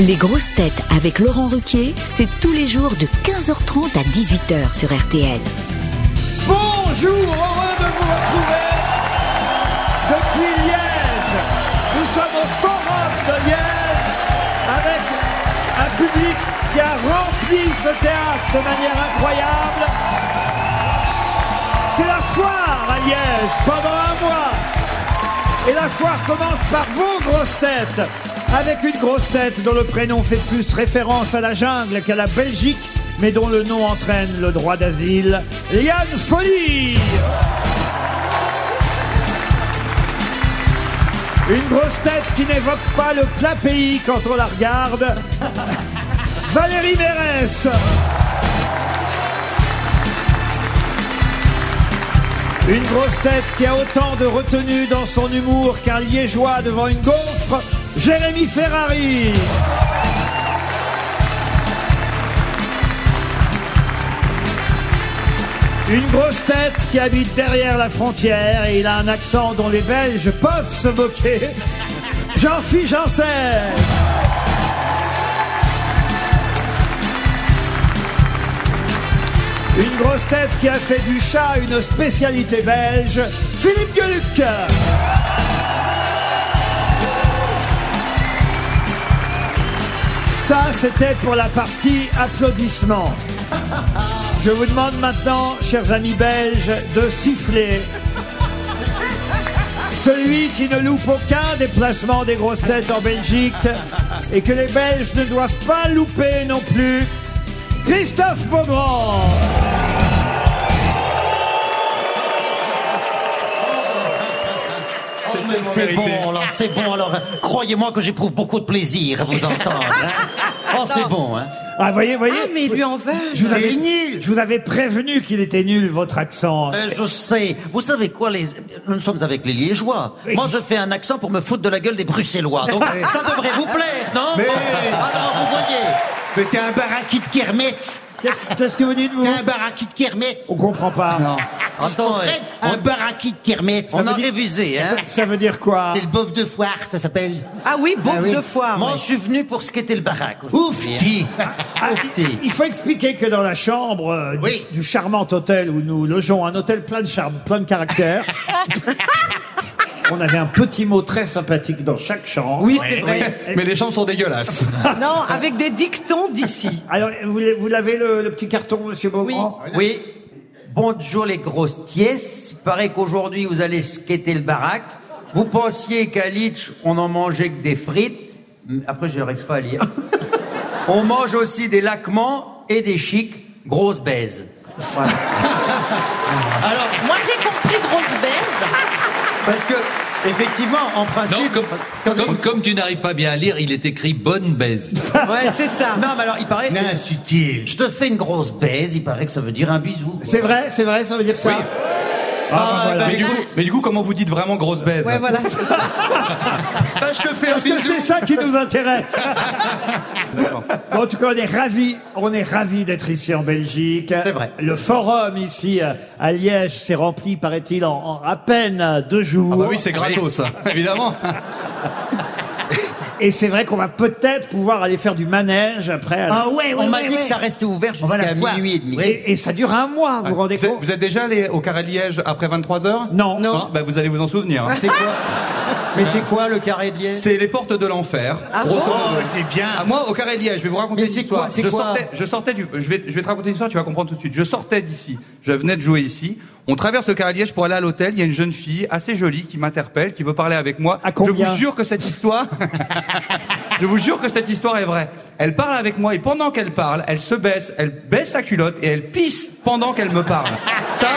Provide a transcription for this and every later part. Les grosses têtes avec Laurent Ruquier, c'est tous les jours de 15h30 à 18h sur RTL. Bonjour, heureux de vous retrouver depuis Liège. Nous sommes au Forum de Liège avec un public qui a rempli ce théâtre de manière incroyable. C'est la foire à Liège pendant un mois. Et la foire commence par vos grosses têtes. Avec une grosse tête dont le prénom fait plus référence à la jungle qu'à la Belgique, mais dont le nom entraîne le droit d'asile, Liane Folie. Une grosse tête qui n'évoque pas le plat pays quand on la regarde, Valérie Mérès. Une grosse tête qui a autant de retenue dans son humour qu'un liégeois devant une gaufre, Jérémy Ferrari. Une grosse tête qui habite derrière la frontière et il a un accent dont les Belges peuvent se moquer, Jean-Philippe Janssen. Une grosse tête qui a fait du chat une spécialité belge, Philippe Gueluc. Ça, c'était pour la partie applaudissements. Je vous demande maintenant, chers amis belges, de siffler celui qui ne loupe aucun déplacement des grosses têtes en Belgique et que les Belges ne doivent pas louper non plus, Christophe Beaugrand. Oh, mais C'est bon, alors, c'est bon, alors, croyez-moi que j'éprouve beaucoup de plaisir à vous entendre. hein. Oh, c'est bon, hein. Ah, voyez, voyez. Ah, mais il lui en veut. Je vous, C'est avais, nul. je vous avais prévenu qu'il était nul, votre accent. Euh, je sais. Vous savez quoi, les... nous sommes avec les Liégeois. Moi, je fais un accent pour me foutre de la gueule des Bruxellois. Donc, ça devrait vous plaire, non Ah Mais- Bon. Alors, vous voyez, Mais t'es un baraki de kermesse. Qu'est-ce qu'est-ce que vous dites, vous C'est un baraki de kermesse. On comprend pas. Attends, comprends. euh, un baraki de kermesse. Ça On veut a dire- révisé, hein. Ça veut dire quoi C'est le boeuf de foire, ça s'appelle. Ah oui, bouffe de foire. Moi, ouais. je suis venu pour ce qu'était le baraque. hein. Oufti ah, Oufti Il faut expliquer que dans la chambre euh, du- Oui. du, charmant hôtel où nous logeons, un hôtel plein de charme, plein de caractère, on avait un petit mot très sympathique dans chaque chambre. Oui, c'est vrai. Ah, Mais les chambres sont dégueulasses. Non, avec des dictons d'ici. Alors, vous, l'avez- vous l'avez le, le petit carton, monsieur Beaugrand Oui. Bonjour les grosses tiesses. Il paraît qu'aujourd'hui vous allez skater le baraque. Vous pensiez qu'à Litch, on en mangeait que des frites. Hum, Après, j'arrive pas à lire. On mange aussi des laquements et des chics. Grosses baises. Voilà. Alors, moi j'ai compris grosses baises. Parce que, effectivement, en Non, principe. comme, quand- comme, comme tu n'arrives pas bien à lire, il est écrit bonne baise. Ouais, c'est ça. Non, mais alors il paraît. nain subtil. Je te fais une grosse baise, il paraît que ça veut dire un bisou. C'est vrai, c'est vrai, ça veut dire ça Ah, bah, voilà. Mais du, coup, mais du coup, comment vous dites vraiment grosse baise Ouais, voilà, c'est ça. Bah, je te fais un Parce que bisou. c'est ça qui nous intéresse. en tout cas, on est ravis, on est ravis d'être ici en Belgique. C'est vrai. Le forum ici euh, à Liège s'est rempli, paraît-il, en, en à peine euh, deux jours. Ah bah oui, c'est gratos, ça, évidemment. Et c'est vrai qu'on va peut-être pouvoir aller faire du manège après. à la- ouais, ouais, On m'a ouais, dit ouais. que ça restait ouvert on va la jusqu'à voir. minuit et demi. Ah. Et, et ça dure un mois, vous vous rendez êtes- compte êtes déjà allé au Carré de Liège après 23 heures Non. Non. bah, vous allez vous en souvenir. C'est quoi Mais c'est quoi le carré de liège Ah C'est les portes de l'enfer. grosso Oh, modo. c'est bien. Ah, moi, au carré de Liège, je vais vous raconter Mais une c'est histoire. quoi- c'est je, quoi sortais, je sortais du, je vais, je vais te raconter une histoire, tu vas comprendre tout de suite. Je sortais d'ici, je venais de jouer ici. On traverse le carré de Liège pour aller à l'hôtel. Il y a une jeune fille assez jolie qui m'interpelle, qui veut parler avec moi. À je combien vous jure que cette histoire, je vous jure que cette histoire est vraie. Elle parle avec moi et pendant qu'elle parle, elle se baisse, elle baisse sa culotte et elle pisse pendant qu'elle me parle. Ça,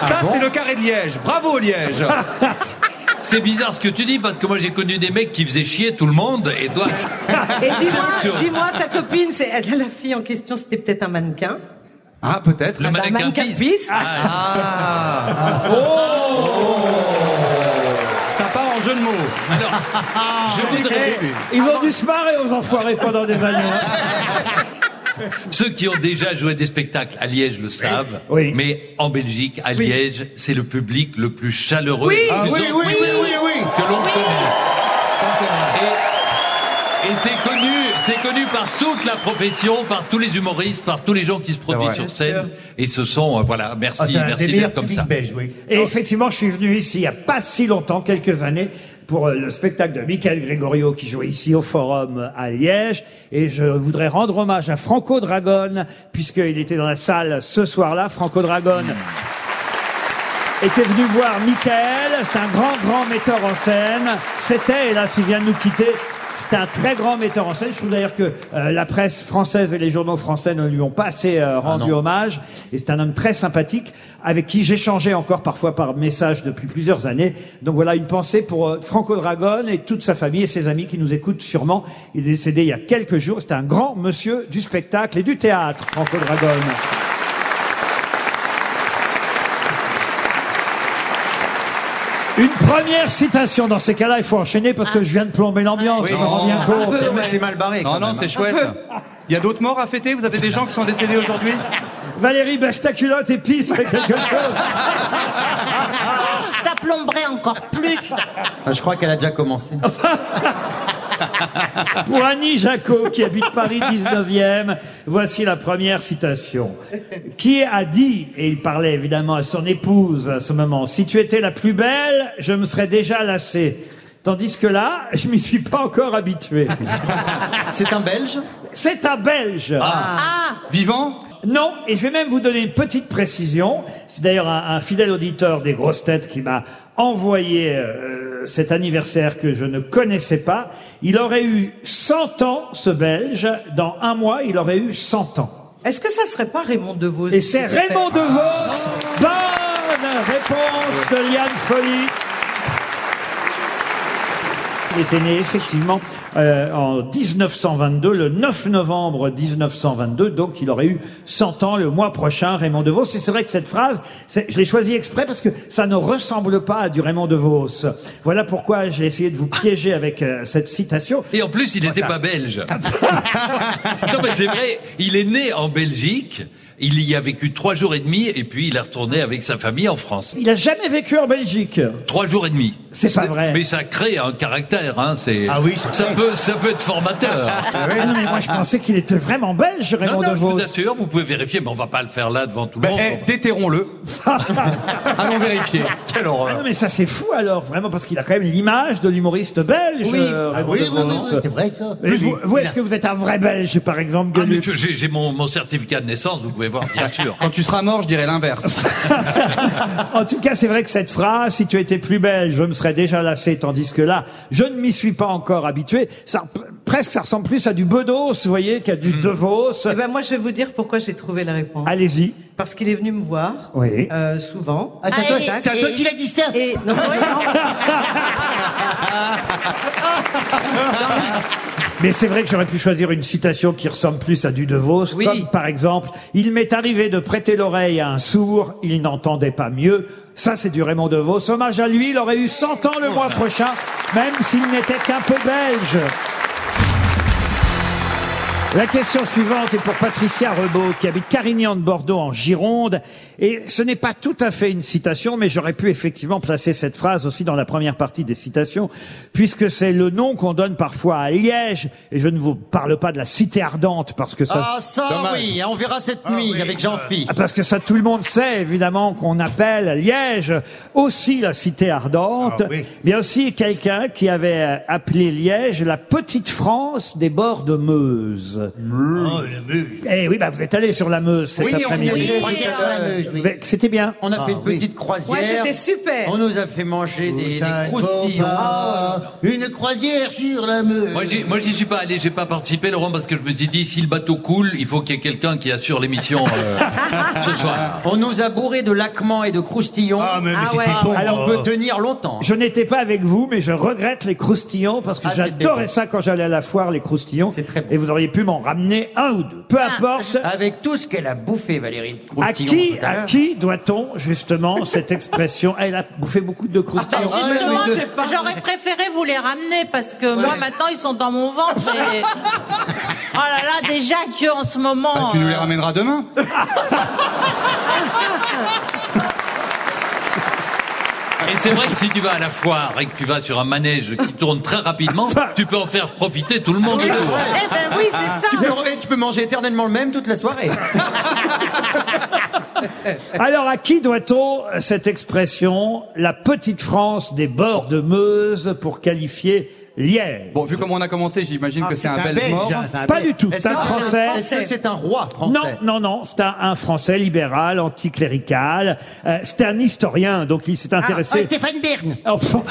ça c'est le carré de Liège. Bravo Liège. C'est bizarre ce que tu dis parce que moi j'ai connu des mecs qui faisaient chier tout le monde et toi. Et dis-moi, absurde. dis-moi, ta copine, c'est elle, la fille en question, c'était peut-être un mannequin. Ah peut-être. Le bah, mannequin mannequin pisse. pisse. Ah, Oh. Oh. Ça part en jeu de mots. alors, je voudrais Ils ont dû se marrer aux enfoirés pendant des années. hein. ceux qui ont déjà joué des spectacles à Liège le savent. Oui. Mais en Belgique, à Oui. Liège, c'est le public le plus chaleureux, Oui. et le Ah, plus oui, oui, oui, oui, oui. que l'on connaît. Et, et c'est connu, C'est connu par toute la profession, par tous les humoristes, par tous les gens qui se produisent sur scène. Et ce sont, euh, voilà, merci, Ah, c'est un merci des meilleurs d'être comme publics ça. belges, oui. Et effectivement, je suis venu ici il n'y a pas si longtemps, quelques années, pour euh, le spectacle de Michael Gregorio qui jouait ici au Forum euh, à Liège. Et je voudrais rendre hommage à Franco Dragone, puisqu'il était dans la salle ce soir-là. Franco Dragone était venu voir Michael. C'est un grand, grand metteur en scène. C'était, et là, s'il vient de nous quitter, c'est un très grand metteur en scène. Je trouve d'ailleurs que euh, la presse française et les journaux français ne lui ont pas assez euh, rendu hommage. Et c'est un homme très sympathique avec qui j'échangeais encore parfois par message depuis plusieurs années. Donc voilà une pensée pour euh, Franco Dragone et toute sa famille et ses amis qui nous écoutent sûrement. Il est décédé il y a quelques jours. C'était un grand monsieur du spectacle et du théâtre, Franco Dragone. Une première citation dans ces cas-là, il faut enchaîner parce que je viens de plomber l'ambiance, je me rends Ah, bien compte. C'est- C'est mal barré. Non, quand non, même, c'est chouette. Il y a d'autres morts à fêter Vous avez des gens qui sont décédés aujourd'hui Valérie bâche ta culotte et Oh, pisse c'est quelque chose. Ça plomberait encore plus. hein. Je crois qu'elle a déjà commencé. Pour Annie Jacot, qui habite Paris 19e, voici la première citation. Qui a dit, et il parlait évidemment à son épouse à ce moment, si tu étais la plus belle, je me serais déjà lassé. Tandis que là, je m'y suis pas encore habitué. C'est un Belge Ah. C'est un Belge. Vivants Ah Non, et je vais même vous donner une petite précision. C'est d'ailleurs un, un fidèle auditeur des grosses têtes qui m'a envoyé euh, cet anniversaire que je ne connaissais pas. Il aurait eu 100 ans, ce Belge. Dans un mois, il aurait eu 100 ans. Est-ce que ça serait pas Raymond DeVos Et c'est Raymond DeVos. Bonne réponse de Liane Folly. Il était né effectivement euh, en 1922, le 9 novembre 1922, donc il aurait eu 100 ans le mois prochain, Raymond DeVos. Et c'est vrai que cette phrase, c'est- je l'ai choisie exprès parce que ça ne ressemble pas à du Raymond DeVos. Voilà pourquoi j'ai essayé de vous piéger avec euh, cette citation. Et en plus, il n'était pas belge. non, mais c'est vrai, il est né en Belgique, il y a vécu trois jours et demi, et puis il est retourné avec sa famille en France. Il a jamais vécu en Belgique. Trois jours et demi. C'est pas vrai. Mais ça crée un caractère, hein, c'est. Ah oui, c'est ça vrai. peut, ça peut être formateur. Ah non, mais moi je pensais qu'il était vraiment belge, non, Raymond non, je DeVos. vous assure, vous pouvez vérifier, mais on va pas le faire là devant tout le ben, monde. eh, Déterrons-le. Allons vérifier. Quelle Ah non, horreur. mais ça c'est fou alors, vraiment, parce qu'il a quand même l'image de l'humoriste belge. Oui. euh, Ah Raymond oui, oui, Devos. oui, oui, c'est vrai, ça. Mais vous, vous, est-ce que vous êtes un vrai belge, par exemple, Ah, mais Gueluc que j'ai j'ai mon, mon certificat de naissance, vous pouvez voir, bien sûr. Ah, Quand tu seras mort, je dirais l'inverse. En tout cas, c'est vrai que cette phrase, si tu étais plus belge, je me serais déjà lassé, tandis que là, je ne m'y suis pas encore habitué. Ça, presque, ça ressemble plus à du Bedos, vous voyez, qu'à du Devos. Eh ben moi, je vais vous dire pourquoi j'ai trouvé la réponse. Allez-y. Parce qu'il est venu me voir. Oui. euh, souvent. Ah, c'est à toi, Ah, et- c'est à toi et- qui l'a dit ça. Et non, ouais, non. Mais c'est vrai que j'aurais pu choisir une citation qui ressemble plus à du De Vos, Oui. comme par exemple « Il m'est arrivé de prêter l'oreille à un sourd, il n'entendait pas mieux ». Ça, c'est du Raymond De Vos. Hommage à lui, il aurait eu 100 ans le mois prochain, même s'il n'était qu'un peu belge. La question suivante est pour Patricia Rebaud, qui habite Carignan de Bordeaux, en Gironde. Et ce n'est pas tout à fait une citation, mais j'aurais pu effectivement placer cette phrase aussi dans la première partie des citations, puisque c'est le nom qu'on donne parfois à Liège. Et je ne vous parle pas de la cité ardente, parce que ça... Ah ça Dommage. oui, on verra cette nuit avec Jean-Phi. Ah, Parce que ça, tout le monde sait, évidemment, qu'on appelle Liège aussi la cité ardente. Ah oui. Mais aussi quelqu'un qui avait euh, appelé Liège la petite France des bords de Meuse. Oh, le mur. Eh oui, bah, vous êtes allé sur la Meuse cet Oui, on y après-midi. allait. Oui, euh, Vous êtes- C'était bien. On a fait une Ah oui. petite croisière. Ouais, c'était super. On nous a fait manger des, des Saint-Gobain, croustillons. Ah, Une croisière sur la meuse. Moi, j'y, moi, j'y suis pas allé, j'ai pas participé, Laurent, parce que je me suis dit, si le bateau coule, il faut qu'il y ait quelqu'un qui assure l'émission euh, ce soir. Ah, On nous a bourré de laquements et de croustillons. Ah, mais, mais Ah c'était ouais. bon. Alors on peut Oh. tenir longtemps. Je n'étais pas avec vous, mais je regrette les croustillons parce que Ah, c'était j'adorais bon. ça quand j'allais à la foire, les croustillons. C'est très bon. Et vous auriez pu m'en ramener un ou deux. Peu importe. Ah, Avec tout ce qu'elle a bouffé, Valérie. de À croustillons qui, tout à à l'heure. qui doit-on justement cette expression Elle a bouffé beaucoup de croustillons. Ah, justement, mais de- c'est pas- j'aurais préféré vous les ramener parce que moi maintenant ils sont dans mon ventre. et- oh là là, déjà que en ce moment. Bah, tu nous les euh, ramèneras demain. Et c'est vrai que si tu vas à la foire et que tu vas sur un manège qui tourne très rapidement, tu peux en faire profiter tout le monde Eh autour. ben oui, c'est Ah. ça. Tu peux, et tu peux manger éternellement le même toute la soirée. Alors, à qui doit-on euh, cette expression, la petite France des bords de Meuse, pour qualifier Liège Bon, vu comment on a commencé, Ah, j'imagine que c'est un, belge mort. Pas du tout, c'est un français. C'est un roi français. Non, non, non, c'est un, un français libéral, anticlérical. Euh, c'est un historien, donc il s'est Ah, intéressé. Stéphane Bern. Oh, pff,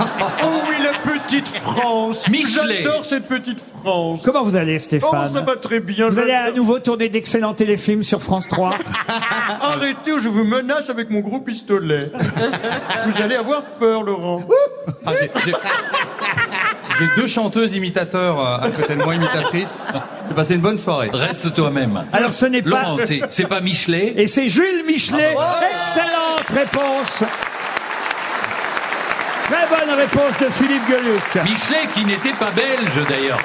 Oh oui, la petite France. Michelet. J'adore cette petite France. Comment vous allez, Oh, Stéphane ça va très bien. Vous allez j'adore. à nouveau tourner d'excellents téléfilms sur France 3 Arrêtez ou je vous menace avec mon gros pistolet. vous allez avoir peur, Laurent. Ah, j'ai- J'ai j'ai deux chanteuses imitateurs euh, à côté de moi, imitatrices. J'ai passé une bonne soirée. Reste toi-même. Alors ce n'est pas... Laurent, c'est- c'est pas Michelet. Et c'est Jules Michelet. Excellente réponse. Très bonne réponse de Philippe Gueluc. Michelet qui n'était pas belge d'ailleurs.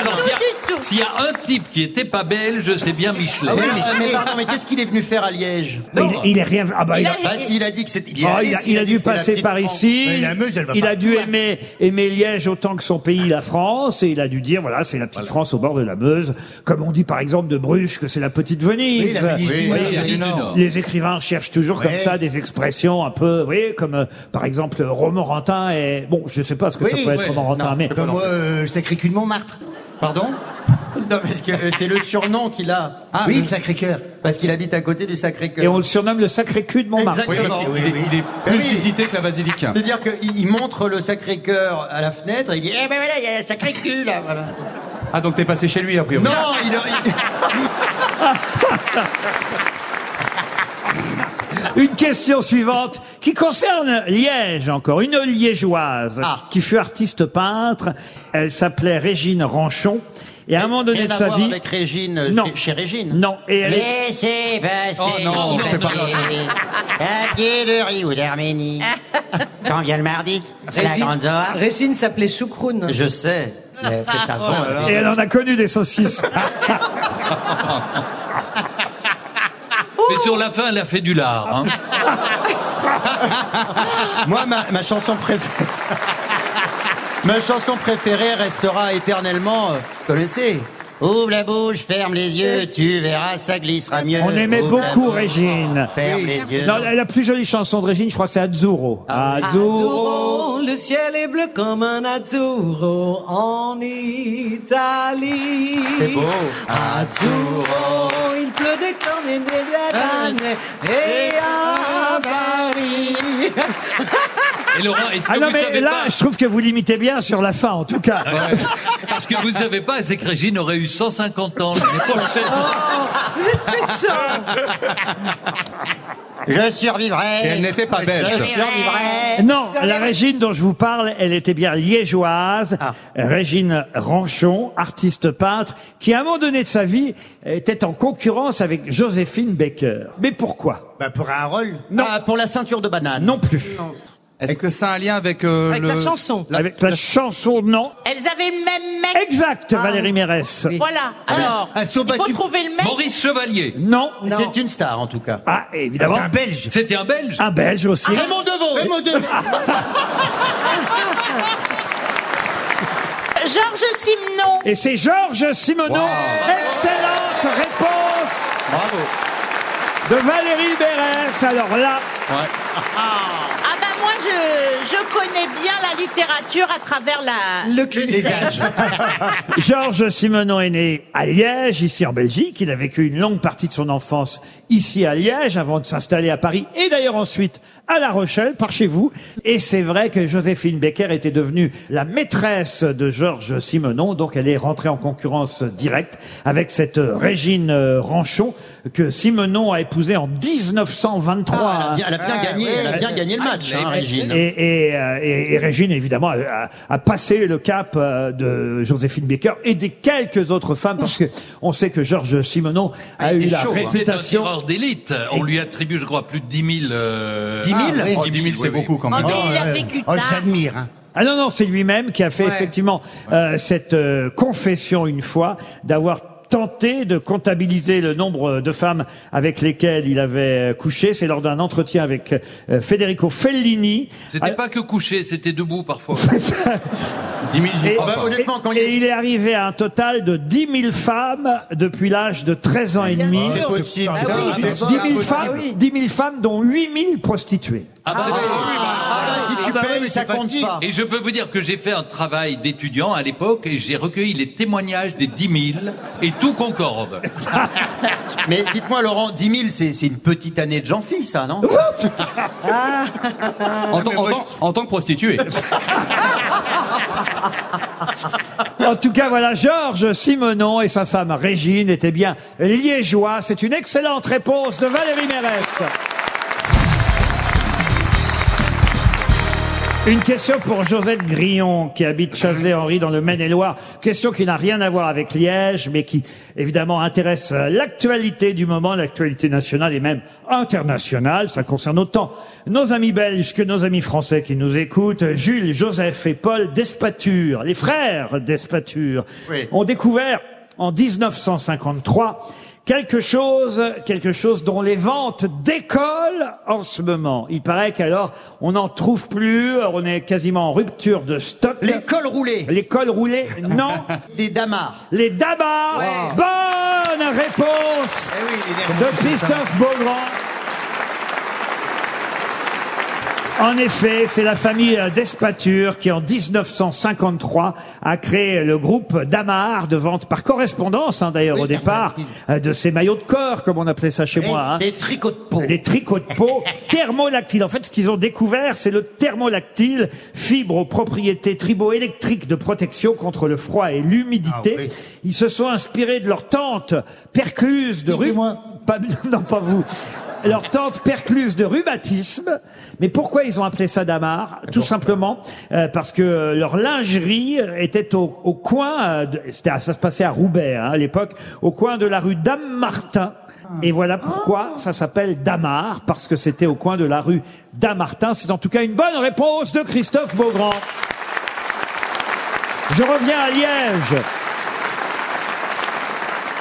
Alors s'il y a- s'il y, a un type qui n'était pas belge, c'est bien Michelet. Ah Mais, alors, mais pardon, mais qu'est-ce qu'il est venu faire à Liège Il, il est rien. Ah bah, il a, Bah, s'il a dit que c'était. oh, il a- il a dû passer par ici. Mais la Meuse, elle va il a partout, dû aimer, aimer Liège autant que son pays, la France, et il a dû dire voilà, c'est la petite France au bord de la Meuse, comme on dit par exemple de Bruges que c'est la petite Venise. Oui, la Venise du Nord. Il y a du Nord. Les écrivains cherchent toujours comme Ouais. ça des expressions un peu, vous voyez, comme euh, par exemple euh, Romorantin et bon, je sais pas ce que ça Oui, peut être ouais. Romorantin, mais Comme moi, euh, Sacré-Cul de Montmartre. Pardon Non, parce que euh, c'est le surnom qu'il a. Ah, oui, oui. le Sacré-Cœur. Parce qu'il habite à côté du Sacré-Cœur. et on le surnomme le sacré cul de Montmartre. Oui, Exactement. il, il- il est plus visité que la basilique. Ben C'est-à-dire qu'il il montre le Sacré-Cœur à la fenêtre et il dit Eh ben voilà, il y a le Sacré-Cul là, voilà. Ah, donc t'es passé chez lui, a priori. Ah, Non, il, il- Une question suivante qui concerne Liège encore, une liégeoise Ah. qui fut artiste peintre. Elle s'appelait Régine Ranchon et à un moment donné rien de à sa voir vie, avec Régine, euh, Non. Chez, chez Régine. non, et elle est- Laissez passer Oh non, les c'est pas familles. Un pied de riz ou d'Arménie. Quand vient le mardi, c'est la grande Zohar. Régine s'appelait Choucroune. Je sais. mais Oh c'est un bon, Ah. et elle en a connu des saucisses. Mais sur la fin, elle a fait du lard. hein. Moi, ma, ma chanson préférée. ma chanson préférée restera éternellement. euh, Vous connaissez Ouvre la bouche, ferme les yeux, tu verras, ça glissera mieux. On aimait Ouvre la beaucoup bouche, Régine. Ferme les yeux. Non, la, la plus jolie chanson de Régine, je crois, que c'est Azzurro. Ah Azzurro. le ciel est bleu comme un azzurro en Italie. C'est beau. Azzurro, il pleut des cornes des et à Paris. Et Laurent, est-ce que Ah non, vous mais savez là, pas je trouve que vous l'imitez bien sur la fin, en tout cas. Ce que vous ne savez pas, c'est que Régine aurait eu 150 Oh, ans l'année prochaine. Oh, Je survivrai. Et elle n'était pas Je belge. survivrai. Non, la Régine dont je vous parle, elle était bien liégeoise, Ah. Régine Ranchon, artiste peintre, qui à un moment donné de sa vie était en concurrence avec Joséphine Baker. Mais pourquoi Bah, pour un rôle. Non. Ah, pour la ceinture de banane. Non plus. Est-ce que ça a un lien avec, euh, Avec le- la chanson. Avec la chanson, non. Elles avaient le même mec. Ah. Exact, Valérie Mérès. Voilà. ben, Alors, Ah, il faut Soba, tu- trouver le mec. Maurice Chevalier, Non. C'est une star en tout cas. Ah, évidemment. C'est un Belge. c'était un Belge. Un Belge aussi. Devaux. Raymond Devos. Georges Simenon. Et c'est Georges Simoneau. Oh. Excellente réponse Bravo. de Valérie Mérès. Alors là, Ah bah moi, je, je connais bien la littérature à travers la... Ah, Le cul des Georges Simenon est né à Liège, ici en Belgique. Il a vécu une longue partie de son enfance ici à Liège, avant de s'installer à Paris, et d'ailleurs ensuite à La Rochelle, par chez vous. Et c'est vrai que Joséphine Becker était devenue la maîtresse de Georges Simenon, donc elle est rentrée en concurrence directe avec cette euh, Régine euh, Ranchon que Simenon a épousée en 1923. Ah, hein. elle, a bien, elle a bien gagné, elle a bien gagné le match, Ah, hein, Régine. Et, et, euh, et- et Régine, évidemment, a, a- a passé le cap euh, de Joséphine Baker et des quelques autres femmes, parce que on sait que Georges Simenon a eu la C'est un réputation. tireur d'élite. On lui attribue, je crois, plus de 10 000. euh, 10 000 oui. Oh, 10 000, c'est Oui, oui. beaucoup quand Oh, même. mais il a euh, vécu oh, je tard. l'admire. hein. Ah non, non, c'est lui-même qui a fait Ouais. effectivement euh, cette euh, confession une fois d'avoir tenté de comptabiliser le nombre de femmes avec lesquelles il avait euh, couché. C'est lors d'un entretien avec euh, Federico Fellini. C'était pas que couché, c'était debout parfois. 10 000, j'y Et, Ah ben, crois pas. et il est arrivé à un total de 10 000 femmes depuis l'âge de 13 ans et demi. C'est possible. Ah oui, 10 000 Ah femmes, 10 000 femmes dont 8 000 prostituées. Ah bah oui. si tu payes, ça compte pas. Et je peux vous dire que j'ai fait un travail d'étudiant à l'époque et j'ai recueilli les témoignages des 10 000 et tout concorde. Mais dites-moi, Laurent, 10 000, c'est c'est une petite année de Jean-Fille, ça, non Ah. En, tant- en tant- en tant que prostituée. En tout cas, voilà, Georges Simenon et sa femme Régine étaient bien liégeois. C'est une excellente réponse de Valérie Mérès. Une question pour Josette Grillon, qui habite Chazelay-Henri dans le Maine-et-Loire. Question qui n'a rien à voir avec Liège, mais qui, évidemment, intéresse euh, l'actualité du moment, l'actualité nationale et même internationale. Ça concerne autant nos amis belges que nos amis français qui nous écoutent. Jules, Joseph et Paul Despature, les frères Despature, Oui. ont découvert en 1953 quelque chose, quelque chose dont les ventes décollent en ce moment. Il paraît qu'alors on n'en trouve plus, on est quasiment en rupture de stock. Les cols roulés, L'école roulée, non. des damars. Les dabas, bonne réponse Eh de Christophe Beaugrand. En effet, c'est la famille Despature qui, en 1953, a créé le groupe Damar de vente par correspondance, hein, d'ailleurs, au départ, euh, de ces maillots de corps, comme on appelait ça chez moi. hein. Des tricots de peau. Les tricots de peau thermolactiles. En fait, ce qu'ils ont découvert, c'est le thermolactile, fibre aux propriétés triboélectriques de protection contre le froid et l'humidité. Ah oui. Ils se sont inspirés de leur tante percluse de rue. Pas, non, pas vous. Leur tante percluse de rhumatisme. Mais pourquoi ils ont appelé ça Damar Tout simplement euh, parce que euh, leur lingerie était au, au coin, euh, de- c'était à- ça se passait à Roubaix hein, à l'époque, au coin de la rue Dame Martin. Et voilà pourquoi ça s'appelle Damar, parce que c'était au coin de la rue Damartin. C'est en tout cas une bonne réponse de Christophe Beaugrand. Je reviens à Liège.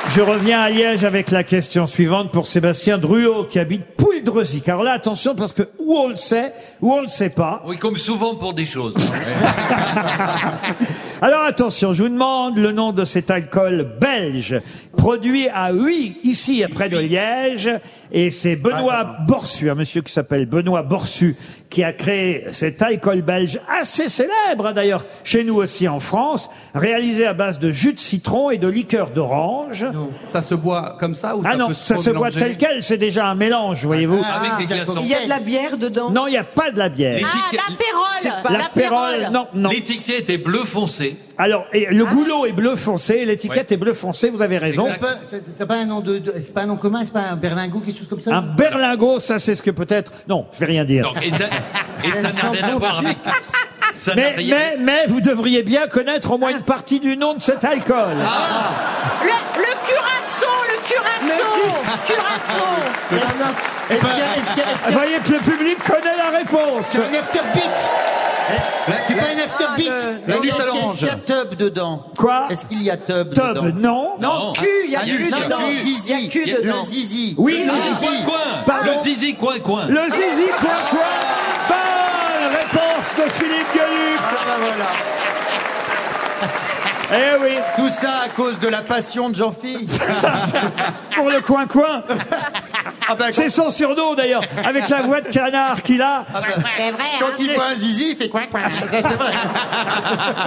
Je reviens à Liège avec la question suivante pour Sébastien Druot qui habite Pouldrezy. Car là, attention, parce que où on le sait, où on le sait pas. Oui, comme souvent pour des choses. Alors attention, je vous demande le nom de cet alcool belge produit à Huy, ici, près de Liège. Et c'est Benoît Borsu, un monsieur qui s'appelle Benoît Borsu, qui a créé cet alcool belge assez célèbre, hein, d'ailleurs, chez nous aussi en France, réalisé à base de jus de citron et de liqueur d'orange. Ça se boit comme ça ou Ah ça non, peut ça se boit mélanger tel quel, c'est déjà un mélange, voyez-vous. Ah, Avec des glaçons. Ah, Il y a de la bière dedans Non, il n'y a pas de la bière. Ah, L'étiquette- l'apérole La pérole, non, non. L'étiquette est bleu foncé. Alors, et le Ah. goulot est bleu foncé, l'étiquette est bleu foncé, vous avez raison. Exact. C'est pas un nom de, de- c'est pas un nom commun, c'est pas un berlingot, quelque chose comme ça. Un berlingot, ça c'est ce que peut-être... Non, je vais rien dire. Ah, Donc, et ça, et ça n'a rien à voir avec ça. n'a Mais, rien- mais, mais vous devriez bien connaître au moins Ah. une partie du nom de cet alcool. Ah. Le, le curaçao, le curaçao, curaçao. Ah, Est-ce ben- qu'il y a- est-ce qu'il y a- Ah, est-ce Vous voyez que le public connaît la réponse. Un afterbeat C'est pas un Ah, afterbeat qu'il y a- nuit à Euh, est-ce l'orange. qu'il y a tub dedans Quoi Est-ce qu'il y a tub Tub, dedans non. Oh, Non. Cul, il y a ah, Ah, Il y a cul juste dedans un cul. Il y a Zizi. cul dedans Le zizi. Oui, Le le zizi zizi. coin-coin. Pardon. Le zizi coin-coin. Le zizi, quoi, quoi Bonne réponse de Philippe Gueluc. Ah bah voilà. Eh oui, Tout ça à cause de la passion de Jean-Fille. pour le coin-coin. Ah ben, C'est son surnom d'ailleurs, avec la voix de canard qu'il a. C'est vrai, hein. hein. Quand il voit un zizi, il fait quoi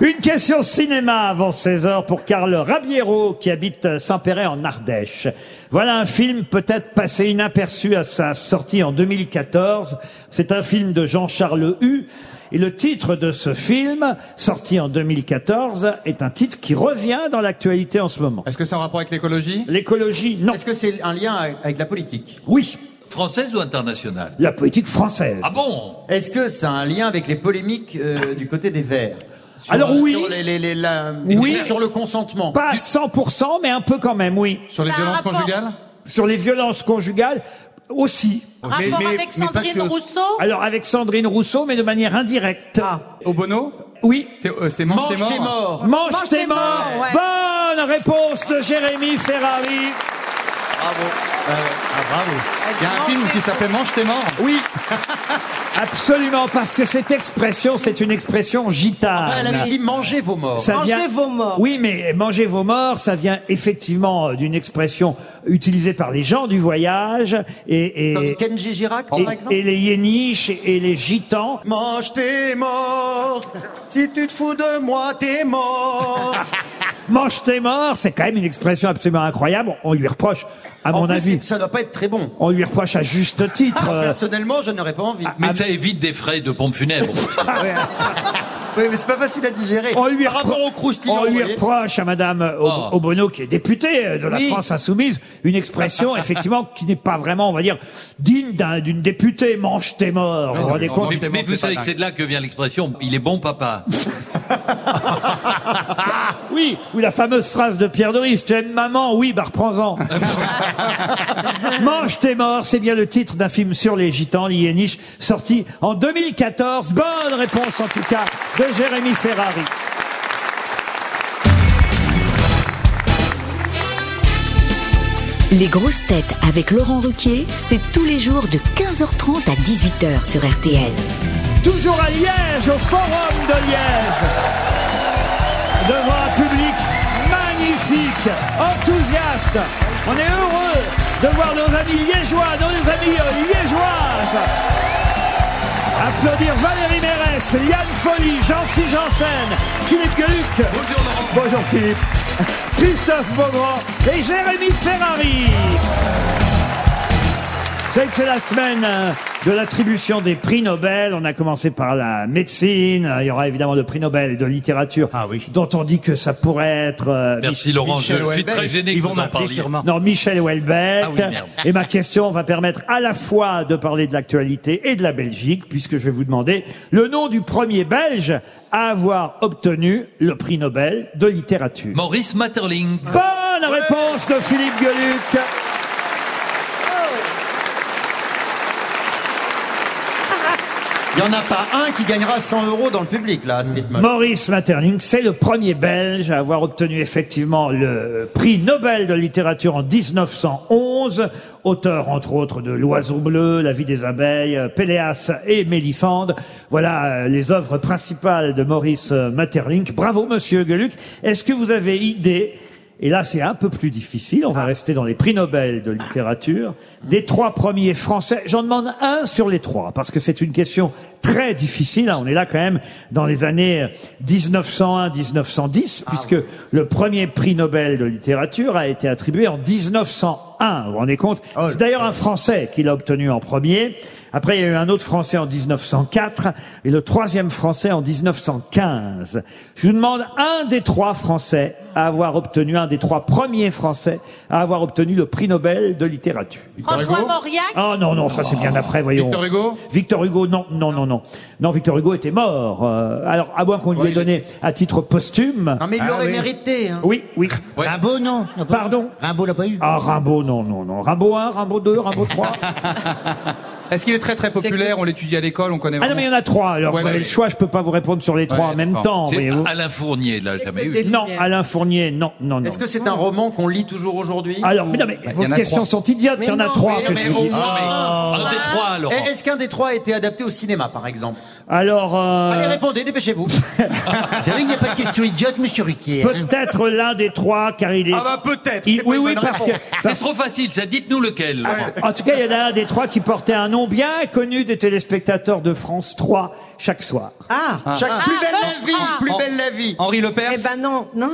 Une question cinéma avant 16h pour Carl Rabiero qui habite Saint-Péret en Ardèche. Voilà un film peut-être passé inaperçu à sa sortie en 2014. C'est un film de Jean-Charles Hue. Et le titre de ce film, sorti en 2014, est un titre qui revient dans l'actualité en ce moment. Est-ce que c'est en rapport avec l'écologie L'écologie, non. Est-ce que c'est un lien avec la politique Oui, Française ou internationale la politique française. Ah bon Est-ce que ça a un lien avec les polémiques euh, du côté des Verts Sur- Alors oui. sur les- les- les- la- Oui. sur le consentement. Pas à 100%, mais un peu quand même, oui. Sur les Ça a un violences Bah, rapport. conjugales Sur les violences conjugales, aussi. Rapport Mais- mais- avec mais pas Sandrine que. Rousseau Alors avec Sandrine Rousseau, mais de manière indirecte. Au bono Oui. C'est euh, c'est mange, Mange des morts. tes morts. Mange tes morts. Bonne Bonne réponse de Jérémy Ferrari. Ah, bravo. Il y a un film qui s'appelait Mange tes morts. Oui. Absolument, parce que cette expression, c'est une expression gitane. Elle avait dit mangez vos morts. Ah, Ça Mangez vos morts. Oui, mais mangez vos morts, ça vient effectivement euh, d'une expression utilisée par les gens du voyage et, et- Comme Kenji Girac, et- par exemple. et les yéniches et les gitans. Mange tes morts. Si tu te fous de moi, t'es mort. Mange tes morts, c'est quand même une expression absolument incroyable. On lui reproche, à En mon plus, avis, ça doit pas être très bon. on lui reproche à juste titre. euh, Personnellement, je n'aurais pas envie. Mais ça évite des frais de pompe funèbre. Ah, hein. Oui, mais c'est pas facile à digérer. On lui, Par repro- rapport au croustillant, on lui vous voyez. reproche à Madame euh, Aub- Oh. Obono, qui est députée euh, de la Oui. France Insoumise, une expression effectivement qui n'est pas vraiment, on va dire, digne d'un- d'une députée. Mange tes morts. Vous vous rendez non, compte mais, mais c'est vous pas savez que dingue. c'est de là que vient l'expression il est bon papa. Oui. Ou la fameuse phrase de Pierre Doris Tu aimes maman Oui, bah reprends-en. Mange tes morts, c'est bien le titre d'un film sur les gitans, les Yéniches, sorti en 2014. Bonne réponse en tout cas de Jérémy Ferrari. Les grosses têtes avec Laurent Ruquier, c'est tous les jours de 15h30 à 18h sur RTL. Toujours à Liège, au Forum de Liège. Devant un public magnifique, enthousiaste. On est heureux de voir nos amis liégeois, nos amis euh, liégeoises. Applaudir Valérie Mérès, Yann Folly, Jean-Philippe Janssen, Philippe Gueluc. Bonjour Bonjour Philippe. Christophe Beaugrand et Jérémy Ferrari. Vous savez que c'est la semaine euh, de l'attribution des prix Nobel. On a commencé par la médecine. Il y aura évidemment le prix Nobel de littérature, dont on dit que ça pourrait être euh, Merci Laurent, je Michel suis Houellebecq, très gêné ils que vont vous en m'appeler parliez. sûrement. non, Michel Houellebecq. Ah oui, merde. et ma question va permettre à la fois de parler de l'actualité et de la Belgique, puisque je vais vous demander le nom du premier Belge à avoir obtenu le prix Nobel de littérature. Maurice Matterling. Bonne réponse de Philippe Gueluc. Il y en a pas un qui gagnera 100 euros dans le public, là, à Mm. ce rythme. Maurice Materling, c'est le premier Belge à avoir obtenu effectivement le prix Nobel de littérature en 1911, auteur entre autres de L'Oiseau bleu, La vie des abeilles, euh, Péléas et Mélisande. Voilà euh, les œuvres principales de Maurice euh, Maeterlinck. Bravo monsieur Gueluc. Est-ce que vous avez idée et là, c'est un peu plus difficile. On va rester dans les prix Nobel de littérature. Des trois premiers français, j'en demande un sur les trois, parce que c'est une question très difficile. hein. On est là quand même dans les années 1901-1910, puisque le premier prix Nobel de littérature a été attribué en 1901. Vous vous rendez compte C'est d'ailleurs un Français qui l'a obtenu en premier. Après, il y a eu un autre Français en 1904 et le troisième Français en 1915. Je vous demande un des trois Français à avoir obtenu, un des trois premiers Français à avoir obtenu le prix Nobel de littérature. François Mauriac Ah non, non, ça c'est bien après, voyons. Oh. Victor Hugo Victor Hugo, non, non, non, non. Non, Victor Hugo était mort. Euh, alors, à moins qu'on lui ait donné à titre posthume. Non, mais il Ah, l'aurait mérité. Hein. Oui, oui. Rimbaud, non. Pardon Rimbaud l'a pas eu. Ah, Rimbaud, non, non, non. Rimbaud 1, Rimbaud 2, Rimbaud 3. Est-ce qu'il est très très populaire On l'étudie à l'école, on connaît Ah non, mais il y en a trois. Alors, Ouais, vous avez ouais. le choix, je peux pas vous répondre sur les trois en même d'accord. Ah, temps, C'est voyez-vous. Alain Fournier, là, jamais eu. Non, Alain Fournier, non, non, non. Est-ce que c'est un roman qu'on lit toujours aujourd'hui Alors, mais non, mais il y vos en a questions trois. sont idiotes, il y en a trois. que je vous Un dis. des trois, alors. Et Ah. Est-ce qu'un des trois a été adapté au cinéma, par exemple Alors, euh, Allez, répondez, dépêchez-vous. Vous savez, il n'y a pas de question idiote, monsieur Riquier. peut-être l'un des trois, car il est... Ah bah peut-être. il- C'est pas Oui, une oui, bonne parce que... Ah. réponse. C'est trop facile, ça. Dites-nous lequel. Laurent. En tout cas, il y en a un des trois qui portait un nom bien connu des téléspectateurs de France 3 chaque soir. Ah, Chaque plus belle ah, la vie, ah. plus belle la vie. Euh, Henri Lepers Eh ben non, non.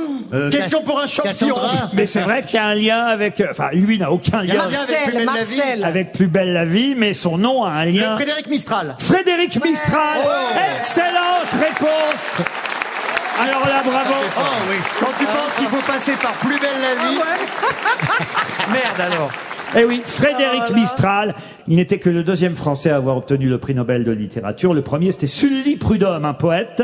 Question pour un champion. Euh, Cassandra. Mais c'est vrai qu'il y a un lien avec... euh, Enfin, lui n'a aucun Il y en lien a bien avec plus belle la vie. avec Plus belle la vie, mais son nom a un lien... Frédéric Mistral. Oh. Frédéric Mistral. Excellente réponse. Alors là, bravo. Quand tu penses qu'il faut passer par plus belle la vie. Merde alors. Eh oui, Frédéric Ah, Mistral. Il n'était que le deuxième Français à avoir obtenu le prix Nobel de littérature. Le premier, c'était Sully Prudhomme, un poète.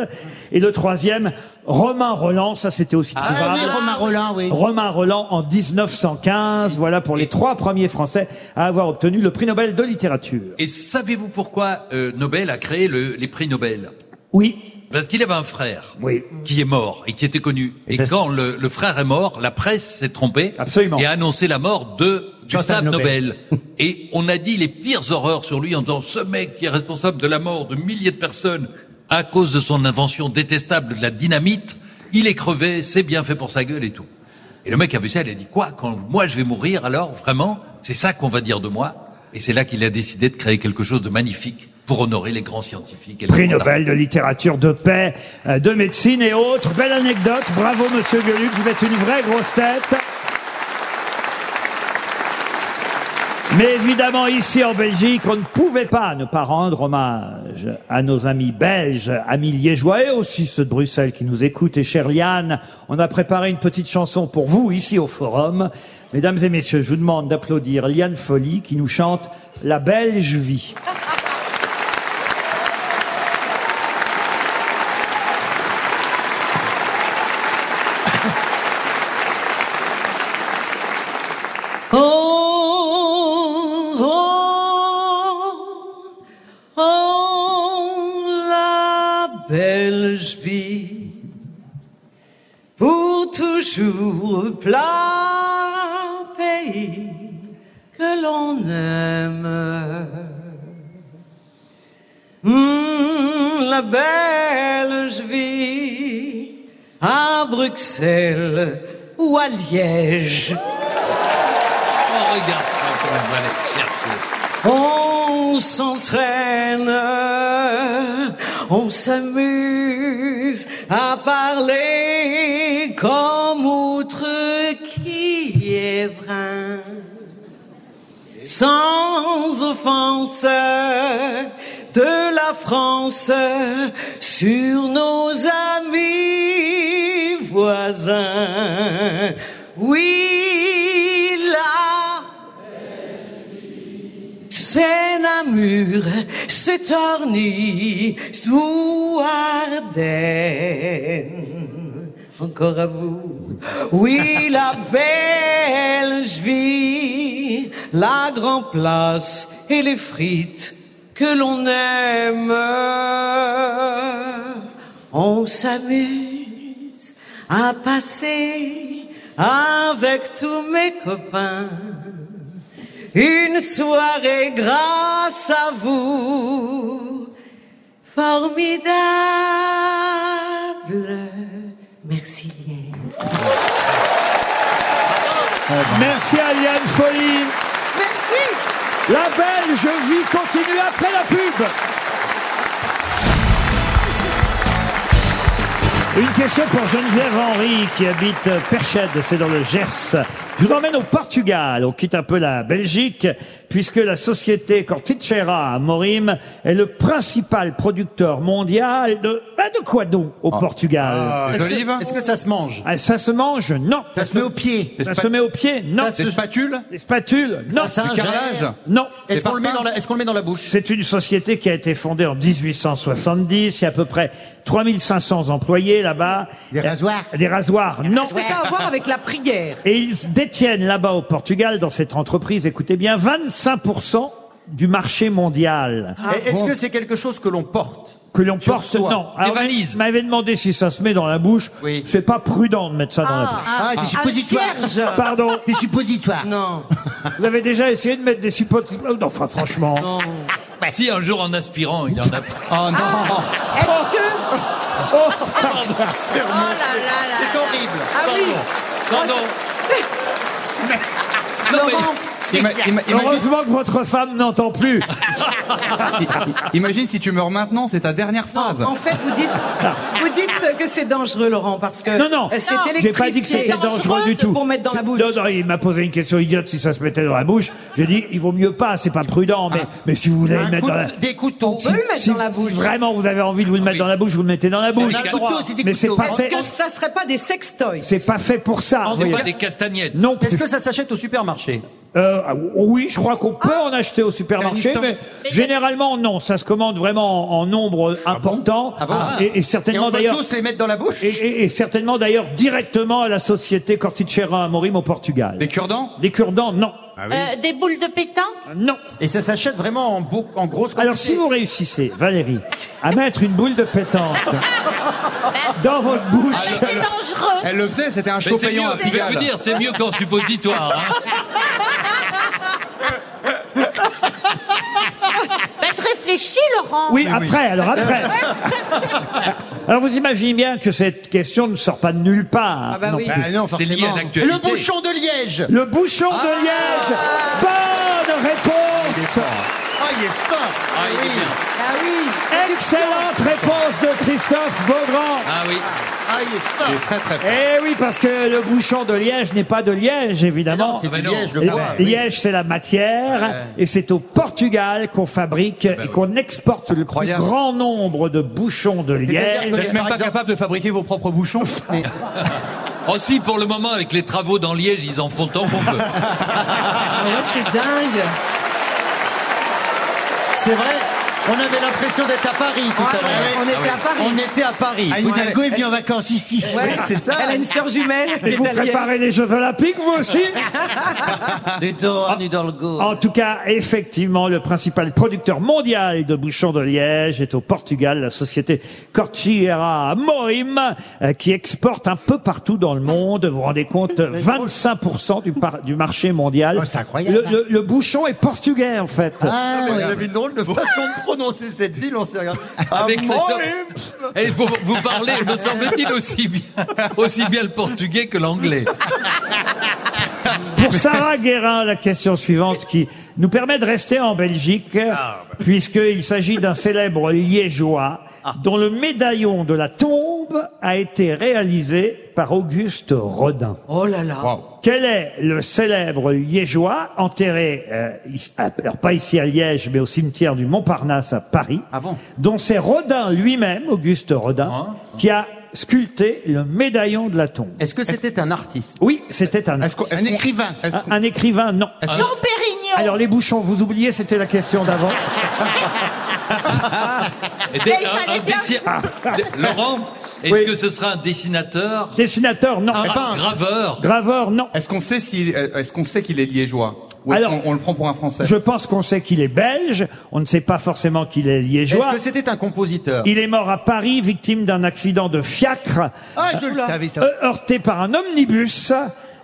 Et le troisième, Romain Roland. Ça, c'était aussi trouvable. Romain Roland, Ah, oui. Romain Roland en 1915. Voilà pour les trois premiers Français à avoir obtenu le prix Nobel de littérature. Et savez-vous pourquoi euh, Nobel a créé le- les prix Nobel Oui. Parce qu'il avait un frère qui est mort et qui était connu. Et, quand le, le frère est mort, la presse s'est trompée Absolument. et a annoncé la mort de Gustave Gustave Nobel. Nobel. Et on a dit les pires horreurs sur lui en disant ce mec qui est responsable de la mort de milliers de personnes à cause de son invention détestable de la dynamite, il est crevé, c'est bien fait pour sa gueule et tout. Et le mec a vu ça, il a dit quoi Quand moi je vais mourir, alors vraiment, c'est ça qu'on va dire de moi. Et c'est là qu'il a décidé de créer quelque chose de magnifique pour honorer les grands scientifiques. et les Prix grands Nobel de littérature, de paix, euh, de médecine et autres. Belle anecdote. Bravo, monsieur Gueluc. Vous êtes une vraie grosse tête. Mais évidemment, ici en Belgique, on ne pouvait pas ne pas rendre hommage à nos amis belges, amis liégeois et aussi ceux de Bruxelles qui nous écoutent. Et chère Liane, on a préparé une petite chanson pour vous ici au Forum. Mesdames et messieurs, je vous demande d'applaudir Liane Folly qui nous chante La Belge vie. Oh, oh, oh, la Belge vie pour toujours plat pays que l'on aime. Hum, Hmm, la Belge vie à Bruxelles ou à Liège. Oh, regarde, on va aller chercher. On s'entraîne, on s'amuse à parler comme outre qui est vrai. Sans offense de la France sur nos amis voisins. Oui, là, c'est Namur, c'est Torny, sous Ardennes. Encore à vous. Oui, la belle vie, la grande place et les frites que l'on aime. On s'amuse à passer avec tous mes copains une soirée grâce à vous. Formidable. Merci Liège. Merci à Liane Folly. Merci. La belle, je vis, continue après la pub. Une question pour Geneviève Henry qui habite Perchède, c'est dans le Gers. Je vous emmène au Portugal, on quitte un peu la Belgique, puisque la société Corticera à Morim est le principal producteur mondial de... Ah, de quoi donc au Portugal Des olives Ah, Est-ce que ça se mange Ah, Ça se mange Non. Ça se met au pied. euh, Ça se met au pied Non. Ça se- Des spatules Les spatules Non. Ça Du s'ingère. carrelage Non. Est-ce qu'on le, met parfums dans la- est-ce qu'on le met dans la bouche C'est une société qui a été fondée en 1870. Il y a à peu près 3500 employés là-bas. Des rasoirs Des rasoirs, non. Est-ce que ça a à voir avec la prière Et ils détiennent là-bas au Portugal, dans cette entreprise, écoutez bien, 25% du marché mondial Ah. Et Est-ce que c'est quelque chose que l'on porte que l'on porte. soi. Non. Des on m'a- valises. m'avait demandé si ça se met dans la bouche. Oui. C'est pas prudent de mettre ça dans la bouche. Ah, des suppositoires Pardon. Des suppositoires Non. Vous avez déjà essayé de mettre des suppos... Non, enfin, franchement. Bah, Si un jour en aspirant, il en a Ah, pris. Oh non Est-ce que... Oh là là là. C'est horrible Ah oui Pardon. Non, mais Ima- ima- imagine, Heureusement que votre femme n'entend plus. i- imagine si tu meurs maintenant, c'est ta dernière phrase. En fait, vous dites, vous dites que c'est dangereux, Laurent, parce que Non, non, Euh, c'est j'ai pas dit que c'était électrifié. dangereux du tout. Pour mettre dans la bouche. Non, non, il m'a posé une question idiote si ça se mettait dans la bouche. J'ai dit, il vaut mieux pas, c'est pas prudent, mais, mais si vous voulez le Ah. Un mettre coup dans la... de- Des couteaux On peut le mettre Si, dans la si bouche. vraiment vous avez envie de vous le mettre Oui. dans la bouche, vous le mettez dans la bouche. des couteaux, c'est des Mais c'est couteaux. pas Est-ce fait, que ça serait pas des sextoys c'est pas fait pour ça. vous c'est voyez. pas des castagnettes. Non Est-ce plus. que ça s'achète au supermarché Euh, ah, oui, je crois qu'on peut en acheter au supermarché, T'as une mais distance. généralement non. Ça se commande vraiment en, en nombre important Ah bon et, et Et certainement on peut d'ailleurs. tous les mettre dans la bouche Et, et- et certainement d'ailleurs directement à la société Corticera Amorim au Portugal. Des cure-dents Des cure-dents, non. Euh, des boules de pétanque Non. Ah Et ça s'achète vraiment en, bou- en grosse quantité. Alors, si vous réussissez, Valérie, à mettre une boule de pétanque dans votre bouche, Ah, C'est dangereux. Elle le faisait, c'était un Mais show c'est mieux, payant à je vais vous Pigalle. dire, c'est mieux qu'en suppositoire. hein. Ben, je réfléchis, Laurent. oui, après, alors après. Ah. Alors, vous imaginez bien que cette question ne sort pas de nulle part. Ah bah non oui. plus. Bah non, C'est lié à l'actualité. Le bouchon de Liège Le bouchon de Liège Bonne réponse Ah, il est fort Ah, il est bien. Ah oui Excellente réponse de Christophe Beaugrand Ah oui. Ah, il est fort Il est très très Eh oui, parce que le bouchon de Liège n'est pas de Liège, évidemment. C'est Ah bah du non. Liège, Et le bois. oui. Liège, c'est la matière, et c'est au Portugal qu'on fabrique et oui. qu'on exporte le plus incroyable. grand nombre de bouchons de Vous Liège. n'êtes même pas capable de fabriquer vos propres bouchons. Aussi, Oh, pour le moment, avec les travaux dans Liège, ils en font tant qu'on peut. Ah ouais, c'est dingue C'est vrai, on avait l'impression d'être à Paris tout à l'heure. Ah On était à Paris. On était à Paris. Anne Hidalgo est venue en vacances ici. Ouais. c'est ça. Elle a une sœur jumelle. Et vous italienne. préparez les Jeux Olympiques, vous aussi Du dos, Anne Hidalgo. En tout cas, effectivement, le principal producteur mondial de bouchons de Liège est au Portugal, la société Cortiera Morim, euh, qui exporte un peu partout dans le monde. Vous vous rendez compte, 25% du, par- du marché mondial. Oh, c'est incroyable. Ah, Le, le- le bouchon est portugais, en fait. Ah, Vous avez une drôle de façon de prononcer cette ville, on Ah, sait rien. Avec Christophe. Et vous, vous parlez, me semble-t-il, aussi bien, aussi bien le portugais que l'anglais. Pour Sarah Guérin, la question suivante qui nous permet de rester en Belgique, puisqu'il s'agit d'un célèbre liégeois dont le médaillon de la tombe a été réalisé par Auguste Rodin. Oh là là Quel est le célèbre liégeois enterré, euh, ici- à- alors pas ici à Liège, mais au cimetière du Montparnasse à Paris, bon dont c'est Rodin lui-même, Auguste Rodin, qui a sculpté le médaillon de la tombe. Est-ce que c'était un artiste Oui, c'était un, Est-ce qu'on- est-ce Un qu'on- écrivain. est-ce un, un écrivain, non. Non, Pérignon. Alors les bouchons, vous oubliez, c'était la question d'avant. Et Mais dès- il fallait bien- dessi- de- Laurent, est-ce Oui. que ce sera un dessinateur Dessinateur, non. Un graveur Graveur, non. Est-ce qu'on sait si, euh, est-ce qu'on sait qu'il est liégeois Ou est-ce Alors- qu'on on le prend pour un français Je pense qu'on sait qu'il est belge. On ne sait pas forcément qu'il est liégeois. Est-ce que c'était un compositeur Il est mort à Paris, victime d'un accident de fiacre, Ah, je le savais, ça. euh, heurté par un omnibus.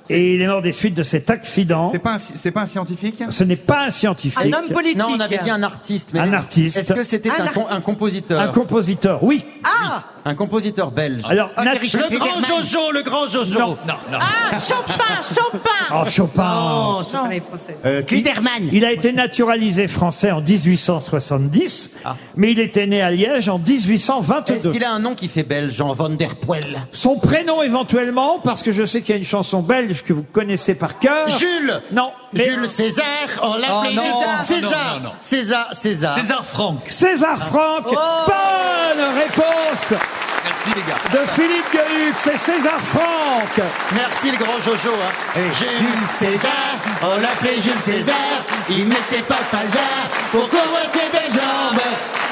Et il est mort des suites de cet accident. C'est pas un, c'est pas un scientifique Ce n'est pas un scientifique. Un homme politique. Non, on avait dit un artiste. Mais Un artiste. Est-ce que c'était Un un, com- un compositeur Un compositeur, oui. Ah Un compositeur belge. Ah, Alors, Nat- le grand Jojo, le grand Jojo. Non. Non, non. Ah, Chopin, Chopin. Oh, Chopin. Non, je parlais français. Euh, Kliderman. Il a été naturalisé français en 1870, mais il était né à Liège en 1822. Ah. Est-ce qu'il a un nom qui fait belge, Jean Van Der Poel Son prénom éventuellement, parce que je sais qu'il y a une chanson belge que vous connaissez par Euh, cœur. Jules Non, mais Jules César, on l'appelait Oh, non. César. César. Non, non, non. César, César. César Franck. César Franck. Oh. Bonne réponse Merci les gars. de Philippe Gueluc, c'est César Franck. Merci le grand Jojo. Hein. Jules César, on l'appelait Jules César. Il mettait pas de falzar pour qu'on voit ses belles jambes,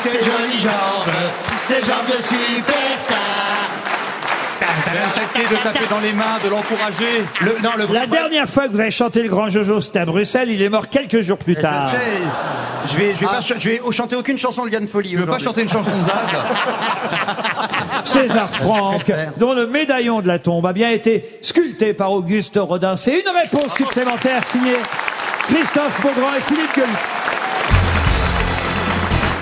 ses jolies jambes, Euh, ses jambes de superstar. Ah, Arrêtez de taper dans les mains, de l'encourager. Le, non, le La dernière fois que vous avez chanté le Grand Jojo, c'était à Bruxelles. Il est mort quelques jours plus tard. Eh, Ah. Je sais. Je vais, je vais, pas ch- je vais chanter aucune chanson de Yann Folie. Ah, Je veux pas chanter une chanson de Zaz. César Franck, dont le médaillon de la tombe a bien été sculpté par Auguste Rodin. C'est une réponse supplémentaire signée Christophe Beaugrand et Philippe Gueluc.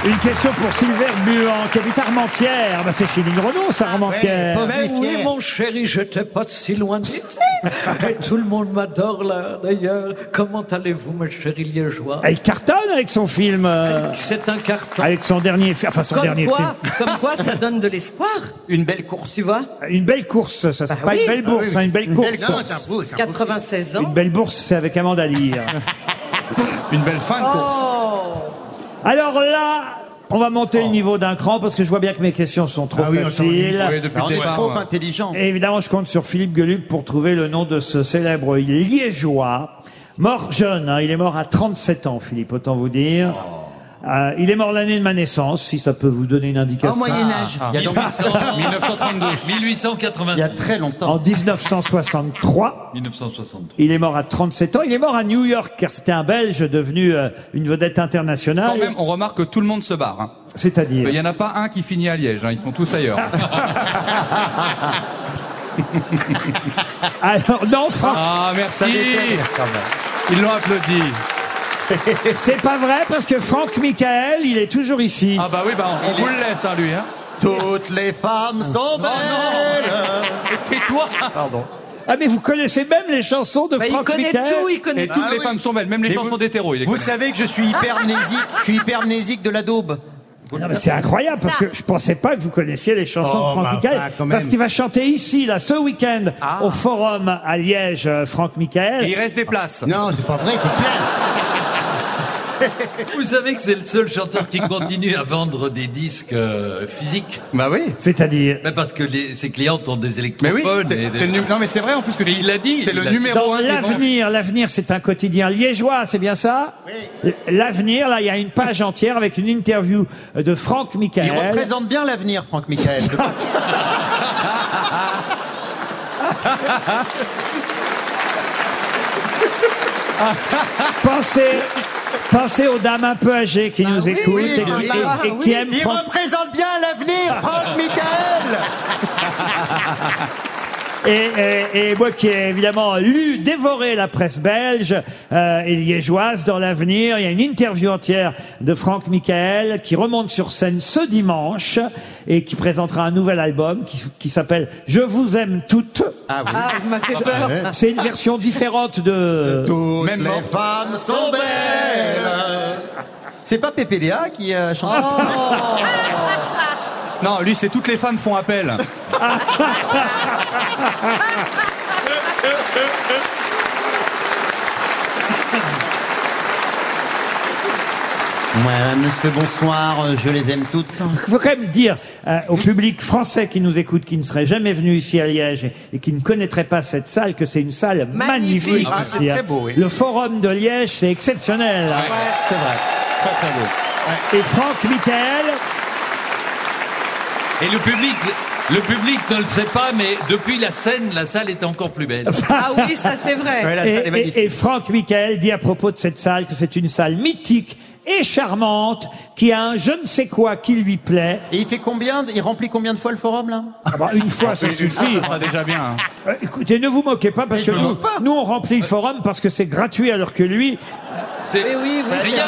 Une question pour Silver Buan, qui habite Armentières. Ah bah, c'est chez Lynn Renaud, ça, Armentières. Mais Pauvre Ben oui, Pierre. mon chéri, j'étais pas si loin d'ici. Et tout le monde m'adore là, d'ailleurs. Comment allez-vous, mes chéris liégeois Elle cartonne avec son film, euh, C'est un carton. avec son dernier, fi- enfin son Comme dernier quoi, film. comme quoi, ça donne de l'espoir. Une belle course. Ah Tu vois, Euh, Une belle course, ça, c'est Bah pas oui. une belle bourse, hein, une belle course. Non, Ah, c'est un beau, c'est un beau. 96 Une ans. belle bourse, c'est avec Amanda Lear. Une belle Oh. fin de course. Oh. Alors là, on va monter le niveau d'un cran parce que je vois bien que mes questions sont trop Ah oui, on s'en faciles. Oui, depuis On le est départ. trop ouais. intelligent. Et évidemment, je compte sur Philippe Gueluc pour trouver le nom de ce célèbre Oh. liégeois. Mort jeune, hein, il est mort à 37 ans, Philippe, autant vous dire. Euh, il est mort l'année de ma naissance, si ça peut vous donner une indication. Ah, Ah. Au Moyen-Âge. Il y a donc 1932. 1892. Il y a très longtemps. En 1963, 1963. il est mort à 37 ans. Il est mort à New York, car c'était un Belge devenu euh, une vedette Quand internationale. même, on remarque que tout le monde se barre. hein. Il C'est-à-dire. n'y en a pas un qui finit à Liège, hein, ils sont tous ailleurs. Alors, non, Franck, Ah, merci Ils l'ont applaudi. c'est pas vrai, parce que Franck Michael, il est toujours ici. Ah bah oui, bah on, on vous le laisse, hein, lui. Hein. Oh, Toutes les femmes sont belles. Tais-toi Pardon. Ah, mais vous connaissez même les chansons de Bah, il Franck connaît Michael tout, il connaît Et toutes Ah les oui. femmes sont belles, même les Mais chansons vous- d'hétéro, il est Vous savez que je suis hypermnésique. Je suis hypermnésique de la daube. Non, Ah, mais c'est incroyable parce que je pensais pas que vous connaissiez les chansons Oh, de Franck bah, Michael enfin, quand même. Ah. parce qu'il va chanter ici là ce week-end au Forum à Liège euh, Franck Et il Michael. reste des places. Non, c'est pas vrai, c'est plein. Vous savez que c'est le seul chanteur qui continue à vendre des disques euh, physiques Bah oui. C'est-à-dire Mais parce que les- ses clients ont des Mais oui. électrophones. c'est- et des- c'est le nu- Non mais c'est vrai en plus que Mais il l'a dit, C'est il le l'a- numéro dans un. des ventes. l'avenir, l'avenir c'est un quotidien liégeois, c'est bien ça L'avenir là, il y a une page entière avec une interview de Franck Il Michael. représente bien l'avenir, Franck Michael. Pensez pensez aux dames un peu âgées qui nous écoutent Ah oui, et, oui, et- ah, et qui aiment Il Franck représente bien l'avenir, Franck Michael. Et, euh, et- et moi qui ai évidemment lu, dévoré la presse belge euh, et liégeoise dans l'avenir, il y a une interview entière de Franck Michael qui remonte sur scène ce dimanche et qui présentera un nouvel album qui, qui s'appelle Je vous aime toutes. Ah, vous m'avez fait peur. C'est une version différente de... Toutes Même les mort. femmes sont belles. C'est pas PPDA qui euh, chante Oh. Non, lui c'est toutes les femmes font appel. Ouais, monsieur, bonsoir, euh, je les aime toutes. Il faut quand même dire euh, au public français qui nous écoute, qui ne serait jamais venu ici à Liège et, et qui ne connaîtrait pas cette salle, que c'est une salle magnifique. Magnifique. Ah, ici, c'est hein. très beau, oui. Le forum de Liège, c'est exceptionnel. hein. C'est vrai, très très beau. Et Franck Michael, Et le public, le public ne le sait pas, mais depuis la scène, la salle est encore plus belle. Ah oui, ça c'est vrai. Ouais, la et, salle est magnifique. et- et Franck Michael dit à propos de cette salle que c'est une salle mythique et charmante qui a un je ne sais quoi qui lui plaît. Et il fait combien de- Il remplit combien de fois le forum là Ah bah, une fois, ça suffit. Ah, déjà bien. hein. Euh, Écoutez, ne vous moquez pas parce que nous, nous, on remplit le forum parce que c'est gratuit alors que lui, C'est- rien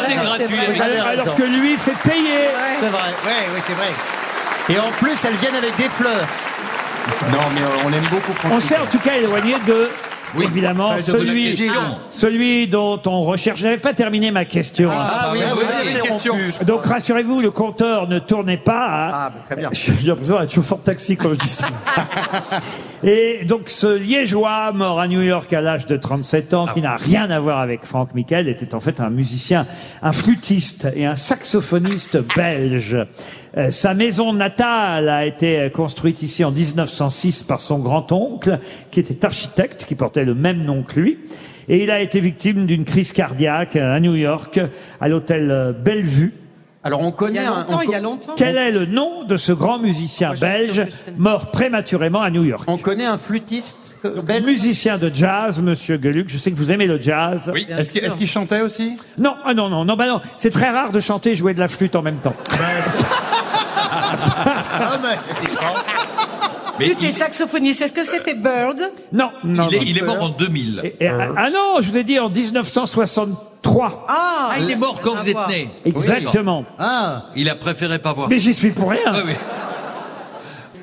n'est gratuit. avec- alors, alors que lui fait payer. C'est vrai, ouais, ouais, c'est vrai. Et en plus, elles viennent avec des fleurs. Non, mais euh, on aime beaucoup. Franck On s'est en tout cas éloigné de. Oui. évidemment, Bah, de la celui, question. celui dont on recherche. J'avais pas terminé ma question. Ah, oui, bah, ah, vous oui, avez une interrompu. question. Donc rassurez-vous, le compteur ne tournait pas. hein. Ah, bah, très bien. J'ai l'impression d'être chauffeur de taxi quand je dis ça. Et donc ce Liégeois, mort à New York à l'âge de 37 ans, qui n'a rien à voir avec Franck Michael, était en fait un musicien, un flûtiste et un saxophoniste belge. Euh, Sa maison natale a été euh, construite ici en 1906 par son grand-oncle, qui était architecte, qui portait le même nom que lui. Et il a été victime d'une crise cardiaque euh, à New York, à l'hôtel euh, Bellevue. Alors Il on y connaît. a un- longtemps, on, il y a longtemps. Quel est le nom de ce grand musicien belge mort prématurément à New York on connaît un flûtiste euh, belge. Musicien de jazz, monsieur Gueluc, je sais que vous aimez le jazz. Oui. Est-ce qu'il est-ce qu'il chantait aussi Non, ah non, non, non, bah non, c'est très rare de chanter et jouer de la flûte en même temps. Ah, Mais Luc il, est saxophoniste. Est-ce que c'était Bird Non, non. il est, non. il est mort en 2000. Et- et- ah, ah non, je vous ai dit en 1963. Ah, Ah, il est mort quand vous êtes né. Exactement. Oui. Il a préféré pas voir. Mais j'y suis pour rien. Ah oui.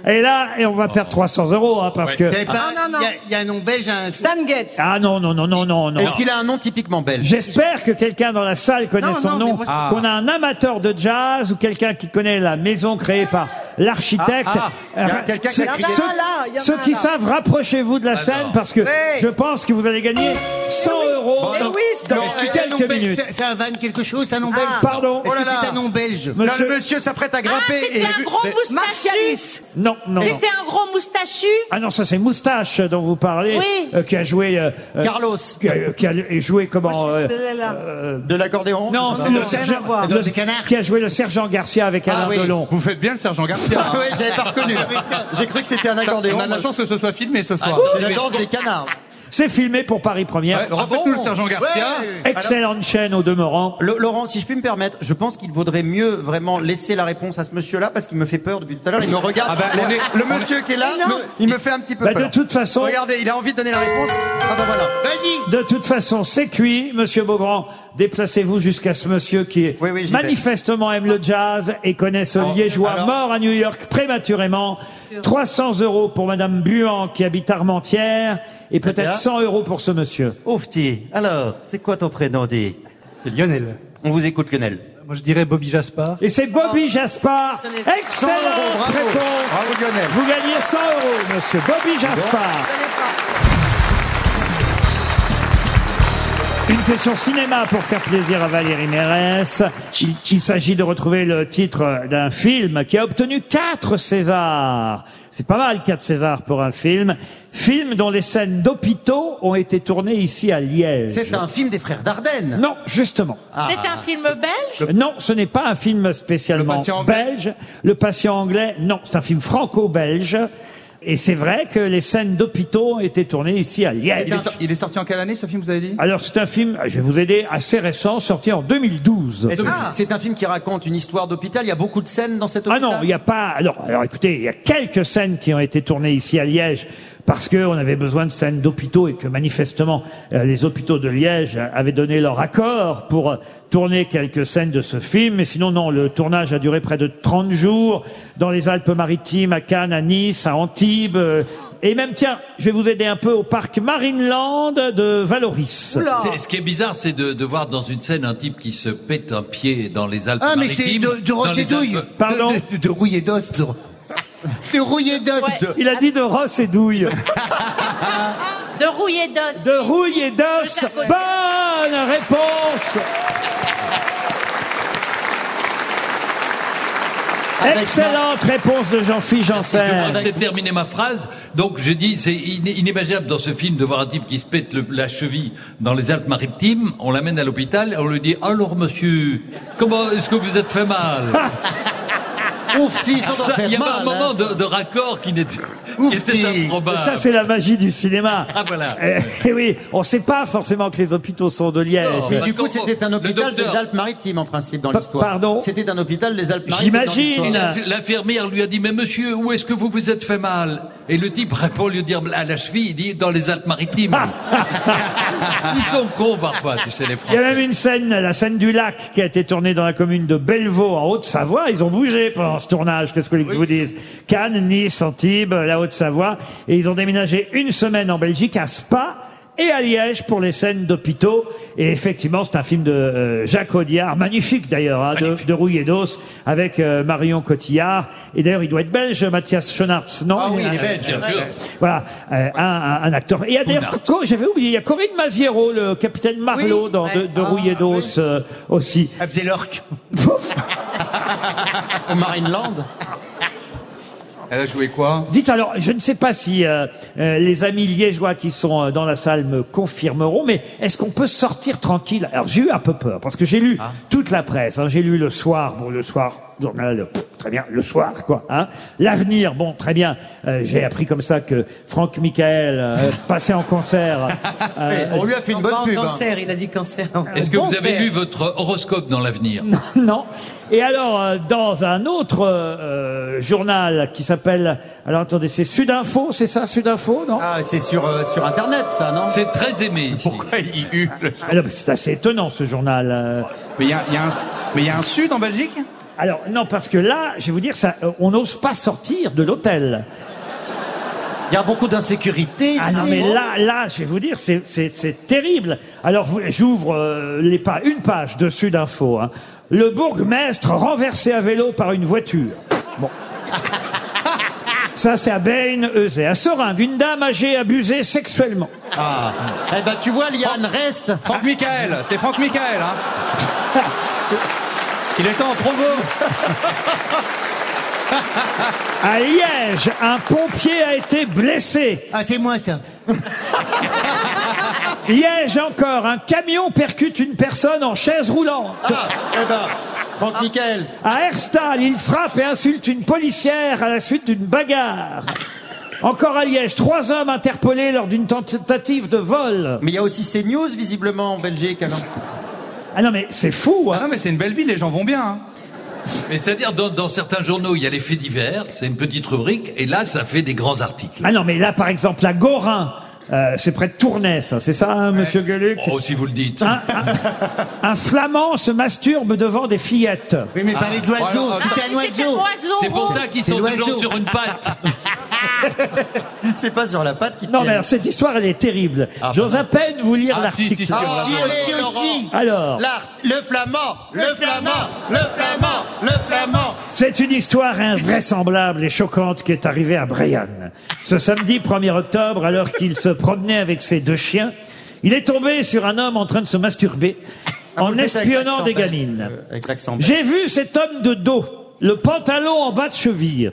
Et là, et on va perdre 300 euros, hein, parce que. Ah, Ah, non, non. Il y a un nom belge. un- Stan Getz. Ah non, non, non, non, non, non. Est-ce qu'il a un nom typiquement belge J'espère que quelqu'un dans la salle connaît Non, son non, mais nom, moi, je- qu'on a un amateur de jazz ou quelqu'un qui connaît la maison créée par l'architecte. Ah, ah, il y a Euh, quelqu'un qui ceux- a crié. ceux- Il y en a un là, il y en a Ceux un qui là. savent, rapprochez-vous de la scène parce que je pense que vous allez gagner 100 euros Eh dans, oui, c'est dans vrai. quelques minutes. C'est un van quelque chose, c'est un nom Ah. belge Pardon. Est-ce que c'est un nom belge Non, Monsieur- Le monsieur s'apprête à Ah, grimper. et c'était un gros moustachu. Martialis. Non, non, non. C'était un gros moustachu Ah non, ça c'est Moustache dont vous parlez, Oui. euh, qui a joué... euh, euh, Carlos. Qui a, qui a joué comment euh, De l'accordéon Non, c'est le le sergent, voir. le- Dans des canards. qui a joué le sergent Garcia avec Ah Alain Delon. Vous faites bien le sergent Garcia. hein. Ouais, j'avais pas reconnu. Ah, J'ai cru que c'était un accordéon. On a de la moi. Ah, chance que ce soit filmé ce Ah, soir. C'est la danse des canards. oh, C'est filmé pour Paris Première. Ouais, Refaites-nous le sergent Garcia. Excellente chaîne au demeurant. Le- Laurent, si je puis me permettre, je pense qu'il vaudrait mieux vraiment laisser la réponse à ce monsieur-là parce qu'il me fait peur depuis tout à l'heure. Il me regarde. Ah bah, on est- le monsieur qui est là, Mais non. me- il me fait un petit peu Bah, peur. de toute façon- Regardez, il a envie de donner la réponse. Ah bah voilà. Vas-y De toute façon, c'est cuit, monsieur Beaugrand. Déplacez-vous jusqu'à ce monsieur qui Oui, oui, j'y vais. Oh, manifestement aime le jazz et connaît ce liégeois alors- mort à New York prématurément. 300 euros pour madame Buan qui habite Armentières et bien. peut-être 100 euros pour ce monsieur. Ouf, petit. Alors, c'est quoi ton prénom, dit C'est Lionel. On vous écoute, Lionel. Moi, je dirais Bobby Jaspar. Et c'est Bobby Jaspar. Tenez. 100 Excellente euros, bravo. réponse. Bravo, Lionel. Vous gagnez 100 euros, monsieur Bobby Jaspar. Une question cinéma pour faire plaisir à Valérie Mérès. Il, il s'agit de retrouver le titre d'un film qui a obtenu quatre Césars. C'est pas mal, quatre Césars pour un film. Film dont les scènes d'hôpitaux ont été tournées ici à Liège. C'est un film des frères Dardenne. Ah. Non, justement. C'est un film belge Non, ce n'est pas un film Le spécialement patient anglais. belge. Le patient anglais, non, c'est un film franco-belge. Et c'est vrai que les scènes d'hôpitaux ont été tournées ici à Liège. Il est, sor- il est sorti en quelle année ce film, vous avez dit Alors c'est un film, je vais vous aider, assez récent, sorti en 2012. Est-ce que Ah. C'est un film qui raconte une histoire d'hôpital. Il y a beaucoup de scènes dans cet Ah hôpital. non, il n'y a pas. Alors, alors écoutez, il y a quelques scènes qui ont été tournées ici à Liège parce que on avait besoin de scènes d'hôpitaux et que manifestement euh, les hôpitaux de Liège euh, avaient donné leur accord pour euh, tourner quelques scènes de ce film. Mais sinon, non, le tournage a duré près de 30 jours dans les Alpes-Maritimes, à Cannes, à Nice, à Antibes. euh, et même, tiens, je vais vous aider un peu au parc Marineland de Valoris. C'est- Ce qui est bizarre, c'est de, de voir dans une scène un type qui se pète un pied dans les Alpes. Ah, mais c'est de, de Rosedouille. Pardon De, de, de Rouille et d'os. De, de Rouille et d'os. Il a dit de Ross et Douille. de Rouillé d'os. De rouille et d'os. Bonne réponse. Excellente réponse de Jean-Philippe Euh, Je Janssen. peut-être terminer ma phrase. Donc, je dis, c'est iné- inimaginable dans ce film de voir un type qui se pète le- la cheville dans les Alpes-Maritimes. On l'amène à l'hôpital et on lui dit Alors, monsieur, comment est-ce que vous êtes fait mal Ouf, petit, ils sont en Ça, faire Il y avait un mal, hein. moment de, de raccord qui n'était qui était Oufti. improbable. Ça, c'est la magie du cinéma. Ah, voilà. Eh, eh oui, on sait pas forcément que les hôpitaux sont de Liège. Non, bah, Du coup, comment- c'était un le hôpital des docteur- Alpes-Maritimes, en principe, dans Pa- l'histoire. pardon C'était un hôpital des Alpes-Maritimes. dans J'imagine. l'histoire. Et la- L'infirmière lui a dit, mais monsieur, où est-ce que vous vous êtes fait mal Et le type répond, lui dire à la cheville, il dit, dans les Alpes-Maritimes. Ils sont cons parfois, tu sais, les Il y a Français. même une scène, la scène du lac, qui a été tournée dans la commune de Bellevaux, en Haute-Savoie. Ils ont bougé pendant ce tournage, qu'est-ce que vous voulez que je vous dise Cannes, Nice, Antibes, la Haute-Savoie. Et ils ont déménagé une semaine en Belgique, à Spa et à Liège pour les scènes d'hôpitaux. Et effectivement, c'est un film de euh, Jacques Audiard, magnifique d'ailleurs, hein, de, de Rouille et d'Os, avec euh, Marion Cotillard. Et d'ailleurs, il doit être belge, Mathias Schoenaerts, non Ah oui, il est a- belge. Bien sûr. Voilà, euh, un, un- un acteur. Et il y a d'ailleurs, Co- j'avais oublié, il y a Corinne Maziero, le capitaine Marlowe dans de, de Rouille et d'Os euh, aussi. Elle faisait l'orque. Au Euh, Marineland. Elle a joué quoi Dites alors, je ne sais pas si euh, euh, les amis liégeois qui sont euh, dans la salle me confirmeront, mais est-ce qu'on peut sortir tranquille Alors j'ai eu un peu peur, parce que j'ai lu Ah. toute la presse, hein. j'ai lu le soir, bon le soir, journal, euh, pff, très bien, le soir quoi, hein. l'avenir, bon très bien, Euh, j'ai appris comme ça que Franck Michael euh, passait en concert. euh, On lui a fait une bonne pub. hein. il a dit cancer. Est-ce que vous avez lu votre horoscope dans l'avenir Non. Et alors, euh, dans un autre euh, euh, journal qui s'appelle... Alors, attendez, c'est Sud Info, c'est ça, Sud Info, non Ah, c'est sur, euh, sur Internet, ça, non C'est très aimé ici. Il hurle. Ah non, mais C'est assez étonnant, ce journal. euh. Mais il y a, il y a un- mais il y a un sud en Belgique Alors, non, parce que là, je vais vous dire, ça, euh, on n'ose pas sortir de l'hôtel. Il y a beaucoup d'insécurité Ah ici. non, mais là, là, je vais vous dire, c'est- c'est c'est terrible. Alors, vous- j'ouvre euh, les pas, une page de Sud Info. hein. Le bourgmestre renversé à vélo par une voiture. Bon. Ça, c'est à Bain, Eusé. À Soringue, une dame âgée abusée sexuellement. Ah. Eh ben, tu vois, Liane, reste. Franck Michael, c'est Franck Michael. Hein. Il est en promo. hein. À Liège, un pompier a été blessé. Ah, c'est moi ça. Liège encore, un camion percute une personne en chaise roulante. Ah, eh ben, Franck Michael. À Herstal, il frappe et insulte une policière à la suite d'une bagarre. Encore à Liège, trois hommes interpellés lors d'une tentative de vol. Mais il y a aussi CNews, visiblement, en Belgique, alors. Ah non mais c'est fou, Ah hein. non, mais c'est une belle ville, les gens vont bien. hein. Mais c'est-à-dire, dans, dans certains journaux, il y a les faits divers, c'est une petite rubrique, et là, ça fait des grands articles. Ah non mais là par exemple à Gorin, euh, c'est près de Tournai, ça, c'est ça, hein, Monsieur Gueluc. Oh, si vous le dites. Un, un- un flamand se masturbe devant des fillettes. Oui, mais parlez de l'oiseau. Ah, C'était un C'était oiseau. oiseau C'est pour rose. ça qu'ils C'est sont l'oiseau. toujours sur une patte. C'est pas sur la patte qui Non mais alors, cette histoire elle est terrible. J'ose à peine vous lire Ah, si, l'article. si, si, on l'a. Si, aussi, aussi. Alors, L'art, le flamand, le flamand, le flamand, le flamand. c'est une histoire invraisemblable et choquante qui est arrivée à Brian. Ce samedi 1er octobre, alors qu'il se promenait avec ses deux chiens, il est tombé sur un homme en train de se masturber en espionnant des gamines. Avec l'accent. belge. J'ai vu cet homme de dos, le pantalon en bas de cheville.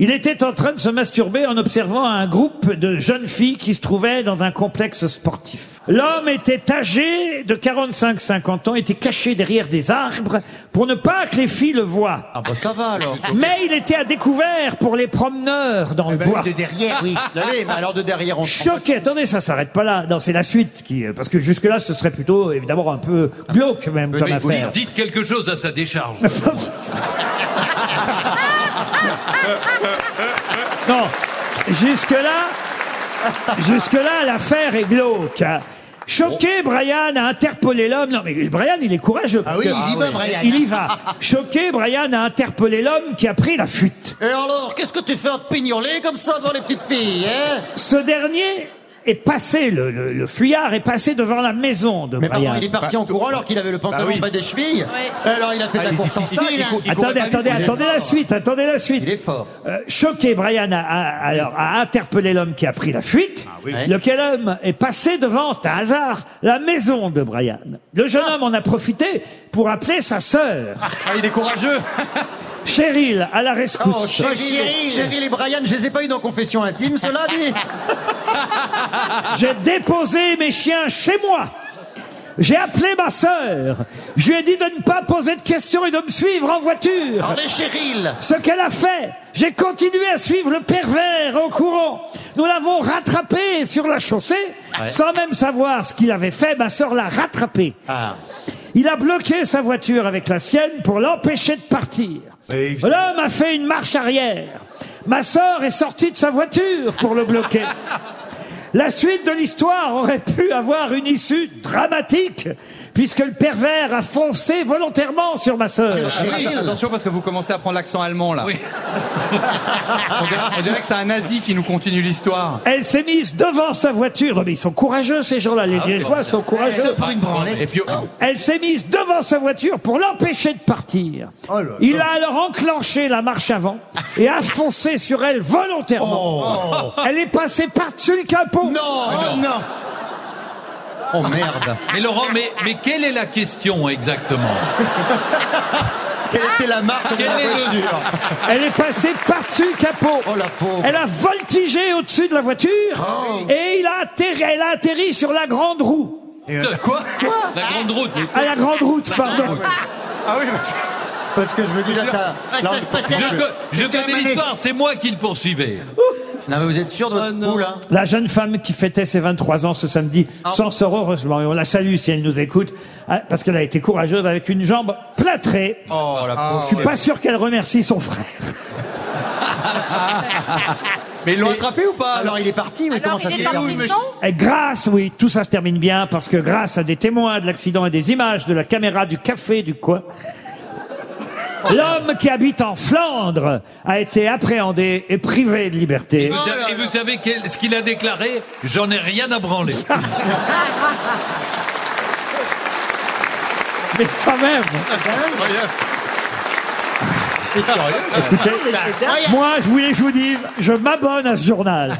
Il était en train de se masturber en observant un groupe de jeunes filles qui se trouvaient dans un complexe sportif. L'homme était âgé de 45-50 ans, était caché derrière des arbres pour ne pas que les filles le voient. Ah bah ça va alors. Mais il était à découvert pour les promeneurs Eh dans le Bah oui, bois. de derrière, oui. Là, ben, oui, mais alors de derrière on se Choqué, attendez, ça s'arrête pas là. Non, c'est la suite qui, euh, parce que jusque là, ce serait plutôt, évidemment, un peu glauque même comme Mais affaire. dites quelque chose à sa décharge. non, jusque-là, jusque-là, l'affaire est glauque. hein. Choqué, Brian a interpellé l'homme. Non, mais Brian, il est courageux. parce Ah oui, que- il y va, Brian. Il y va. Choqué, Brian a interpellé l'homme qui a pris la fuite. Et alors, qu'est-ce que tu fais en te pignoler comme ça devant les petites filles, hein Ce dernier est passé, le, le- le fuyard est passé devant la maison de Mais Brian. pardon, il est parti en courant alors qu'il avait le Bah pantalon oui. en bas des chevilles. Oui. Alors Bah Ah, il a fait de Ah, la course en difficile, sac. hein. il courait Attendez, pas vite, attendez, il est attendez la fort. suite, attendez la suite. Il est fort. Euh, choqué, Brian a, a- alors, a interpellé l'homme qui a pris la fuite, Ah lequel homme est passé devant, c'est un hasard, la maison de Brian. Le jeune Ah. homme en a profité pour appeler sa sœur. Ah, il est courageux. Cheryl, à la rescousse. Oh, Cheryl, Cheryl et Brian, je les ai pas eu dans Confession Intime, cela dit. J'ai déposé mes chiens chez moi. J'ai appelé ma sœur. Je lui ai dit de ne pas poser de questions et de me suivre en voiture. Allez, Cheryl. Ce qu'elle a fait, j'ai continué à suivre le pervers en courant. Nous l'avons rattrapé sur la chaussée, sans même savoir ce qu'il avait fait. Ma sœur l'a rattrapé. Il a bloqué sa voiture avec la sienne pour l'empêcher de partir. L'homme a fait une marche arrière. Ma sœur est sortie de sa voiture pour le bloquer. La suite de l'histoire aurait pu avoir une issue dramatique, puisque le pervers a foncé volontairement sur ma sœur. Att- Attention parce que vous commencez à prendre l'accent allemand là. Oui. on, dirait, on dirait que c'est un nazi qui nous continue l'histoire. Elle s'est mise devant sa voiture. Non, mais ils sont courageux, ces gens-là. Ah, Les Liégeois sont Eh, courageux. Pour une branlette. Ah, Et puis, Elle s'est mise devant sa voiture pour l'empêcher de partir. Oh Il a alors enclenché la marche avant et a foncé sur elle volontairement. Elle est passée Ah par-dessus le capot. Oh non. Oh merde. Mais Laurent, mais, mais quelle est la question exactement Quelle était la marque de Quel est la le- voiture Elle est passée par-dessus le capot. Oh la pauvre. Oh. Elle a voltigé au-dessus de la voiture et il a atterri, elle a atterri sur la grande roue. Euh, De quoi La grande route. À la grande route, pardon. Ah oui, parce- parce que je me dis là ça. là, on- Je, co- je C'est connais un l'histoire, c'est moi qui le poursuivais. Non mais vous êtes sûr de votre hein non. coup là La jeune femme qui fêtait ses 23 ans ce samedi, sans sort heureusement, et on la salue si elle nous écoute, ah, parce qu'elle a été courageuse avec une jambe plâtrée. Oh la Ah, pauvre. Je suis pas sûr qu'elle remercie son frère. mais ils l'ont attrapé ou pas Alors il est parti, mais Alors, comment ça il s'est est en terminé prison Et grâce, oui, tout ça se termine bien, parce que grâce à des témoins de l'accident et des images de la caméra du café du coin, l'homme qui habite en Flandre a été appréhendé et privé de liberté. Vous savez- et vous savez quel- ce qu'il a déclaré J'en ai rien à branler. Ah Mais quand même, Ah Ah, Ah, écoutez, moi, je voulais que je vous dise, Ah, Ah, je m'abonne à ce journal.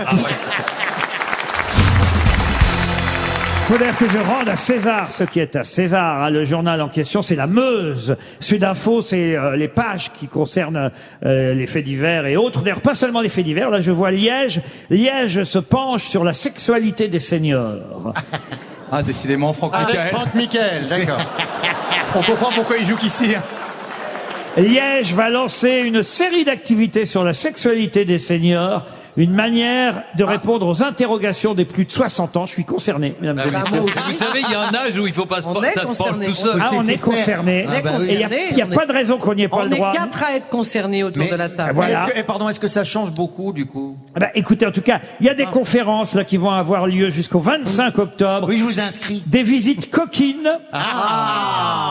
Faut dire que je rende à César ce qui est à César. hein. Le journal en question, c'est la Meuse. Sud Info, c'est euh, les pages qui concernent euh, les faits divers et autres. D'ailleurs, pas seulement les faits divers. Là, je vois Liège. Liège se penche sur la sexualité des seniors. Ah, décidément, Franck Michael. Michael, d'accord. On comprend pourquoi il joue qu'ici. hein. Liège va lancer une série d'activités sur la sexualité des seniors. Une manière de répondre aux interrogations des plus de 60 ans. Je suis concerné, Bah, mesdames et messieurs. Vous savez, il y a un âge où il faut pas se, On pen- est ça se penche concerné, tout seul. Ah, on est concerné. On est Et Il n'y a, concerné, il y a on est- pas de raison qu'on n'y ait pas On le droit. est quatre à être concernés autour de la table. Voilà. Et pardon, est-ce que ça change beaucoup du coup Ah bah, écoutez, en tout cas, il y Ah. a des conférences là qui vont avoir lieu jusqu'au 25 octobre. Oui, je vous inscris. Des visites coquines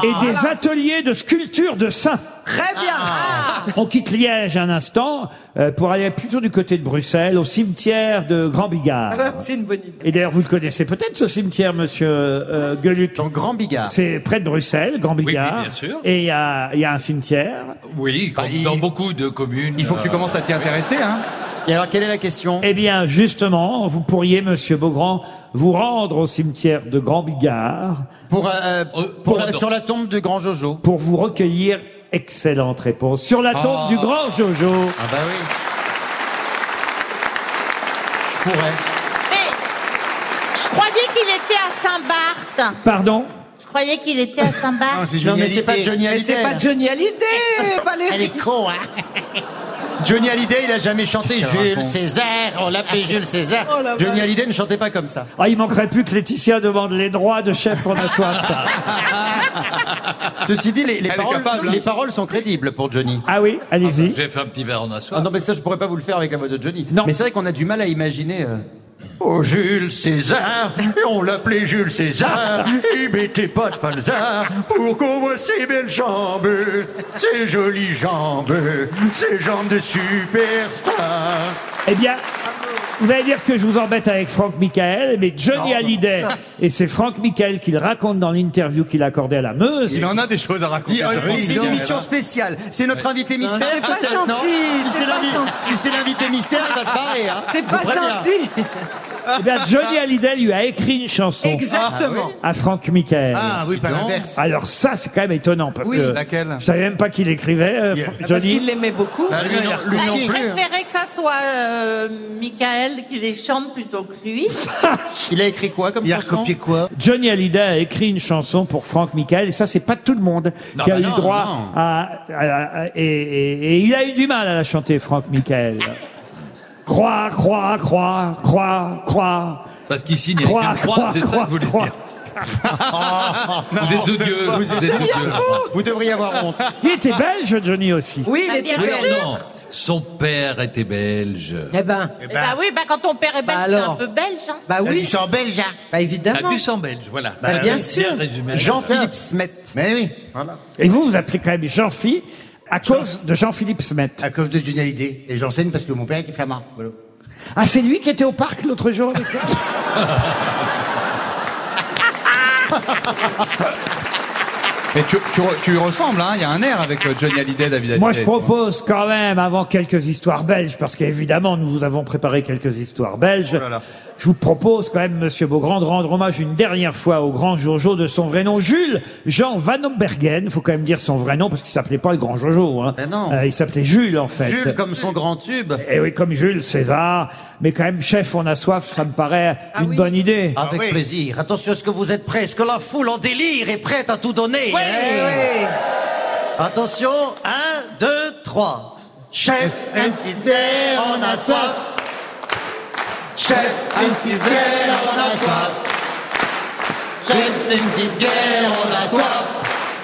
et des ateliers de sculpture de seins. Ah. Très bien. On quitte Liège un instant euh, pour aller plutôt du côté de Bruxelles, au cimetière de Grand Bigard. Ah, bah, C'est une bonne idée. Et d'ailleurs, vous le connaissez peut-être ce cimetière, monsieur euh, Gueuluc. Dans le Grand Bigard. C'est près de Bruxelles, Grand oui, Bigard. bien sûr. Et il y a, il y a un cimetière. Oui, comme dans beaucoup de communes. Bah, Il faut que tu euh, commences à t'y intéresser, hein. Et alors, quelle est la question Eh bien, justement, vous pourriez, monsieur Beaugrand, vous rendre au cimetière de Grand Bigard. pour, euh, Euh, pour- pardon. Sur la tombe de Grand Jojo. pour vous recueillir excellente réponse sur la tombe du grand Jojo. Ah bah oui. Je pourrais. Mais je croyais qu'il était à Saint-Barth. Pardon Je croyais qu'il était à Non, Saint-Barth. c'est Non, mais c'est pas Johnny Mais Hallyday. c'est pas Johnny Hallyday, Elle Valérie. est con, hein Johnny Hallyday, il a jamais chanté Jules Jules César, on l'appelait Jules César. Oh la Johnny vache. Hallyday ne chantait pas comme ça. Ah, il manquerait plus que Laetitia demande les droits de chef on a soif. Ceci dit, les, les Elle est paroles, capable, hein. les paroles sont crédibles pour Johnny. Ah oui, allez-y. J'ai fait un petit verre en assoir. Ah non, mais ça, je pourrais pas vous le faire avec la voix de Johnny. Non. Mais c'est vrai qu'on a du mal à imaginer. euh, Oh, Jules César, et on l'appelait Jules César, il mettait pas de falzar pour qu'on voit ses belles jambes, ses jolies jambes, ses jambes de superstar. Eh bien, vous allez dire que je vous embête avec Franck Michael, mais Johnny Hallyday, et c'est Franck Michael qu'il raconte dans l'interview qu'il a accordée à la Meuse. Il en a des choses à raconter. Ah, C'est une hein. émission spéciale. C'est notre invité mystère. c'est pas peut-être, non gentil, Si c'est c'est pas l'invi- gentil. si c'est l'invité mystère, il va se barrer. Hein. C'est pas gentil. Eh bien, Johnny Hallyday lui a écrit une chanson Exactement. à Franck Michael. Ah oui, pas l'inverse. Alors ça, c'est quand même étonnant parce Oui, que laquelle je savais même pas qu'il écrivait. euh, Fr- Ah, Parce Johnny. qu'il l'aimait beaucoup. Ah, lui, non, lui non Je plus. hein. préférais que ça soit euh, Michael qui les chante plutôt que lui. Il a écrit quoi comme Il a chanson recopié quoi Johnny Hallyday a écrit une chanson pour Franck Michael et ça c'est pas tout le monde Non, qui a bah eu non, le droit non. à, à- à- et, et- et il a eu du mal à la chanter Franck Michael. Croire, croire, croire, croire, croire, Parce qu'ici, il n'y a croire, qu'un trois, croire, c'est ça que croire, vous voulez croire. dire. Vous êtes odieux. Vous êtes odieux. Vous devriez avoir honte. Il était belge Johnny aussi. Oui, il Ah, était bien Mais sûr. belge. non, son père était belge. Eh ben, Eh Bah oui, bah quand ton père est belge, Bah t'es un alors. peu belge. hein. bah Oui. oui, en belge, hein. bah La évidemment. puce en belge, voilà. Bah, bien sûr. Résumé. Jean-Philippe Smet. Mais oui, Et vous vous appelez quand même Jean-Phi à cause de Jean-Philippe Smet. à cause de Johnny Hallyday. Et j'enseigne parce que mon père était flamand. Voilà. Ah c'est lui qui était au parc l'autre jour. avec nous Mais tu, tu, re- tu lui ressembles, hein. Il y a un air avec euh, Johnny Hallyday, David Hallyday. Moi, je propose quand même, avant quelques histoires belges, parce qu'évidemment, nous vous avons préparé quelques histoires belges, je vous propose quand même, Monsieur Beaugrand, de rendre hommage une dernière fois au grand Jojo de son vrai nom, Jules Jean Van Ombergen. faut quand même dire son vrai nom, parce qu'il s'appelait pas le grand Jojo. Hein. Ben non. Euh, il s'appelait Jules, en fait. Jules comme son grand tube. Et oui, comme Jules César. Mais quand même, chef, on a soif, ça me paraît une bonne idée. Ah Avec plaisir. Attention à ce que vous êtes prêts. Est-ce que la foule en délire est prête à tout donner Eh hein ouais. Attention, 1, 2, 3. Chef, un petit verre, on a soif. Chef, un petit verre, on a soif. Chef, une petite bière, on a soif.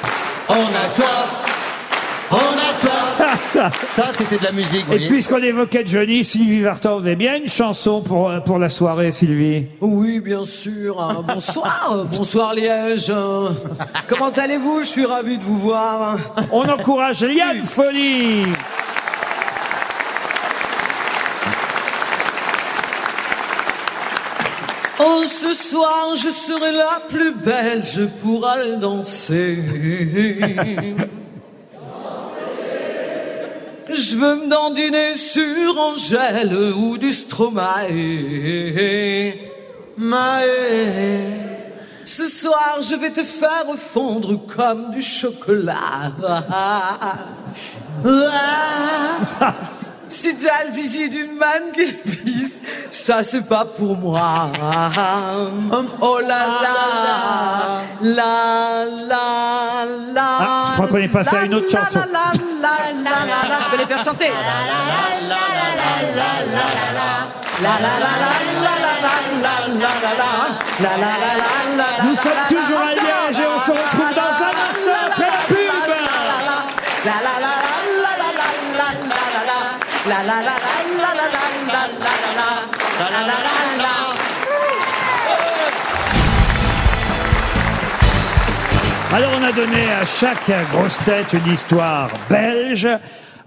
On a soif. On a soif. Ça, c'était de la musique, vous Et voyez. puisqu'on évoquait Johnny, Sylvie Vartan, vous avez bien une chanson pour, euh, pour la soirée, Sylvie Oui, bien sûr. hein. Bonsoir, euh, bonsoir Liège. Euh, Comment allez-vous Je suis ravi de vous voir. On encourage Liane Folie. Oh, ce soir, je serai la plus belle, je pourrai danser. Je veux me dandiner sur Angèle ou du Stromae. Maë. Ce soir, je vais te faire fondre comme du chocolat. Ah. Ah. Si t'as le zizi d'une manne qui pisse, ça c'est pas pour moi. Oh là là, la la la. Ah, je crois qu'on est passé à une autre la, chanson. La la la la la la, je vais les faire chanter. La la la la la la la la la la la la la la la Nous sommes toujours à Liège et on se retrouve dans un instant après la pub. Alors on a donné à chaque grosse tête une histoire belge.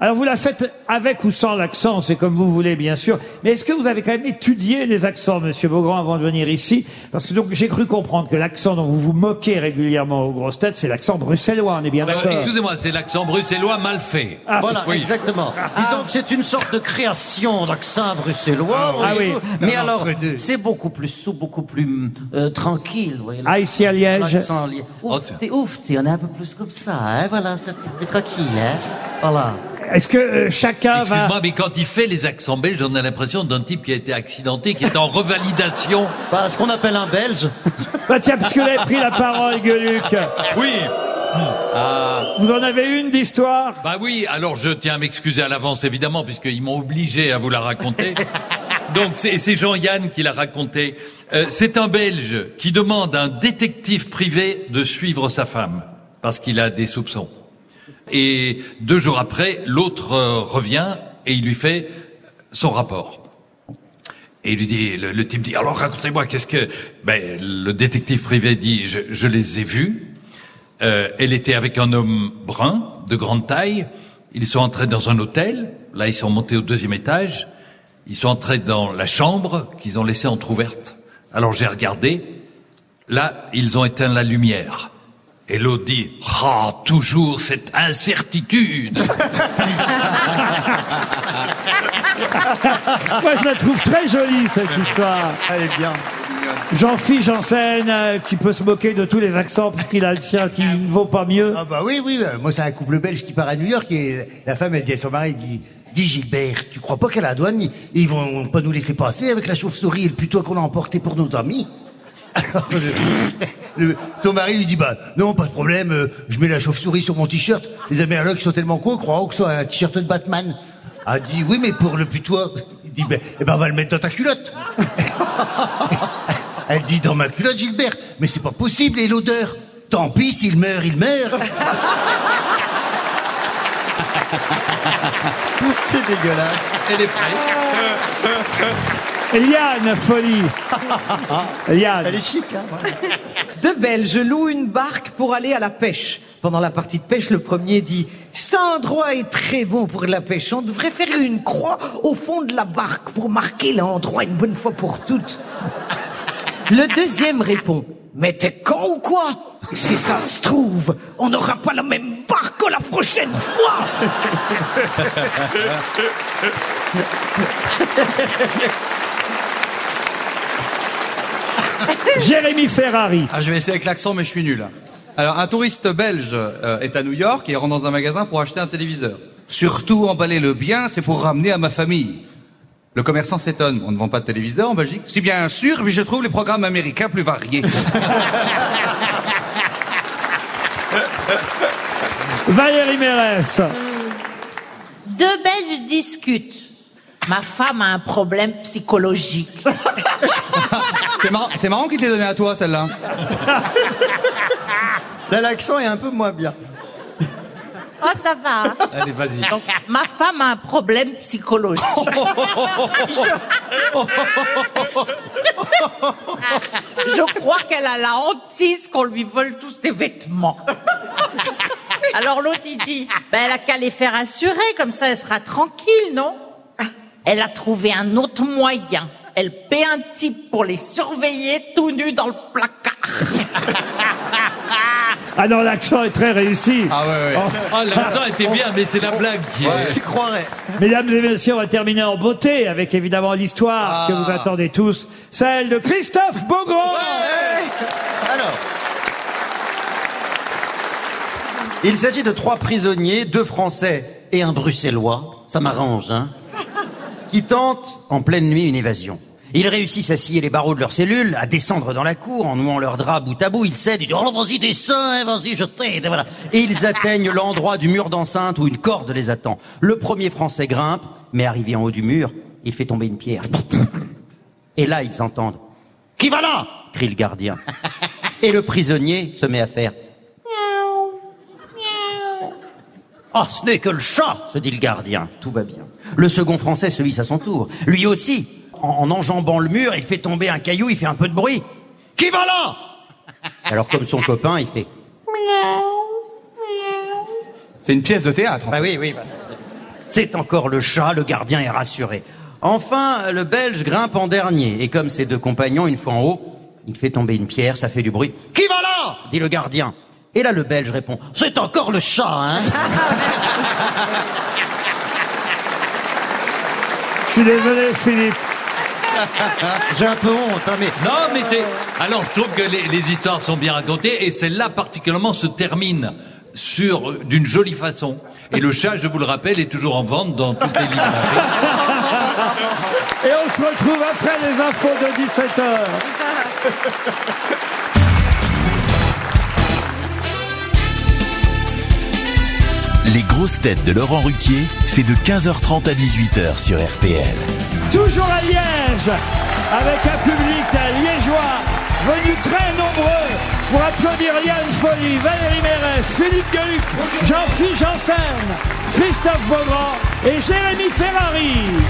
Alors vous la faites avec ou sans l'accent, c'est comme vous voulez bien sûr. Mais est-ce que vous avez quand même étudié les accents, Monsieur Beaugrand, avant de venir ici Parce que donc j'ai cru comprendre que l'accent dont vous vous moquez régulièrement aux grosses têtes, c'est l'accent bruxellois, on est bien Euh, d'accord Ah. Excusez-moi, c'est l'accent bruxellois mal fait. Voilà, Oui. exactement. Disons que c'est une sorte de création d'accent bruxellois. voyez-vous. Ah oui. Mais alors, c'est beaucoup plus souple, beaucoup plus euh, tranquille. voyez-le. Ah, ici à Liège L'accent lié. Oh, Ouf, t'es ouf, t'es, on est un peu plus comme ça, hein, voilà, c'est un petit peu tranquille, hein. Voilà. Est-ce que euh, chacun va... Excuse-moi, mais quand il fait les accents belges, on a l'impression d'un type qui a été accidenté, qui est en revalidation. Bah, ce qu'on appelle un belge. Bah tiens, puisque vous avez pris la parole, Gueluc. Oui. Hmm. Ah. Vous en avez une d'histoire Bah oui, alors je tiens à m'excuser à l'avance, évidemment, puisqu'ils m'ont obligé à vous la raconter. Donc c'est c'est Jean-Yann qui l'a raconté. Euh, c'est un Belge qui demande à un détective privé de suivre sa femme, parce qu'il a des soupçons. Et deux jours après, l'autre euh, revient et il lui fait son rapport. Et il lui dit, le, le type dit, alors racontez-moi, qu'est-ce que... Ben, le détective privé dit, je, je les ai vus. Euh, elle était avec un homme brun, de grande taille. Ils sont entrés dans un hôtel. Là, ils sont montés au deuxième étage. Ils sont entrés dans la chambre qu'ils ont laissée entr'ouverte. Alors j'ai regardé. Là, ils ont éteint la lumière. Et l'autre dit, ah, toujours cette incertitude. Moi, je la trouve très jolie, cette histoire. Allez, bien. Jean-Philippe Janssen, euh, qui peut se moquer de tous les accents, puisqu'il a le sien qui ne vaut pas mieux. Ah bah oui, oui, bah, moi c'est un couple belge qui part à New York et la femme elle dit à son mari, dit, dis Gilbert, tu crois pas qu'à la douane, ils- ils vont pas nous laisser passer avec la chauve-souris et le putois qu'on a emporté pour nos amis Alors le- le- son mari lui dit, bah non, pas de problème, euh, je mets la chauve-souris sur mon t-shirt, les Américains sont tellement cons, croiront que c'est un t-shirt de Batman. Ah, Elle dit, oui, mais pour le putois, il dit, ben, eh ben on va le mettre dans ta culotte. Elle dit dans ma culotte, Gilbert, mais c'est pas possible, et l'odeur. Tant pis, s'il meurt, il meurt. C'est dégueulasse. Elle est prête. Liane, folie. Liane. Elle est chic, hein. voilà. Deux Belges louent une barque pour aller à la pêche. Pendant la partie de pêche, le premier dit Cet endroit est très bon pour la pêche. On devrait faire une croix au fond de la barque pour marquer l'endroit une bonne fois pour toutes. Le deuxième répond Mais t'es con ou quoi Si ça se trouve, on n'aura pas la même barque la prochaine fois Jérémy Ferrari. Ah, je vais essayer avec l'accent, mais je suis nul. Alors, un touriste belge euh, est à New York et rentre dans un magasin pour acheter un téléviseur. Surtout, emballez-le bien, c'est pour ramener à ma famille. Le commerçant s'étonne. On ne vend pas de téléviseur en Belgique Si bien sûr, mais je trouve les programmes américains plus variés. Valérie Mérès. Deux Belges discutent. Ma femme a un problème psychologique. c'est marrant, c'est marrant qu'il te l'ait donné à toi, celle-là. Là, l'accent est un peu moins bien. Oh, ça va. hein Allez, vas-y. Donc, ma femme a un problème psychologique. je... Je crois qu'elle a la hantise qu'on lui vole tous ses vêtements. Alors l'autre, il dit, ben, elle a qu'à les faire assurer, comme ça elle sera tranquille, non Elle a trouvé un autre moyen. Elle paie un type pour les surveiller tout nus dans le placard. Ah non, l'accent est très réussi. Oh. Ah ouais, ouais. Ah, l'accent était bien, mais c'est la blague qui est... Tu croirais. Mesdames et messieurs, on va terminer en beauté avec Ah. évidemment l'histoire que vous attendez tous, celle de Christophe Beaugrand. Alors. Il s'agit de trois prisonniers, deux Français et un Bruxellois. Ça m'arrange, hein. Qui tentent, en pleine nuit, une évasion. Ils réussissent à scier les barreaux de leur cellule, à descendre dans la cour, en nouant leurs draps bout à bout. Ils cèdent, ils disent, oh, vas-y, descends, hein, vas-y, je t'aide, voilà. Et ils atteignent l'endroit du mur d'enceinte où une corde les attend. Le premier Français grimpe, mais arrivé en haut du mur, il fait tomber une pierre. Et là, ils entendent, qui va là? crie le gardien. Et le prisonnier se met à faire, Ah, ce n'est que le chat, se dit le gardien. Tout va bien. Le second Français se hisse à son tour. Lui aussi, en, en enjambant le mur, il fait tomber un caillou, il fait un peu de bruit. Qui va là Alors comme son copain, il fait. C'est une pièce de théâtre. Bah oui, oui. bah, c'est encore le chat, le gardien est rassuré. Enfin, le Belge grimpe en dernier, et comme ses deux compagnons, une fois en haut, il fait tomber une pierre, ça fait du bruit. Qui va là dit le gardien. Et là, le Belge répond, c'est encore le chat, hein Je suis désolé, Philippe. J'ai un peu honte, hein, mais Non, mais c'est. Alors, je trouve que les, les histoires sont bien racontées et celle-là particulièrement se termine sur euh, d'une jolie façon. Et le chat, je vous le rappelle, est toujours en vente dans toutes les librairies. Et on se retrouve après les infos de 17h. Les grosses têtes de Laurent Ruquier, c'est de 15h30 à 18h sur RTL. Toujours à Liège, avec un public liégeois venu très nombreux pour applaudir Yann Folly, Valérie Mérès, Philippe Gueluc, Jean-Philippe Janssen, Christophe Beaugrand et Jérémy Ferrari.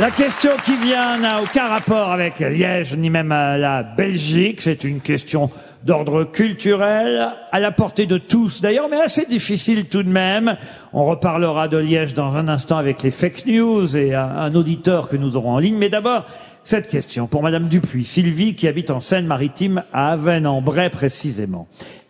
La question qui vient n'a aucun rapport avec Liège ni même à la Belgique. C'est une question d'ordre culturel, à la portée de tous d'ailleurs, mais assez difficile tout de même. On reparlera de Liège dans un instant avec les fake news et un, un auditeur que nous aurons en ligne. Mais d'abord, cette question pour Madame Dupuis, Sylvie, qui habite en Seine-Maritime, à Avennes-en-Bray précisément.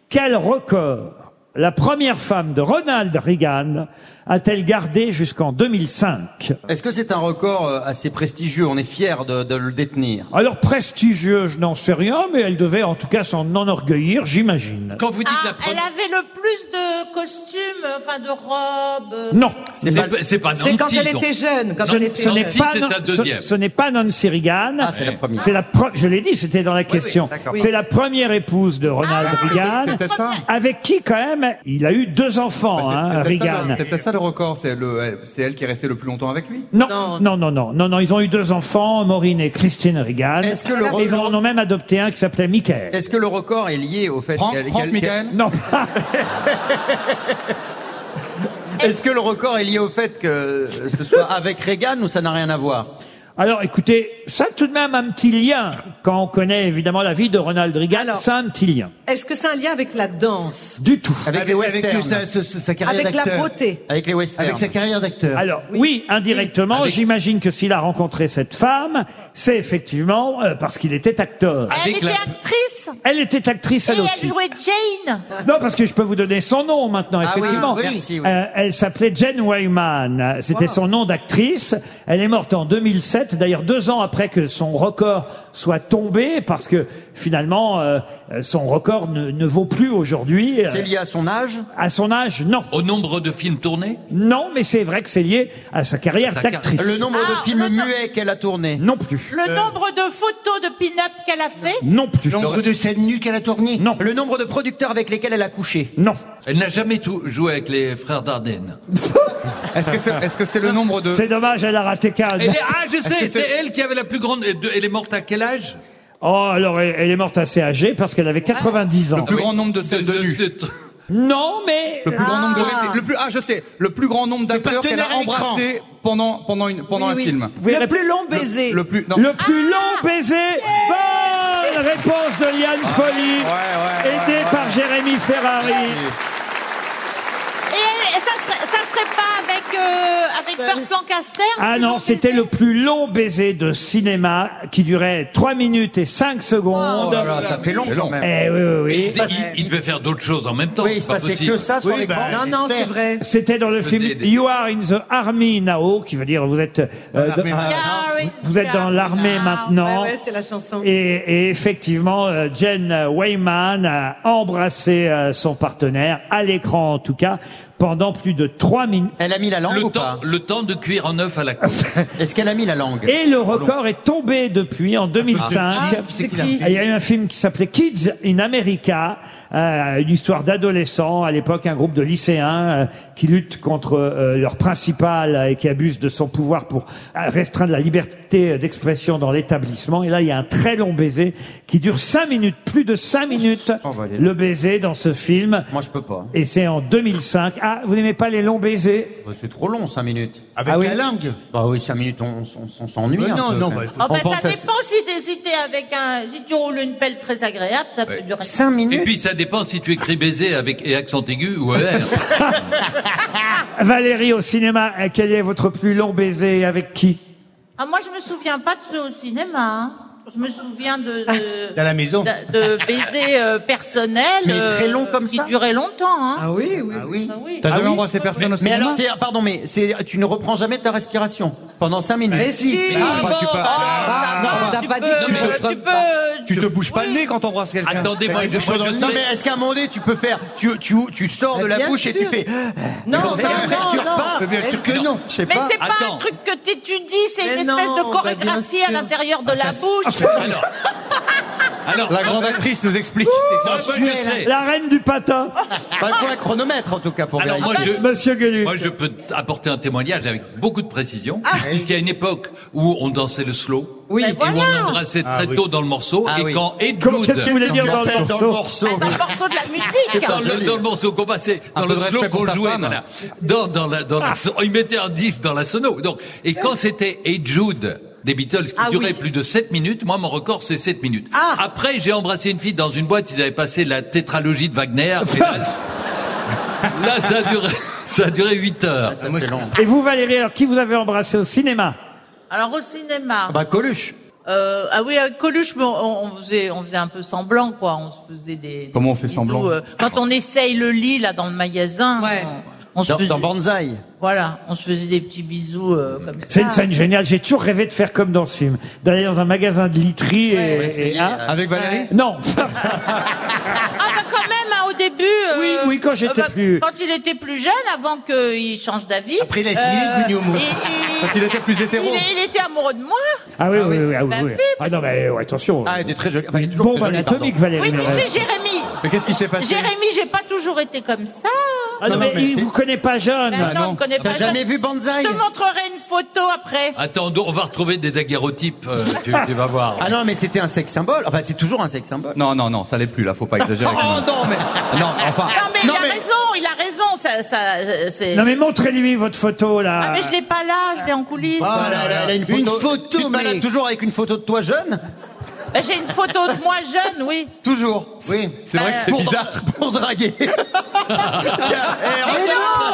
Quel record la première femme de Ronald Reagan a-t-elle gardé jusqu'en 2005 est-ce que c'est un record euh, assez prestigieux On est fier de, de le détenir. Alors prestigieuse, je n'en sais rien, mais elle devait en tout cas s'en enorgueillir, j'imagine. Quand vous dites Ah, la elle première. avait le plus de costumes, enfin de robes. euh, Non, C'est pas, c'est pas C'est quand Nancy, elle donc. était jeune, quand Non, elle était ce n'est jeune. Si, pas c'est Nan- la ce- deuxième. ce n'est pas Nancy Reagan. Ah, c'est la première. C'est la pre- je l'ai dit, c'était dans la question. C'est la première épouse de Ronald Reagan, C'est peut-être ça. Bah, avec qui quand même il a eu deux enfants, C'est hein, peut-être ça, Reagan. le- c'est peut-être ça le record. C'est le- c'est elle qui est restée le plus longtemps avec lui. Non, non, non, non, non, non, ils ont eu deux enfants, Maureen et Christine Reagan. Est-ce que le Et ils en record- ont même adopté un qui s'appelait Michael. Est-ce que le record est lié au fait Franck, qu'elle- Franck qu'elle- Michael Non, Est-ce que le record est lié au fait que euh, ce soit avec Reagan ou ça n'a rien à voir alors Oh, écoutez, ça a tout de même un petit lien quand on connaît évidemment la vie de Ronald Reagan, Alors- ça a un petit lien. Est-ce que c'est un lien avec la danse Du tout. Avec les westerns. sa, sa- sa- sa carrière Avec la d'acteur. beauté Avec les westerns. Avec sa carrière d'acteur. Alors oui, indirectement, j'imagine que s'il a rencontré cette femme, c'est effectivement euh, parce qu'il était acteur. Elle Avec était la- actrice Elle était actrice et elle elle aussi. jouait Jane. Non, parce que je peux vous donner son nom maintenant, effectivement. Ah oui, merci, oui. Euh, elle s'appelait Jen Wayman. C'était son nom d'actrice. Elle est morte en 2007, d'ailleurs deux ans après que son record soit tombé, parce que finalement, euh, euh, son record ne, ne vaut plus aujourd'hui. Euh, C'est lié à son âge à son âge, non. Au nombre de films tournés Non, mais c'est vrai que c'est lié à sa carrière Sa carrière. d'actrice. Le nombre Ah, de films le nom- muets qu'elle a tournés Euh, Non plus. Euh. Le nombre de photos de pin-up qu'elle a fait. Mm. Non plus. Le nombre de scènes nues qu'elle a tournées Non. Le nombre de producteurs avec lesquels elle a couché Non. Elle n'a jamais tout joué avec les frères Dardenne. Est-ce que c'est est-ce que c'est le nombre de C'est dommage, elle a raté qu'un. Elle est- ah, je que sais, c'est- c'est elle qui avait la plus grande. Elle elle est morte à quel âge Oh, alors elle elle est morte assez âgée parce qu'elle avait 90 ans. plus grand nombre de scènes de nu Non, mais Le plus grand nombre de le plus ah je sais le plus grand nombre d'acteurs qu'elle a partenaire écran. embrassé pendant pendant une pendant un film. Vous pouvez Le rép- plus long baiser. Le plus non. le plus long baiser. Bonne réponse de Liane Folly, Ah, ouais, ouais, aidée par Jérémy Ferrari. Et, elle- et ça, serait, ça serait pas avec, euh, avec Bah Burt Lancaster Ah non, c'était le plus long baiser de cinéma qui durait 3 minutes et 5 Oh secondes. Oh Ça fait long C'est quand long. même. Eh oui, oui, oui. il, il- il devait faire d'autres choses en même temps. Oui, il c'est se pas passait possible. que ça sur Oui, l'écran. bah, ben, Non, non, c'est vrai. C'était dans le film des- des- You Are in the Army Now, qui veut dire vous êtes euh, dans- Ah, mais- Car oui. Vous êtes dans l'armée maintenant. Ah, Ouais, ouais, c'est la chanson. Et, et effectivement, euh, Jen Wayman a embrassé euh, son partenaire, à l'écran en tout cas, pendant plus de trois minutes. Elle a mis la langue le ou temps, pas le temps de cuire en œuf à la coupe. Est-ce qu'elle a mis la langue Et le record est tombé depuis, en 2005. Ah, c'est qui, là Il y a eu un film qui s'appelait Kids in America, euh, une histoire d'adolescents, à l'époque un groupe de lycéens euh, qui luttent contre euh, leur principal euh, et qui abuse de son pouvoir pour euh, restreindre la liberté euh, d'expression dans l'établissement. Et là, il y a un très long baiser qui dure cinq minutes, plus de cinq minutes, On va aller là. le baiser dans ce film. Oh, Moi, je peux pas. Et c'est en 2005. Ah, vous n'aimez pas les longs baisers Bah, C'est trop long, 5 minutes. Avec Ah oui. la langue. Bah oui, 5 minutes, on, on- on s'ennuie. Mais un non, peu, non, quand bah, même. Oh, bah, pense ça à- dépend si t'es si t'es avec un. Si tu roules une pelle très agréable, ça peut durer. 5 Et minutes puis ça dépend si tu écris baiser avec et accent aigu ou ER. Valérie, au cinéma, euh, quel est votre plus long baiser et avec qui Ah, moi, je me souviens pas de ceux au cinéma. hein. Je me souviens de. de... Dans la maison. de- de baisers euh, personnels Mais très long euh, comme qui ça duraient longtemps. Hein. Ah oui, oui. oui. Ah oui. T'as jamais embrassé personne au Mais cinéma alors, c'est- pardon, mais c'est- tu ne reprends jamais ta respiration pendant 5 minutes. Mais si. Mais Ah, non, bah, tu tu peux- peux- Ah, tu t'as peux, pas dit que tu non, te euh, tu trompes peux, pas. euh, Tu te bouges pas le nez quand t'embrasses quelqu'un. Attendez, moi je, moi, je Non, sais- mais est-ce qu'à un moment donné, tu peux faire. Tu, tu, tu sors de la Bien bouche et tu sûr. fais. Non, Comme ça, non, après, non, tu non. repars. Mais bien sûr que non. Je sais Mais pas. c'est pas Attends. un truc que t'étudies, c'est Mais une non, espèce bah, de chorégraphie bien à sûr. l'intérieur Ah, de la bouche. Alors, alors La Ah, grande actrice nous explique. Ah. moi, moi, je sais. La reine du patin, Bah, il faut un chronomètre en tout cas pour Alors vérifier. moi je, Monsieur Gueluc. Moi, je peux t- apporter un témoignage avec beaucoup de précision, puisqu'il y a une époque où on dansait le slow, Oui. et Ben où on voilà. embrassait très Ah oui. tôt dans le morceau, Ah et oui. quand Ed Comment- Wood, qu'est-ce que vous voulez dire dans le dans le morceau morceau. Ah, Dans le morceau de la musique. dans le, dans le morceau qu'on passait, dans Un le peu de slow respect Ah, pour qu'on ta jouait, femme. voilà. dans, dans la, dans Ah. la, il mettait un 10 dans la sono. Donc, et quand c'était Hey Jude des Beatles qui Ah durait oui. plus de 7 minutes, moi mon record c'est 7 minutes. Ah. Après j'ai embrassé une fille dans une boîte, ils avaient passé la tétralogie de Wagner, et là, là, ça a duré, ça a duré 8 heures. Ah, Ça, c'est long. Et vous, Valérie, alors qui vous avez embrassé au cinéma Alors au cinéma. Ah, Bah, Coluche. Euh, ah oui, avec Coluche, mais on, on faisait, on faisait un peu semblant, quoi. On se faisait des. des Comment on fait bisous, semblant euh, Quand on essaye le lit là dans le magasin. Ouais. On, on se Dans, faisait, dans Banzai. voilà, on se faisait des petits bisous euh, comme ça. C'est une scène géniale. J'ai toujours rêvé de faire comme dans ce film, d'aller dans un magasin de literie et, Ouais, et- essayer, hein. euh, Avec Valérie non. Ah bah quand même, hein, au début. euh, Oui, oui, quand j'étais plus- Quand il était plus jeune, avant qu'il change d'avis. Après, il a essayé de devenir homo. il- il- Quand il était plus hétéro. il est- il était amoureux de moi. ah oui, oui, oui, ah, oui, Bah oui. oui, Ah non, mais ouais, attention. Ah, elle était très jolie. Enfin, elle est toujours Bombe très jolie, anatomique, pardon. Valérie. Oui, tu Mérès. sais, Jérémy. Mais qu'est-ce qui s'est passé Jérémy, j'ai pas toujours été comme ça. Ah non, mais, Ah, il vous connaît pas jeune. Ben non, on ne connaît pas. T'as jamais Je- vu Banzai Je te montrerai une photo après. Attends, donc, on va retrouver des daguerreotypes, euh, tu, tu vas voir. Ah non, mais c'était un sexe symbole. Enfin, c'est toujours un sexe symbole. Non, non, non, ça l'est plus là, faut pas exagérer. quand Oh même. non, mais. Non, enfin. Non mais Non, il a mais- raison, il a raison, ça, ça, euh, c'est. Non mais montrez-lui votre photo Ah là. mais je l'ai pas là, je l'ai en coulisses. Ah là là, Elle a une photo. tu te balades mais- toujours avec une photo de toi jeune Bah, J'ai une photo de moi jeune, oui. Toujours. Oui. C'est vrai que c'est Euh, Pour- bizarre. Pour draguer. Eh, Mais non,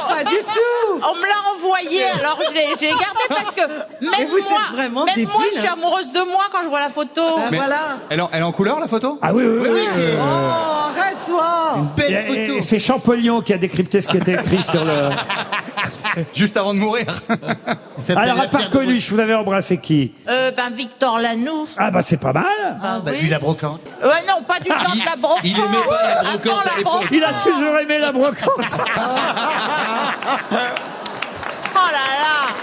Pas du tout. on me l'a envoyé, alors je l'ai, je l'ai gardé parce que Mais même vous, moi, c'est vraiment même moi, débile, je suis hein. amoureuse de moi quand je vois la photo. Ben voilà. Elle est en- elle est en couleur la photo Ah oui, oui, oui. oui. euh, Euh. Oh, arrête-toi. Et- et- et C'est Champollion qui a décrypté ce qui était écrit sur le. Juste avant de mourir. Alors à part Coluche, vous avez embrassé qui Euh, ben Victor Lanoux. Ah bah c'est pas mal. Ah, Bah, oui. lui, la brocante. Ouais, non, pas du temps de la brocante. il aimait pas la brocante Avant à Ah, la l'époque. brocante. Il a toujours aimé la brocante. Oh là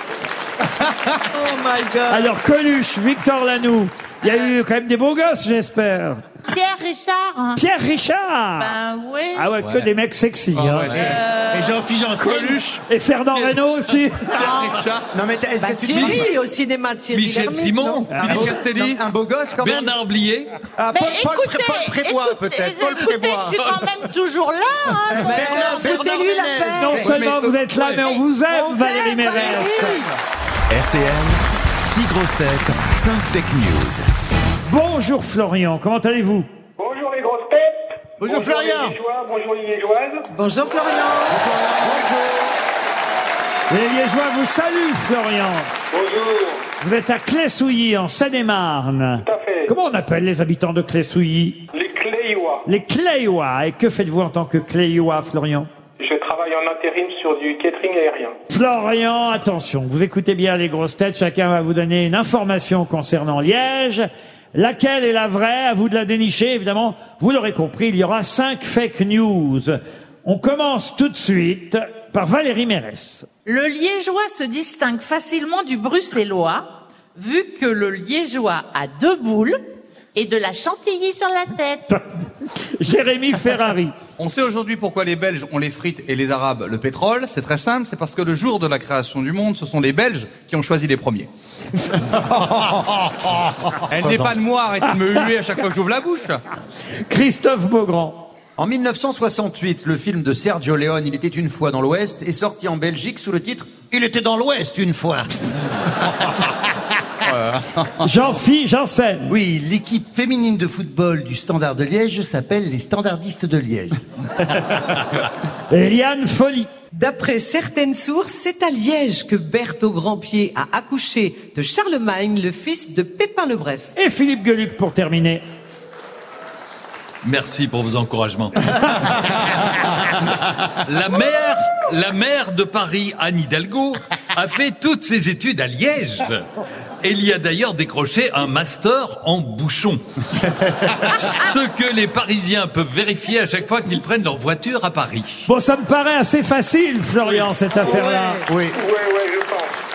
Oh my God. Alors Coluche, Victor Lanoux. Il y a eu quand même des beaux gosses, j'espère. là, Pierre Richard. hein. Pierre Richard. Ben oui. Ah ouais, que des mecs sexy. hein. Et Jean-Philippe Janssen. Et Fernand Reynaud aussi. Non, mais t'as- est-ce que tu te dis- Thierry au cinéma, Thierry. Michel Lhermitte, Simon, non Yves un beau- Castelli, non, un beau gosse quand même. Bernard Blier. Ah, Mais Paul, Paul, écoutez, Pré- Paul Prébois écoutez, peut-être. Paul écoutez, Prébois. je suis quand même toujours là. Hein, donc, Bernard, euh, Bernard Foutez-lui la Ménez. paix. Non seulement vous êtes là, mais on vous On aime, Valérie t'aime, Mérès. Valérie. RTL, 6 grosses têtes, 5 fake news. Bonjour Florian, comment allez-vous Bonjour les grosses têtes. Bonjour, Florian. Les liégeois, bonjour les liégeoises. Bonjour Florian. Les Liégeois vous saluent, Florian. Bonjour. Vous êtes à Clé-Souilly, en Seine-et-Marne. Tout à fait. Comment on appelle les habitants de Clé-Souilly Les Cléiois. Les Cléois. Et que faites-vous en tant que Cléois, Florian Je travaille en en intérim sur du catering aérien. Florian, attention, vous écoutez bien les grosses têtes, chacun va vous donner une information concernant Liège. Laquelle est la vraie À vous de la dénicher, évidemment. Vous l'aurez compris, il y aura cinq fake news. On commence tout de suite par Valérie Mérès. Le liégeois se distingue facilement du bruxellois, vu que le liégeois a deux boules et de la chantilly sur la tête. Jérémy Ferrari. On sait aujourd'hui pourquoi les Belges ont les frites et les Arabes le pétrole. C'est très simple, c'est parce que le jour de la création du monde, ce sont les Belges qui ont choisi les premiers. Elle n'est pas de moi, arrêtez de me huer à chaque fois que j'ouvre la bouche. Christophe Beaugrand. En 1968, le film de Sergio Leone, Il était une fois dans l'Ouest, est sorti en Belgique sous le titre Il était dans l'Ouest une fois. Jean-Philippe Janssen. Oui, l'équipe féminine de football du Standard de Liège s'appelle les Standardistes de Liège. Liane Folie. D'après certaines sources, c'est à Liège que Berthe au Grandpied a accouché de Charlemagne, le fils de Pépin le Bref. Et Philippe Gueluc pour terminer. Merci pour vos encouragements. la maire, la maire de Paris, Anne Hidalgo, a fait toutes ses études à Liège. Et il y a d'ailleurs décroché un master en bouchon. Ce que les Parisiens peuvent vérifier à chaque fois qu'ils prennent leur voiture à Paris. Bon, ça me paraît assez facile, Florian, cette affaire-là. Oui. Ouais, ouais, je pense.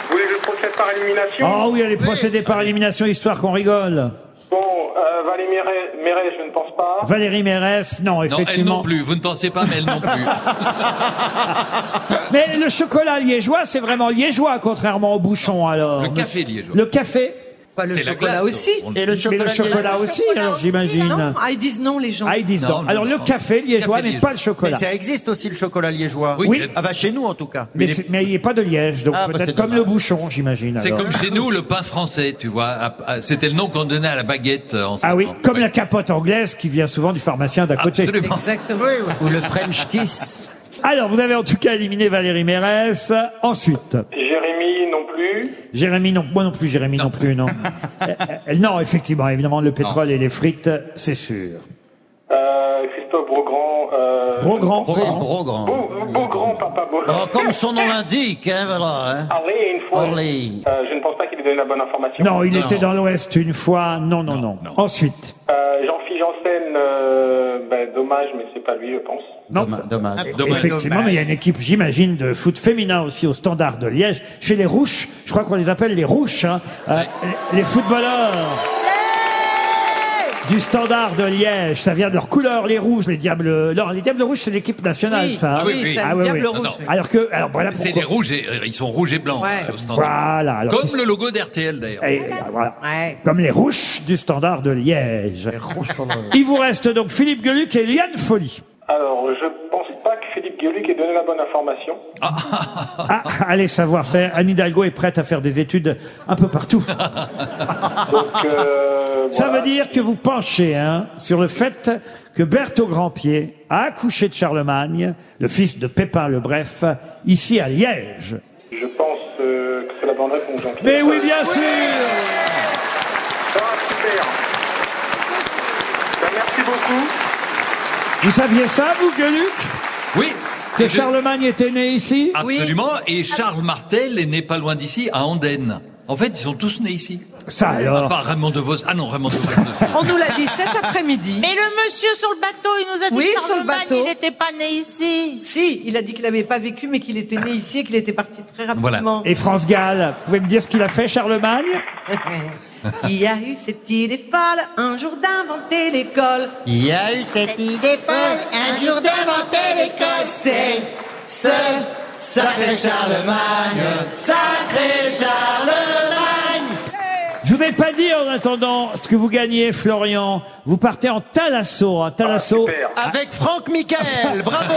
Vous voulez que je procède par élimination Oh oui, elle est procédée par élimination, histoire qu'on rigole. Bon, euh, Valérie Méré- Méré, je ne pense pas. Valérie Mérès, non, Non, elle effectivement. non plus. Vous ne pensez pas, mais elle non plus. Mais le chocolat liégeois, c'est vraiment liégeois, contrairement au bouchon, alors. Le café liégeois. Le café Pas le C'est la chocolat glace, aussi. on- Mais le chocolat aussi, alors, j'imagine. Non, ah, ils disent non, les gens. Ah, ils disent non. Non, Alors, non, le non. café liégeois, Café mais liégeois. pas le chocolat. Mais ça existe aussi le chocolat liégeois. Oui, Oui. Ah bah chez nous en tout cas. Mais, c'est- mais il n'y a pas de liège, donc Ah, bah, peut-être c'est comme dommage. le bouchon, j'imagine. C'est alors. comme chez nous le pain français, tu vois. Ah, ah, C'était le nom qu'on donnait à la baguette euh, en Ah oui, septembre. comme la capote anglaise qui vient souvent du pharmacien d'à côté. Absolument. Exactement. Ou le French kiss. Alors, vous avez en tout cas éliminé Valérie Mérès. Ensuite, Jérémy non plus. Jérémy non, moi non plus, Jérémy non, plus, non. Euh, euh, non, effectivement, évidemment, le pétrole et les frites, c'est sûr. Euh, Christophe Beaugrand. Euh... Beaugrand. Ah, Beau, Beaugrand, papa Beaugrand. Oh, comme son nom l'indique, hein, voilà. hein. Allez, une fois. Allez. Euh, je ne pense pas qu'il ait donné la bonne information. Non, il Non. était dans l'Ouest une fois. Non, non, non. non. Ensuite. Euh, Jean-Philippe Janssen, euh, ben, dommage, mais c'est pas lui, je pense. Non. Ah, Dommage. dommage. Dommage. Effectivement, mais il y a une équipe, j'imagine, de foot féminin aussi au standard de Liège. Chez les Rouches, je crois qu'on les appelle les Rouches, hein, euh, les- les footballeurs. Du standard de Liège, ça vient de leur couleur, les rouges, les diables. Non, les diables rouges, c'est l'équipe nationale, Oui. ça. hein. Ah oui, oui. c'est Ah le oui, diable oui. rouge. Non, non. Alors que, alors voilà C'est pourquoi. les rouges, et, euh, ils sont rouges et blancs. Ouais. euh, au standard. Voilà. alors Comme ils- le logo d'RTL d'ailleurs. et- et- voilà. Ouais. Comme les rouges du standard de Liège. Il vous reste donc Philippe Gueluc et Liane Folly. Alors, je pense pas que Philippe Gueluc ait donné la bonne information. Ah, allez savoir faire. Anne Hidalgo est prête à faire des études un peu partout. Donc, euh, Ça voilà. veut dire que vous penchez hein, sur le fait que Berthaud Grandpied a accouché de Charlemagne, le fils de Pépin le Bref, ici à Liège. Je pense euh, que c'est la bonne réponse, Jean-Philippe. Mais oui, bien sûr Ah, super. Ben, merci beaucoup. Vous saviez ça, vous, Gueluc Oui. Que Et je- Charlemagne était né ici Absolument. Et Charles Martel est né pas loin d'ici, à Andenne. En fait, ils sont tous nés ici. Ça À alors part Raymond DeVos. Ah non, Raymond DeVos. On nous l'a dit cet après-midi. Mais le monsieur sur le bateau, il nous a dit Oui, que sur le Charlemagne, bateau. il n'était pas né ici. Si, il a dit qu'il n'avait pas vécu, mais qu'il était né ici et qu'il était parti très rapidement. Et France Gall, vous pouvez me dire ce qu'il a fait, Charlemagne Il y a eu cette idée folle un jour d'inventer l'école. Il y a eu cette idée folle un jour d'inventer l'école. C'est ce sacré Charlemagne, sacré Charlemagne. Je vous ai pas dit en attendant ce que vous gagnez, Florian. Vous partez en Thalasso, hein, Thalasso. Super. Avec Franck Michael, bravo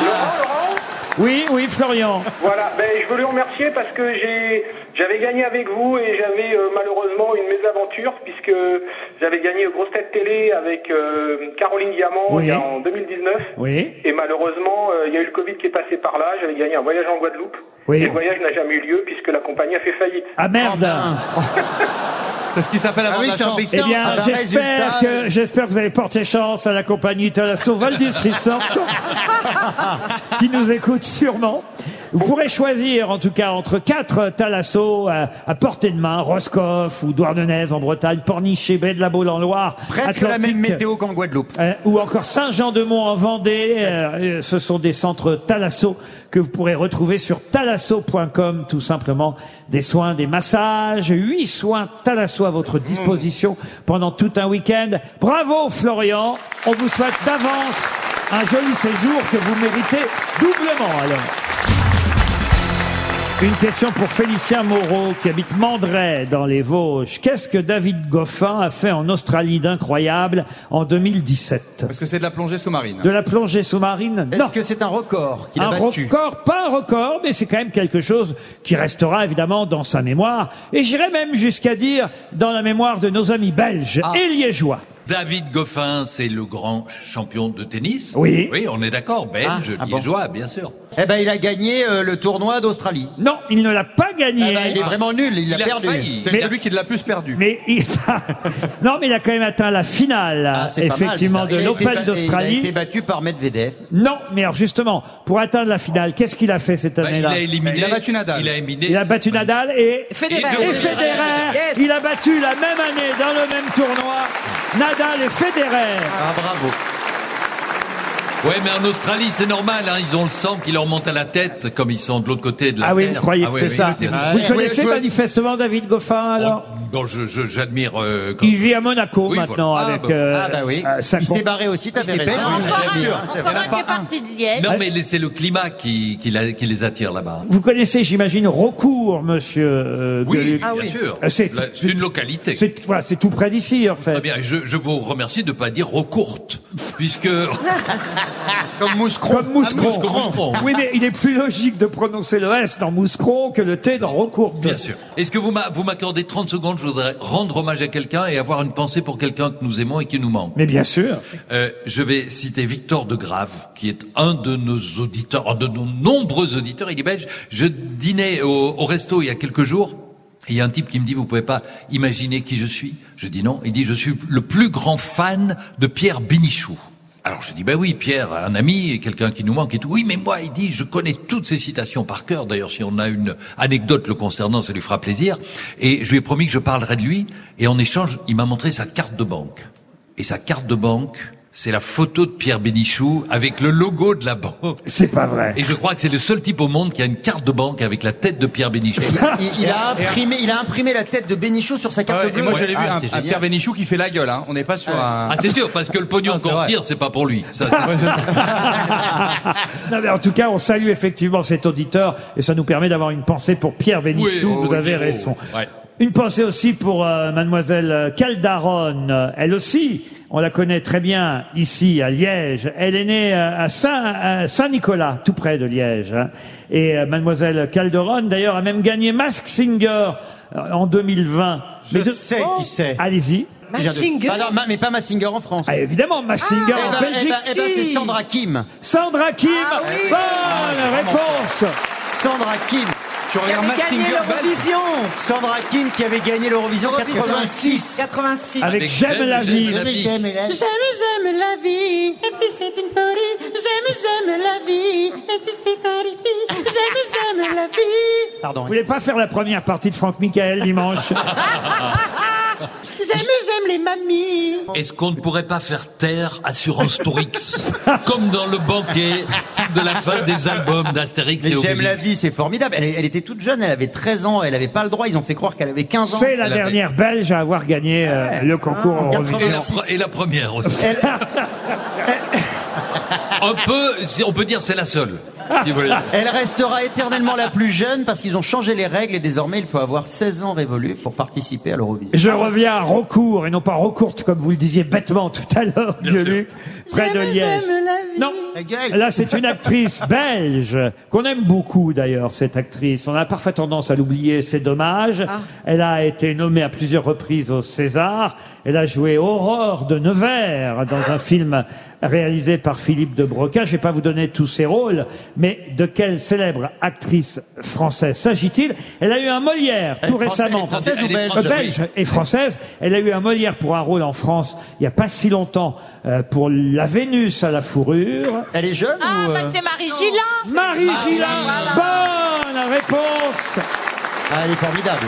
Laurent, Laurent oui, oui, Florian. Voilà, ben, je veux le remercier parce que j'ai, j'avais gagné avec vous et j'avais euh, malheureusement une mésaventure puisque j'avais gagné aux grosses têtes télé avec euh, Caroline Diamant Oui. il y a- en 2019. Oui. Et malheureusement, euh, il y a eu le Covid qui est passé par là. J'avais gagné un voyage en Guadeloupe. Oui. Oh, Et le voyage n'a jamais eu lieu puisque la compagnie a fait faillite. Ah merde C'est ce qui s'appelle avoir de la chance. Eh bien, j'espère que, j'espère que vous allez porter chance à la compagnie Talasso Valdis Resort, qui nous écoute sûrement. Vous pourrez choisir, en tout cas, entre quatre Talasso euh, à portée de main, Roscoff ou Douarnenez en Bretagne, Pornichet, Baie de la Baule en Loire. Presque la même météo qu'en Guadeloupe. Euh, ou encore Saint-Jean-de-Mont en Vendée. Euh, euh, ce sont des centres Talasso que vous pourrez retrouver sur talasso.com, tout simplement. Des soins, des massages, huit soins Talasso à votre disposition pendant tout un week-end. Bravo Florian, on vous souhaite d'avance un joli séjour que vous méritez doublement alors. Une question pour Félicien Moreau qui habite Mandray dans les Vosges. Qu'est-ce que David Goffin a fait en Australie d'incroyable en 2017 Parce que c'est de la plongée sous-marine. De la plongée sous-marine Non. Est-ce que c'est un record qu'il a Un battu record, pas un record, mais c'est quand même quelque chose qui restera évidemment dans sa mémoire. Et j'irai même jusqu'à dire dans la mémoire de nos amis belges Ah. et liégeois. David Goffin, c'est le grand champion de tennis. Oui. Ah, Oui, on est d'accord. Belge, liégeois, bien sûr. Hein Ah, Eh ben, il a gagné euh, le tournoi d'Australie. Non, il ne l'a pas gagné. Ah ben, il est vraiment nul, il, l'a perdu. C'est Mais- lui qui l'a plus perdu. Mais il- non, mais il a quand même atteint la finale, Ah, C'est pas mal, effectivement, bizarre. de Il a été ba- l'Open Il a d'Australie. été battu par Medvedev. Non, mais alors justement, pour atteindre la finale, qu'est-ce qu'il a fait cette Bah, il année-là a éliminé. Il a battu Nadal. Il a éliminé. Il a battu Nadal et Federer. Et Federer. Il a battu la même année dans le même tournoi Nadal et Federer. Ah, bravo. Ouais, mais en Australie, c'est normal. hein, ils ont le sang qui leur monte à la tête, comme ils sont de l'autre côté de la Ah oui, terre. vous croyez que oui, c'est oui, ça bien sûr. Vous connaissez manifestement David Goffin Ah. alors Bon, je- je- j'admire. euh, quand- Il vit à Monaco Oui, maintenant voilà. Ah, avec. bah- euh, ah, bah oui. euh, sa Il s'est con- barré aussi, t'avais raison. Ah, Encore un qui est parti de Liège. Non, mais c'est le climat qui, qui, la- qui les attire là-bas. Vous connaissez, j'imagine, Rocourt, monsieur. euh, Ah Oui, Gueluc. Ah bien sûr. Euh, C'est La- C'est une localité. c'est- voilà, c'est tout près d'ici, en fait. Très bien, je, je vous remercie de ne pas dire recourte, puisque... Comme mouscron. Comme Ah, Mouscron. Ah, Mouscron. Oui, mais il est plus logique de prononcer le S dans Mouscron que le T dans Rocourt. Bien sûr. Est-ce que vous m'a- vous m'accordez 30 secondes Je voudrais rendre hommage à quelqu'un et avoir une pensée pour quelqu'un que nous aimons et qui nous manque. Mais bien sûr. Euh, je vais citer Victor de Grave, qui est un de nos auditeurs, un de nos nombreux auditeurs, il est belge. Je dînais au, au resto il y a quelques jours. et Il y a un type qui me dit, vous pouvez pas imaginer qui je suis. Je dis non. Il dit, je suis le plus grand fan de Pierre Bénichou. Alors je dis, ben oui, Pierre, un ami, et quelqu'un qui nous manque et tout. Oui, mais moi, il dit, je connais toutes ces citations par cœur. D'ailleurs, si on a une anecdote le concernant, ça lui fera plaisir. Et je lui ai promis que je parlerai de lui. Et en échange, il m'a montré sa carte de banque. Et sa carte de banque, c'est la photo de Pierre Bénichou avec le logo de la banque. C'est pas vrai. Et je crois que c'est le seul type au monde qui a une carte de banque avec la tête de Pierre Bénichou. Il, il a imprimé, il a imprimé la tête de Bénichou sur sa carte Ouais, bleue. et moi, j'avais vu Ah, un, c'est un génial. Pierre Bénichou qui fait la gueule. Hein. On n'est pas sur un. Ah, c'est sûr, parce que le pognon qu'on retire, c'est pas pour lui. Ça, c'est- Non, mais en tout cas, on salue effectivement cet auditeur et ça nous permet d'avoir une pensée pour Pierre Bénichou. Oui, oh, vous oui, avez oui, raison. ouais. Une pensée aussi pour euh, mademoiselle Caldaron. Euh, Elle aussi, on la connaît très bien ici à Liège. Elle est née euh, à Saint- à Saint-Nicolas, tout près de Liège. hein. Et euh, mademoiselle Caldaron, d'ailleurs, a même gagné Mask Singer euh, en 2020. Je sais qui c'est. Oh, Allez-y. Massinger ah, non, ma- Mais pas Massinger en France. Ah, évidemment, Mask Singer Eh ben, en Belgique. eh ben, eh ben, c'est Sandra Kim. Sandra Kim, Ah bonne réponse Sandra Kim. Tu regardes Massinger. l'Eurovision Sandra Kim qui avait gagné l'Eurovision 86. 86. Avec, J'aime la vie. J'aime, j'aime la vie, même si c'est une folie. J'aime, j'aime la vie, même si c'est horrifique. J'aime, j'aime la vie. Vous Pardon. voulez pas faire la première partie de Franck Michael dimanche J'aime, j'aime les mamies. Est-ce qu'on ne pourrait pas faire taire Assurance Tourix comme dans le banquet de la fin des albums d'Astérix Mais et j'aime la Obélix vie, c'est formidable. Elle, elle était toute jeune, elle avait 13 ans, elle n'avait pas le droit, ils ont fait croire qu'elle avait 15 ans. C'est la Elle avait- dernière belge à avoir gagné euh, le concours Ah, en et la, Eurovision. 86. pre- et la première aussi. Un peu, on peut dire c'est la seule. si vous voulez. Elle restera éternellement la plus jeune parce qu'ils ont changé les règles et désormais il faut avoir 16 ans révolus pour participer à l'Eurovision. Je reviens à Rocourt, et non pas Rocourte, comme vous le disiez bêtement tout à l'heure, Bien sûr. Gueuluc, près de Liège. Non, gueule. là c'est une actrice belge, qu'on aime beaucoup d'ailleurs, cette actrice. On a parfois tendance à l'oublier, c'est dommage. Ah. Elle a été nommée à plusieurs reprises au César. Elle a joué Aurore de Nevers dans un film réalisé par Philippe de Broca. Je vais pas vous donner tous ses rôles, mais de quelle célèbre actrice française s'agit-il Elle a eu un Molière Elle tout est française- récemment. elle est française ou Elle est belge Euh, belge Oui. et française. Elle a eu un Molière pour un rôle en France il n'y a pas si longtemps euh, pour La Vénus à la fourrure. Elle est jeune euh, Ah, bah, c'est Marie Ah, Gillin Marie Gillin, bonne réponse Ah, Elle est formidable.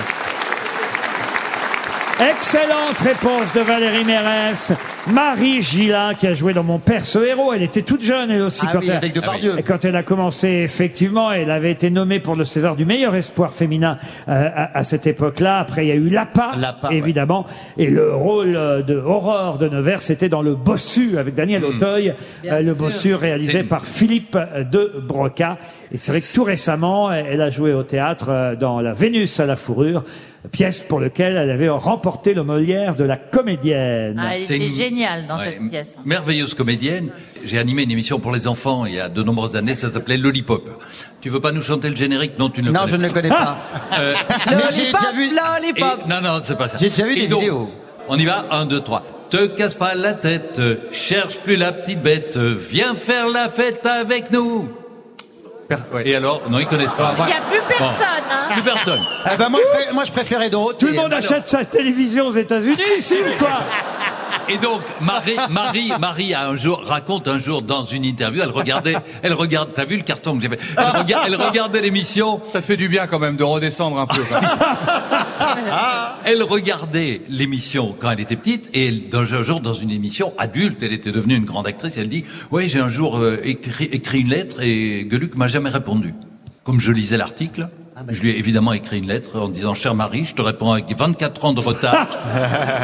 Excellente réponse de Valérie Mérès. Marie Gillin, qui a joué dans Mon Père ce héros. Elle était toute jeune, elle aussi. Ah quand oui, elle, avec Depardieu. Et quand elle a commencé, effectivement, elle avait été nommée pour le César du meilleur espoir féminin euh, à, à cette époque-là. Après, il y a eu Lapa, évidemment. Et le rôle euh, de Aurore de Nevers, c'était dans Le Bossu, avec Daniel Hmm. Auteuil. Euh, le Bossu, réalisé par Philippe euh, de Broca. Et c'est vrai que tout récemment, elle a joué au théâtre euh, dans La Vénus à la fourrure, pièce pour laquelle elle avait remporté le Molière de la comédienne. Ah, elle C'est était une- géniale dans Ouais, cette pièce. merveilleuse comédienne. J'ai animé une émission pour les enfants il y a de nombreuses années, ça s'appelait Lollipop. Tu veux pas nous chanter le générique Non, tu ne le Non, connais je ne le connais pas. Euh, Mais j'ai déjà vu. et- non, non, c'est pas ça. J'ai déjà vu Et des donc, vidéos. On y va, un, deux, trois. Te casse pas la tête, cherche plus la petite bête, viens faire la fête avec nous. Et alors, non, ils connaissent pas. Il n'y a plus Bon. personne, hein Plus personne. Eh ben moi, je pré- moi, je préférais Dorothée. Tout le monde achète sa télévision aux États-Unis, ici ou quoi Et donc Marie, Marie, Marie a un jour raconte un jour dans une interview, elle regardait, elle regarde, t'as vu le carton que j'avais elle, rega- elle regardait l'émission. Ça te fait du bien quand même de redescendre un peu. quoi. Elle regardait l'émission quand elle était petite et elle, dans- un jour dans une émission adulte, elle était devenue une grande actrice. Elle dit oui j'ai un jour euh, écrit, écrit une lettre et Geluc m'a jamais répondu. Comme je lisais l'article. Je lui ai évidemment écrit une lettre en disant Cher Marie, je te réponds avec 24 ans de retard,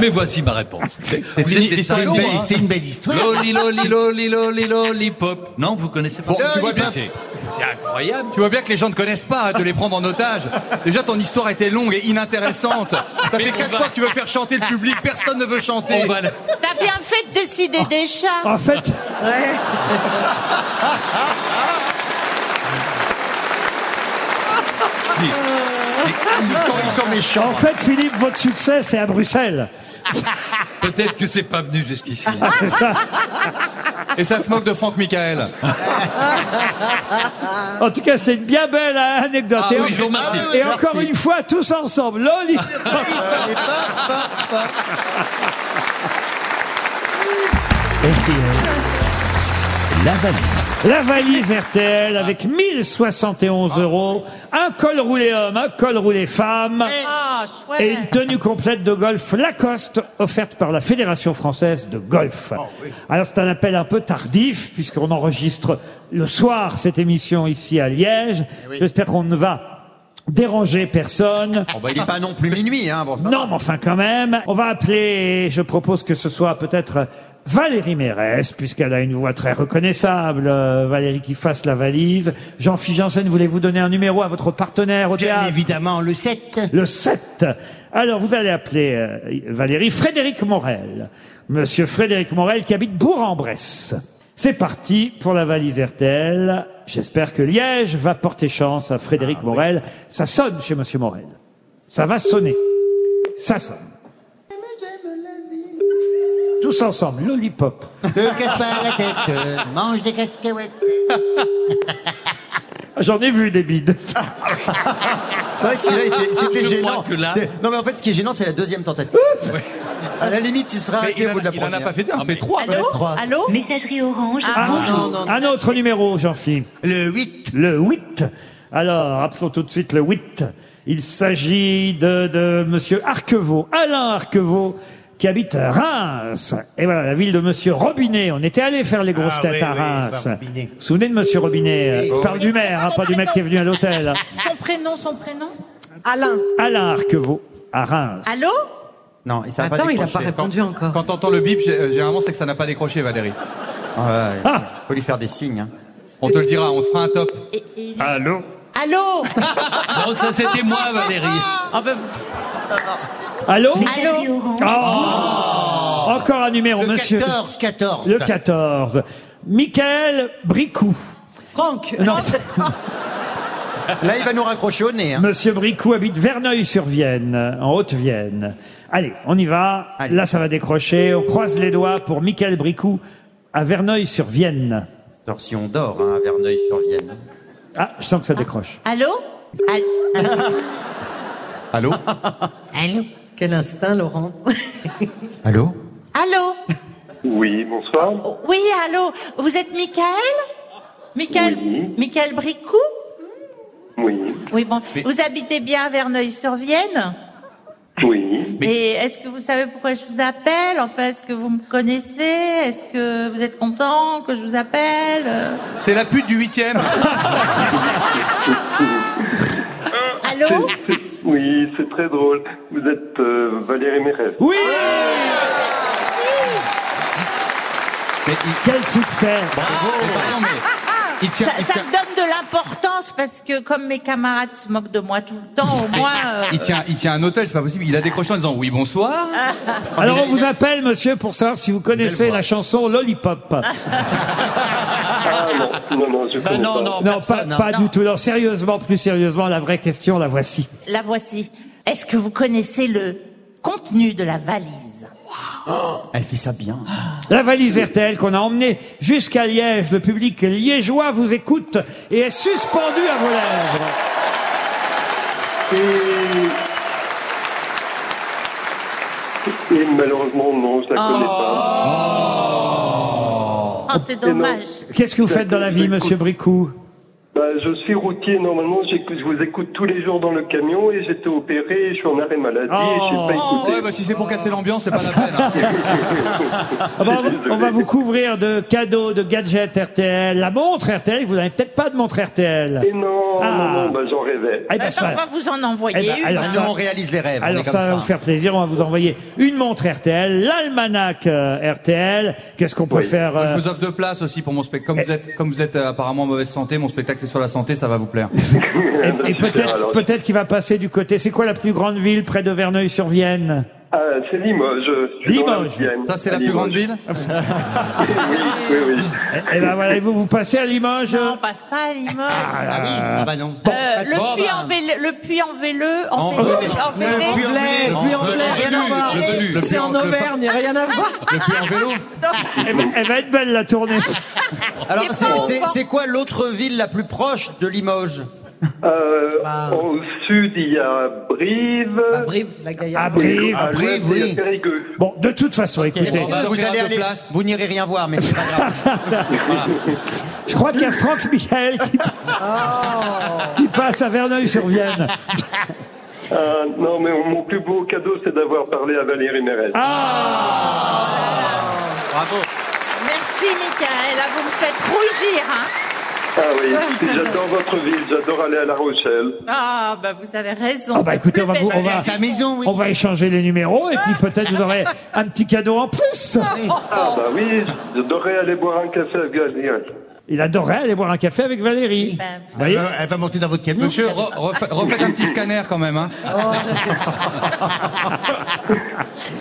mais voici ma réponse. C'est une- c'est une belle- hein. c'est une belle histoire. Loli, loli, loli, loli, lollipop. Non, vous connaissez pas Bon, tu vois bien. C'est c'est incroyable. Tu vois bien que les gens ne connaissent pas hein, de les prendre en otage. Déjà, ton histoire était longue et inintéressante. Ça fait quatre fois que tu veux faire chanter le public, personne ne veut chanter. T'as bien fait de décider des chats. Oh. En fait, Ils sont, ils sont méchants. en fait, Philippe, votre succès, c'est à Bruxelles. Peut-être que c'est pas venu jusqu'ici. Ah, C'est ça. Et ça se moque de Franck Michael. En tout cas, c'était une bien belle euh, anecdote. Ah et oui, je vous remercie. et encore une fois, tous ensemble, Loli. RTL, la valise. La valise RTL Ah. avec 1071 euros, un col roulé homme, un col roulé femme. Ah, Et une chouette. tenue complète de golf Lacoste offerte par la Fédération française de Ah, golf. Alors c'est un appel un peu tardif puisqu'on enregistre le soir cette émission ici à Liège. Eh J'espère qu'on ne va déranger personne. Bon, bah, il est pas non plus minuit, hein. bon, ça va. Non, mais enfin quand même. On va appeler, je propose que ce soit peut-être Valérie Mérès, puisqu'elle a une voix très reconnaissable. euh, Valérie qui fasse la valise. Jean-Philippe Janssen, voulez-vous donner un numéro à votre partenaire au Bien théâtre évidemment, le 7. le 7. Alors, vous allez appeler euh, Valérie Frédéric Morel. Monsieur Frédéric Morel qui habite Bourg-en-Bresse. C'est parti pour la valise RTL. J'espère que Liège va porter chance à Frédéric Morel. Ça sonne chez Monsieur Morel. Ça va sonner. Ça sonne. Tous ensemble, lollipop. Te casse pas la tête, euh, mange des cacahuètes. J'en ai vu des bides. C'est vrai que celui-là, était- c'était Je crois gênant. que là- C'est- Non, mais en fait, ce qui est gênant, c'est la deuxième tentative. À la limite, il sera Mais arrêté il au en, bout de la a- il en première. a pas fait deux, hein. il en fait trois. Allô trois. Allô Messagerie orange. Ah, Un, non, non, un autre numéro, Jean-Philippe. Le 8. Le 8. Alors, appelons tout de suite le 8. Il s'agit de, de Monsieur Arquevaux, Alain Arquevaux, qui habite à Reims. Et voilà, la ville de Monsieur Robinet. On était allé faire les grosses Ah têtes oui, à oui, Reims. par Robinet. vous vous souvenez de Monsieur Robinet euh, Je parle du maire, hein, pas du mec qui est venu à l'hôtel. hein. Son prénom, son prénom Alain. Ah. Alain Arquevaux, à Reims. Allô Non, il s'est pas Attends, il a décroché. pas répondu encore. Quand t'entends le bip, gé- euh, généralement, c'est que ça n'a pas décroché, Valérie. Ah, ouais, Ah. Faut lui faire des signes. hein. On te le dira, on te fera un top. Et- et- Allô Allô Bon, ça c'était moi, Valérie. Ah, Allô Messagerie Allô orange. Oh Encore un numéro, Le monsieur. 14, 14. Le 14. Michael Bricou. Euh, Franck. Non. Là, il va nous raccrocher au nez. hein. Monsieur Bricou habite Verneuil-sur-Vienne, en Haute-Vienne. Allez, on y va. Allez. Là, ça va décrocher. On croise les doigts pour Michael Bricou à Verneuil-sur-Vienne. Si on dort hein, à Verneuil-sur-Vienne. Ah, je sens que ça décroche. Allô Al- Allô Allô Allô Quel instinct, Laurent Allô Allô Oui, bonsoir. Oui, allô Vous êtes Michael Michael, Michael Bricou Oui, Oui, bon. Mais- Vous habitez bien à Verneuil-sur-Vienne oui. Et est-ce que vous savez pourquoi je vous appelle Enfin, est-ce que vous me connaissez Est-ce que vous êtes content que je vous appelle Euh, C'est la pute du huitième. Allô Oui, c'est très drôle. Vous êtes euh, Valérie Mérez. Oui Ah. Quel succès Il tient- ça, il ça tient- me donne de l'importance parce que comme mes camarades se moquent de moi tout le temps, au moins... euh, Il tient, il tient un hôtel, c'est pas possible. Il a décroché en disant oui, bonsoir. Alors on vous appelle, monsieur, pour savoir si vous connaissez la chanson Lollipop. Ah non, non, non, je connais pas. Bah non, pas, hein. pas du tout. Non, sérieusement, plus sérieusement, la vraie question, la voici. La voici. Est-ce que vous connaissez le contenu de la valise Elle fait ça bien. La valise RTL qu'on a emmenée jusqu'à Liège, le public liégeois vous écoute et est suspendu à vos lèvres. Et, et malheureusement, non, je la connais Oh. pas. Oh, c'est dommage. Qu'est-ce que vous faites dans la vie, monsieur Bricou Bah, je suis routier, normalement, j'écoute- je vous écoute tous les jours dans le camion et j'étais opéré, je suis en arrêt maladie et je n'ai pas écouté. Ouais, bah si c'est pour casser l'ambiance, c'est pas la peine. hein. Ah bah, on, on va vous couvrir de cadeaux, de gadgets RTL, la montre RTL, vous n'avez peut-être pas de montre RTL. Et non, non, non, bah, j'en rêvais. Ah. Eh ben, ça- on va vous en envoyer Eh ben, une. alors ça- Alors ça, va vous faire plaisir, on va vous envoyer une montre RTL, l'almanach euh, RTL. Qu'est-ce qu'on peut faire Moi, euh, Eh. je vous offre deux places aussi pour mon spectacle. Comme vous êtes, comme vous êtes euh, apparemment en mauvaise santé, mon spectacle c'est sur la santé, ça va vous plaire. Et, et peut-être peut-être qu'il va passer du côté. C'est quoi la plus grande ville près de Verneuil-sur-Vienne Ah, c'est Limoges. je suis dans la Limoges. Haute-Vienne, Ça, c'est la à plus Limoges. grande ville Oui, oui, oui. Eh ben voilà, et vous vous passez à Limoges Non, on passe pas à Limoges. Ah oui, ah bah non. Euh, le, Bon, puits bah. en véleux, le puits en véleux, en En véleux, Véleux. en véleux. Le Puy en Velay, le Puy en Velay, rien à voir. C'est en Auvergne, rien Ah, à voir. Le puits en vélo. elle, va, Eh ben, elle va être belle la tournée. Alors, C'est c'est- pas c'est encore- c'est quoi l'autre ville la plus proche de Limoges Euh, Au sud, il y a Brive. À Ah, Brive, la À Gaillarde. Ah, Brive. À Brive, Ah, l'ouest, il y a oui. bah, Périgueux. Bon, de toute façon, écoutez. Vous allez aller, vous n'irez rien voir, mais c'est pas grave. Voilà. Je crois qu'il y a Franck Michael qui, qui passe à Verneuil-sur-Vienne. Ah, non, mais mon plus beau cadeau, c'est d'avoir parlé à Valérie Mérez. Ah. Bravo. Merci, Michael. Là, vous me faites rougir. hein. Ah oui, j'adore votre ville, j'adore aller à La Rochelle. Ah, bah, vous avez raison. Ah bah écoutez, on va, vous, on, va, on va échanger les numéros et puis peut-être vous aurez un petit cadeau en plus. Ah bah oui, j'adorerais aller boire un café avec Valérie. Il adorerait aller boire un café avec Valérie. Vous voyez Elle va monter dans votre camion. Monsieur, re- refa- refaites un petit scanner quand même. Hein.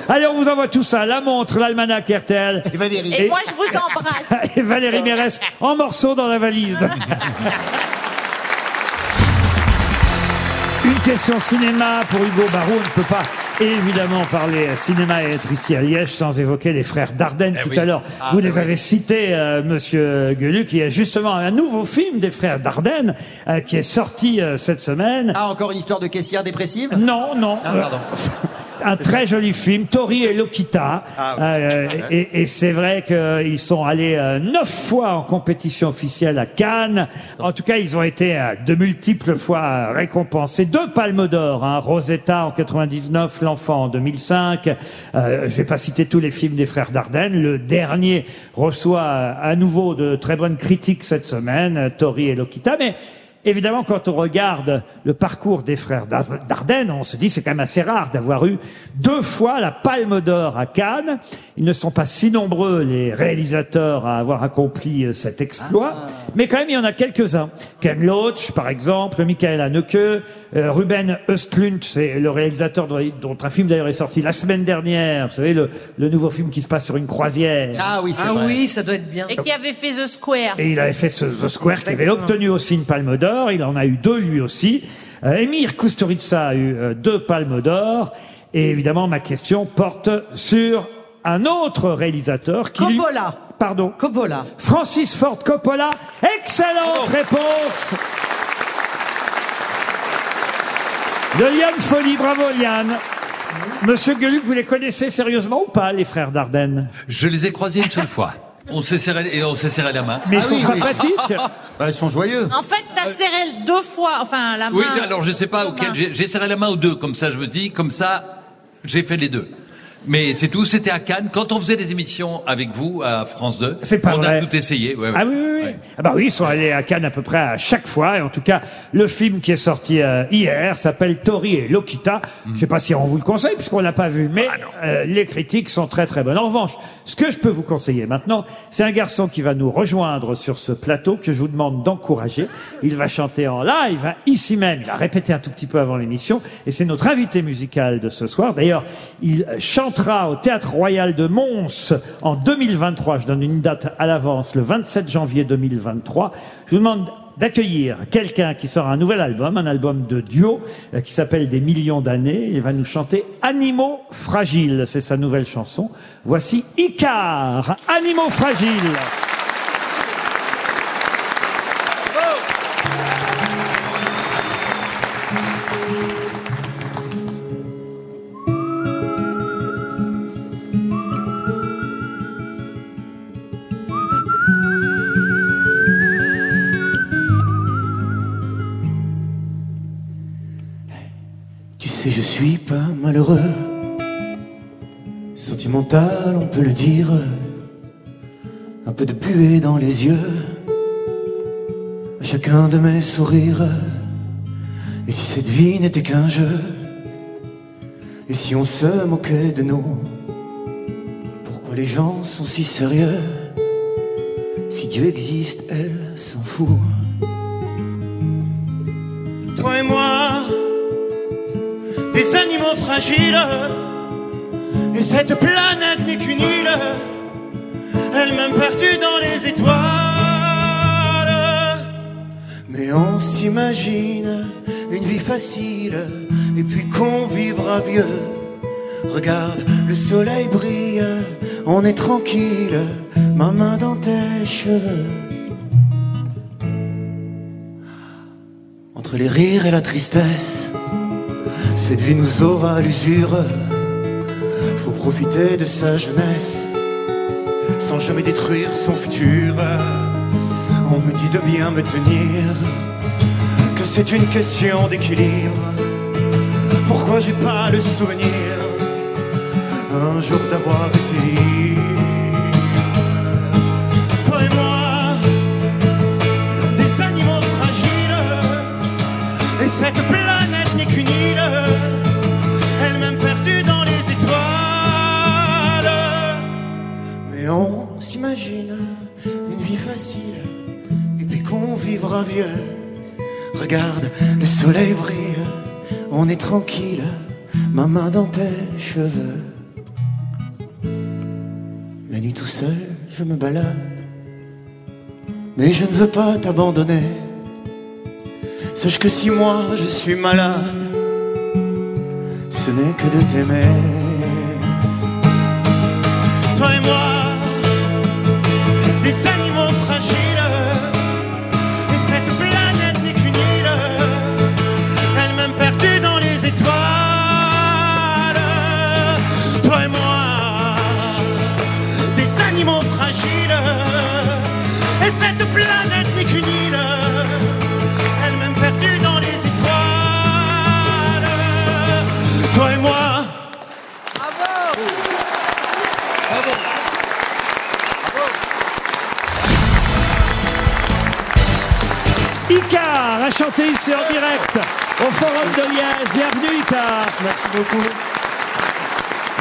Allez, on vous envoie tout ça. La montre, l'almanach RTL. Et Valérie. Et moi, je vous embrasse. Et Valérie Mérès en morceaux dans la valise. Une question cinéma pour Hugo Barou. On ne peut pas évidemment parler cinéma et être ici à Liège sans évoquer les frères Dardenne tout oui. à l'heure. Ah, Vous eh les oui. avez cités, euh, Monsieur Gueuluc. Il y a justement un nouveau film des frères Dardenne euh, qui est sorti euh, cette semaine. Ah, encore une histoire de caissière dépressive Non, non. Ah, pardon. Un très joli film, Tori et Lokita. Ah oui. Euh, Ah ouais. et et c'est vrai qu'ils sont allés euh, neuf fois en compétition officielle à Cannes. En tout cas, ils ont été euh, de multiples fois euh, récompensés. Deux palmes d'or, hein, Rosetta en 99, L'Enfant en 2005. Euh, je vais pas citer tous les films des frères Dardenne. Le dernier reçoit euh, à nouveau de très bonnes critiques cette semaine, euh, Tori et Lokita. Mais Évidemment, quand on regarde le parcours des frères Dar- Dardenne, on se dit c'est quand même assez rare d'avoir eu deux fois la Palme d'Or à Cannes. Ils ne sont pas si nombreux les réalisateurs à avoir accompli euh, cet exploit, Ah. mais quand même il y en a quelques-uns. Ken Loach, par exemple, Michael Haneke, euh, Ruben Östlund, c'est le réalisateur dont, dont un film d'ailleurs est sorti la semaine dernière. Vous savez le, le nouveau film qui se passe sur une croisière. Ah oui, ça doit être bien. Et qui avait fait The Square. Et il avait fait ce The Square qui avait obtenu aussi une palme d'or. Il en a eu deux lui aussi. Euh, Emir Kusturica a eu euh, deux palmes d'or. Et évidemment, ma question porte sur un autre réalisateur qui... lui- Coppola. pardon. Coppola. Francis Ford Coppola. Excellente réponse de Liane Folie. Bravo, Liane. Monsieur Gueluc, vous les connaissez sérieusement ou pas, les frères Dardenne Je les ai croisés une seule fois. On s'est serré, et on s'est serré la main. Ah Mais ils sont sympathiques. Bah, ils sont joyeux. En fait, t'as serré deux fois, enfin, la Ah, main. Oui, j'ai- alors je sais pas auquel, j'ai j'ai serré la main aux deux, comme ça je me dis, comme ça j'ai fait les deux. Mais c'est tout, c'était à Cannes. Quand on faisait des émissions avec vous à France 2, C'est pas on vrai. a tout essayé. ouais, ouais. Ah oui, oui, oui. Ah bah oui, ils sont allés à Cannes à peu près à chaque fois. Et en tout cas, le film qui est sorti euh, hier s'appelle Tori et Lokita. Mm. Je sais pas si on vous le conseille puisqu'on l'a pas vu, mais Ah euh, les critiques sont très très bonnes. En revanche, ce que je peux vous conseiller maintenant, c'est un garçon qui va nous rejoindre sur ce plateau que je vous demande d'encourager. Il va chanter en live hein, ici même. Il va répéter un tout petit peu avant l'émission. Et c'est notre invité musical de ce soir. D'ailleurs, il chantera au Théâtre Royal de Mons en 2023. Je donne une date à l'avance, le 27 janvier 2023. Je vous demande d'accueillir quelqu'un qui sort un nouvel album, un album de duo euh, qui s'appelle Des millions d'années. Il va nous chanter Animaux fragiles. C'est sa nouvelle chanson. Voici Icar, Animaux fragiles. Tu sais, je suis pas malheureux. Sentimental, on peut le dire. Un peu de puée dans les yeux. À chacun de mes sourires. Et si cette vie n'était qu'un jeu Et si on se moquait de nous Pourquoi les gens sont si sérieux Si Dieu existe, elle s'en fout. toi et moi, des animaux fragiles. Et cette planète n'est qu'une île, elle-même perdue dans les étoiles. Mais on s'imagine une vie facile et puis qu'on vivra vieux. Regarde, le soleil brille, on est tranquille, ma main dans tes cheveux. Entre les rires et la tristesse, cette vie nous aura à l'usure. Faut profiter de sa jeunesse, sans jamais détruire son futur. On me dit de bien me tenir, que c'est une question d'équilibre. Pourquoi j'ai pas le souvenir un jour d'avoir été libre Toi et moi, des animaux fragiles, et cette planète n'est qu'une île, elle-même perdue dans les étoiles. mais on s'imagine une vie facile, et puis qu'on vivra vieux. Regarde, le soleil brille, on est tranquille, ma main dans tes cheveux. La nuit tout seul, je me balade, mais je ne veux pas t'abandonner. Sache que si moi je suis malade, ce n'est que de t'aimer. toi et moi, des animaux fragiles. Et cette planète n'est qu'une île, elle-même perdue dans les étoiles. Toi et moi, des animaux fragiles. Et cette planète n'est qu'une île, elle-même perdue dans les étoiles. Toi et moi. Oh. Icar a chanté ici en direct au Forum de Liège. Bienvenue Icar. Merci beaucoup.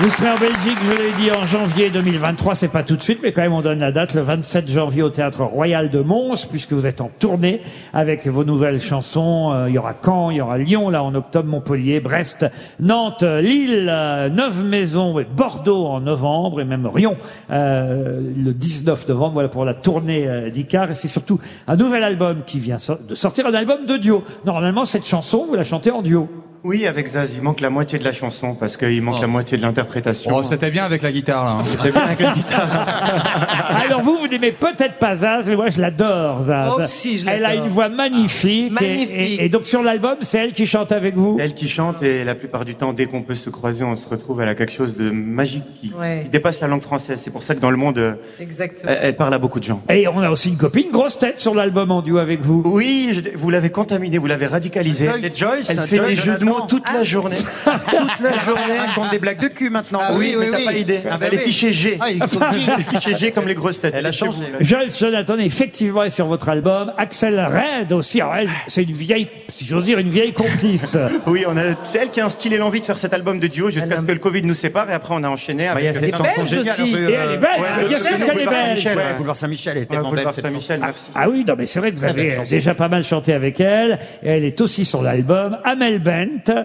Vous serez en Belgique, je l'ai dit, en janvier 2023. C'est pas tout de suite, mais quand même, on donne la date, le 27 janvier au Théâtre Royal de Mons, puisque vous êtes en tournée avec vos nouvelles chansons. Euh, Il y aura Caen, il y aura Lyon, là, en octobre, Montpellier, Brest, Nantes, euh, Lille, euh, Neuve-Maisons et Bordeaux en novembre, et même Rion, euh, le 19 novembre. Voilà pour la tournée euh, d'Icar. Et c'est surtout un nouvel album qui vient so- de sortir, un album de duo. Normalement, cette chanson, vous la chantez en duo. Oui, avec Zaz, il manque la moitié de la chanson parce qu'il manque la moitié de l'interprétation. Oh, c'était bien avec la guitare, là. hein. C'était bien avec la guitare. Ah, Alors vous, vous n'aimez peut-être pas Zaz, mais moi je l'adore Zaz. Oh, si, je elle a l'adore. une voix magnifique. et- Magnifique. Et, et donc sur l'album, c'est elle qui chante avec vous Elle qui chante et la plupart du temps, dès qu'on peut se croiser, on se retrouve. Elle a quelque chose de magique qui, Ouais. qui dépasse la langue française. C'est pour ça que dans le monde, euh, Exactement. elle, elle parle à beaucoup de gens. Et on a aussi une copine grosse tête sur l'album en duo avec vous. Oui, je- vous l'avez contaminée, vous l'avez radicalisée. C'est Joyce, elle ça, fait Joyce des jeux de Jonathan. Ah, mots toute la journée. toute la journée. Elle compte des blagues de cul maintenant. Ah oui, mais oui, t'as oui. pas idée. Ah bah elle est oui. fichée G. Ah, il faut- elle est fichée G comme les grosses têtes. Elle a changé. Joyce Jonathan, effectivement, est sur votre album. Axel Red aussi. Alors, elle, c'est une vieille, si j'ose dire, une vieille complice. Oui, on a, c'est elle qui a instillé l'envie de faire cet album de duo jusqu'à ce que le Covid nous sépare et après on a enchaîné avec Bah, il y a cette euh, chanson géniale, un peu, euh, ouais, le Saint- Boulevard Saint-Michel, ouais, ouais. Boulevard Saint-Michel, elle est Ouais, tellement belle. Boulevard cette Saint-Michel, merci. Ah oui, non, mais c'est vrai que vous Très belle avez euh, chanson. déjà pas mal chanté avec elle. Et elle est aussi sur l'album. Amel Bent.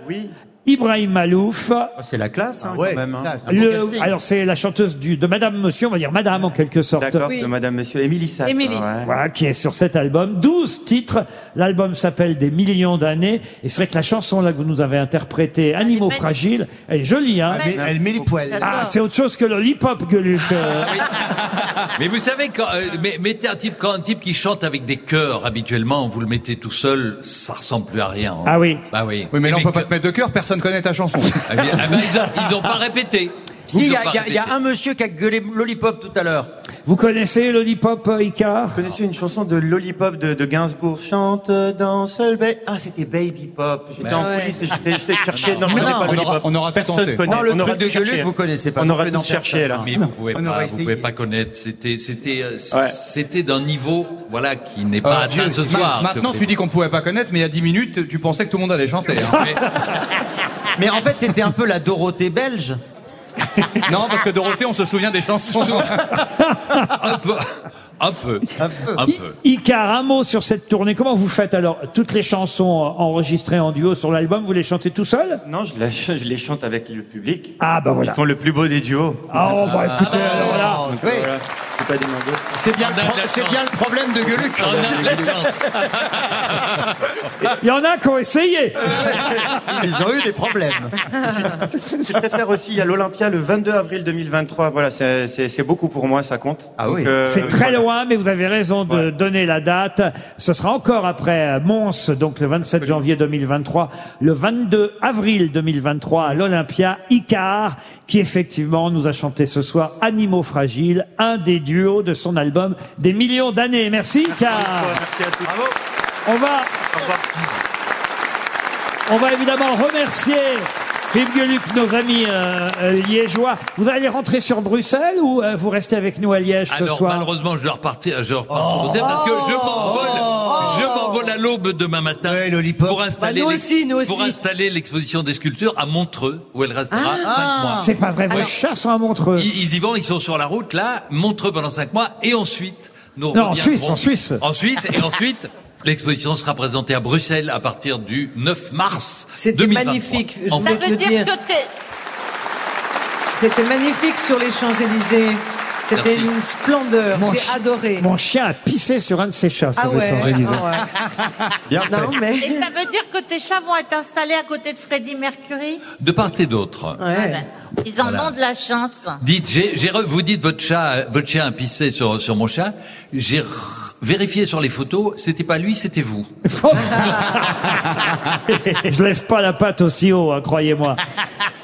Ibrahim Malouf. Oh, C'est la classe, hein, quand même. hein. Le- alors c'est la chanteuse du, de Madame Monsieur, on va dire Madame en quelque sorte. D'accord, de Madame Monsieur Émilie Satt. ouais. Voilà, qui est sur cet album. 12 titres. L'album s'appelle Des millions d'années. Et c'est vrai que la chanson là que vous nous avez interprétée, Animaux fragiles, elle est jolie. Hein Elle met- elle met les poils. Ah, c'est autre chose que Lollipop, Gueuluc. Euh, Mais vous savez, quand, euh, mais- mettez un type, quand un type qui chante avec des chœurs habituellement, vous le mettez tout seul, ça ressemble plus à rien. hein. Ah oui. Bah oui. Oui, mais là, on peut pas te mettre de cœur, personne connaît ta chanson. Ah bien, ah ben, ils, ont, ils ont pas répété. Si, il Ils y, ont pas a- il y a répété. un monsieur qui a gueulé Lollipop tout à l'heure. Vous connaissez Lollipop, euh, Icar Vous connaissez une chanson de Lollipop de, de Gainsbourg Chante dans ce ba- Ah, c'était Baby Pop. J'étais Bah en ouais. police et j'étais- j'étais cherché. Ah, Non, Non, je mais connais non, on pas aura- Lollipop. on aura tout tenté. Personne connaît. Non, le on truc aura de tout cherché. Gueuluc, vous connaissez pas. On Vous aura pouvez tout en faire cherché, ça. là. Mais vous pouvez On pas, aurait vous essayé. pouvez pas connaître. C'était, c'était, euh, Ouais. c'était d'un niveau, voilà, qui n'est pas Euh, atteint Dieu, ce ma- soir. Maintenant, tu dis qu'on pouvait pas connaître, mais il y a 10 minutes, tu pensais que tout le monde allait chanter. hein. Mais en fait, t'étais un peu la Dorothée belge. non, parce que Dorothée, on se souvient des chansons. un peu, un peu, un peu. Icar, un mot sur cette tournée. Comment vous faites alors Toutes les chansons enregistrées en duo sur l'album, vous les chantez tout seul Non, je, la- je les chante avec le public. Ah, bah voilà. Ils sont le plus beau des duos. ah. Ah, oh, bah, écoutez, alors là. Donc, Oui. voilà, c'est pas demandé. Euh, C'est bien, On a de la c'est bien le problème de Gueuluc. On a de la Il y en a qui ont essayé. Ils ont eu des problèmes. Je préfère aussi, il y a l'Olympia le 22 avril 2023. Voilà, c'est- c'est c'est beaucoup pour moi, ça compte. Ah Donc, euh, C'est très loin, mais vous avez raison de donner la date. Ce sera encore après euh, Mons, donc le 27 janvier 2023, le 22 avril 2023 à l'Olympia, Icar, qui effectivement nous a chanté ce soir Animaux Fragiles, un des duos de son album Des millions d'années. Merci Ah. Icar. Merci à tous. On va, on va évidemment remercier Philippe Gueluc, nos amis euh, euh, liégeois. Vous allez rentrer sur Bruxelles ou euh, vous restez avec nous à Liège ce Alors, soir Ah Oh. malheureusement, je dois repartir, je repars sur Bruxelles parce que je m'envole, je m'envole à l'aube demain matin pour installer, Bah, nous les- aussi, nous pour aussi. installer l'exposition des sculptures à Montreux où elle restera Ah. cinq mois. C'est pas vrai, vous Ouais. chassez à Montreux. Ils, ils y vont, ils sont sur la route là, Montreux pendant cinq mois et ensuite nous Non, en reviendrons- Suisse, en Suisse. En Suisse et ensuite l'exposition sera présentée à Bruxelles à partir du 9 mars. C'était 2023. magnifique. je En voulais Ça te veut le dire que t'es... C'était magnifique sur les Champs-Élysées. C'était Merci. une splendeur. Mon J'ai chi- adoré. Mon chien a pissé sur un de ses chats. Ah sur les ouais, Champs-Élysées. ah Bien Non, fait. mais- Et ça veut dire que tes chats vont être installés à côté de Freddie Mercury De part et d'autre. Ah ben, Ils en Voilà. ont de la chance. Dites, j'ai, j'ai re- vous dites votre chat, votre chien a pissé sur, sur mon chat. J'ai r- vérifié sur les photos, c'était pas lui, c'était vous. Je lève pas la patte aussi haut, hein, croyez-moi.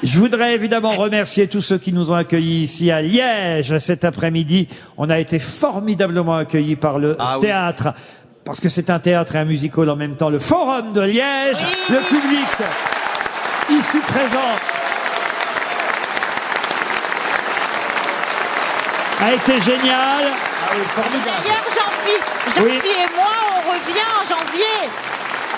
Je voudrais évidemment remercier tous ceux qui nous ont accueillis ici à Liège cet après-midi. On a été formidablement accueillis par le théâtre. Parce que c'est un théâtre et un musical en même temps. Le Forum de Liège, le public ici présent a été génial. Ah D'ailleurs, Jean-Phi, Jean-Phi et moi, on revient en janvier.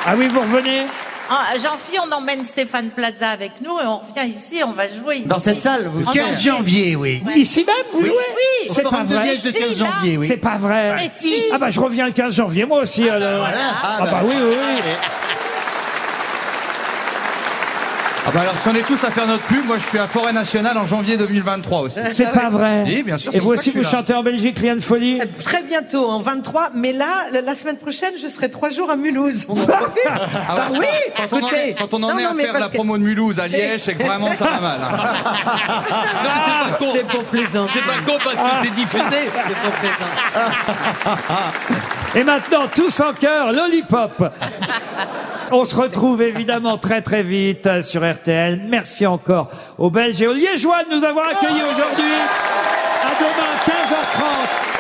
Ah oui, vous revenez Ah, Jean-Phi, on emmène Stéphane Plaza avec nous et on revient ici, on va jouer. Dans cette salle, vous- En 15 janvier, oui. Ici même, vous Oui, jouez oui. C'est Au pas Forum de vrai. Liège le 15 janvier, oui. C'est pas vrai. Mais si. Ah, bah, Ah bah je reviens le 15 janvier, moi aussi alors. voilà. Ah, Ah, bah bah. oui, oui, oui. Ah bah alors si on est tous à faire notre pub, moi je suis à Forêt Nationale en janvier 2023 aussi. Ah C'est pas vrai. Oui, bien sûr. Et vous aussi, vous chantez en Belgique, rien de folie Très bientôt, en 23, mais là, la- la semaine prochaine, je serai trois jours à Mulhouse. On en profite. Bah oui, Ah quand on en est, écoutez. quand on en Non, est non, à mais faire la parce que- promo de Mulhouse à Liège, c'est que vraiment ça va mal. hein. C'est pour plaisant. C'est pas con parce Ah. que c'est diffusé. C'est pas Et maintenant, tous en cœur, Lollipop On se retrouve évidemment très très vite euh, sur RTL. Merci encore aux Belges et aux Liégeois de nous avoir accueillis aujourd'hui. À demain, 15h30.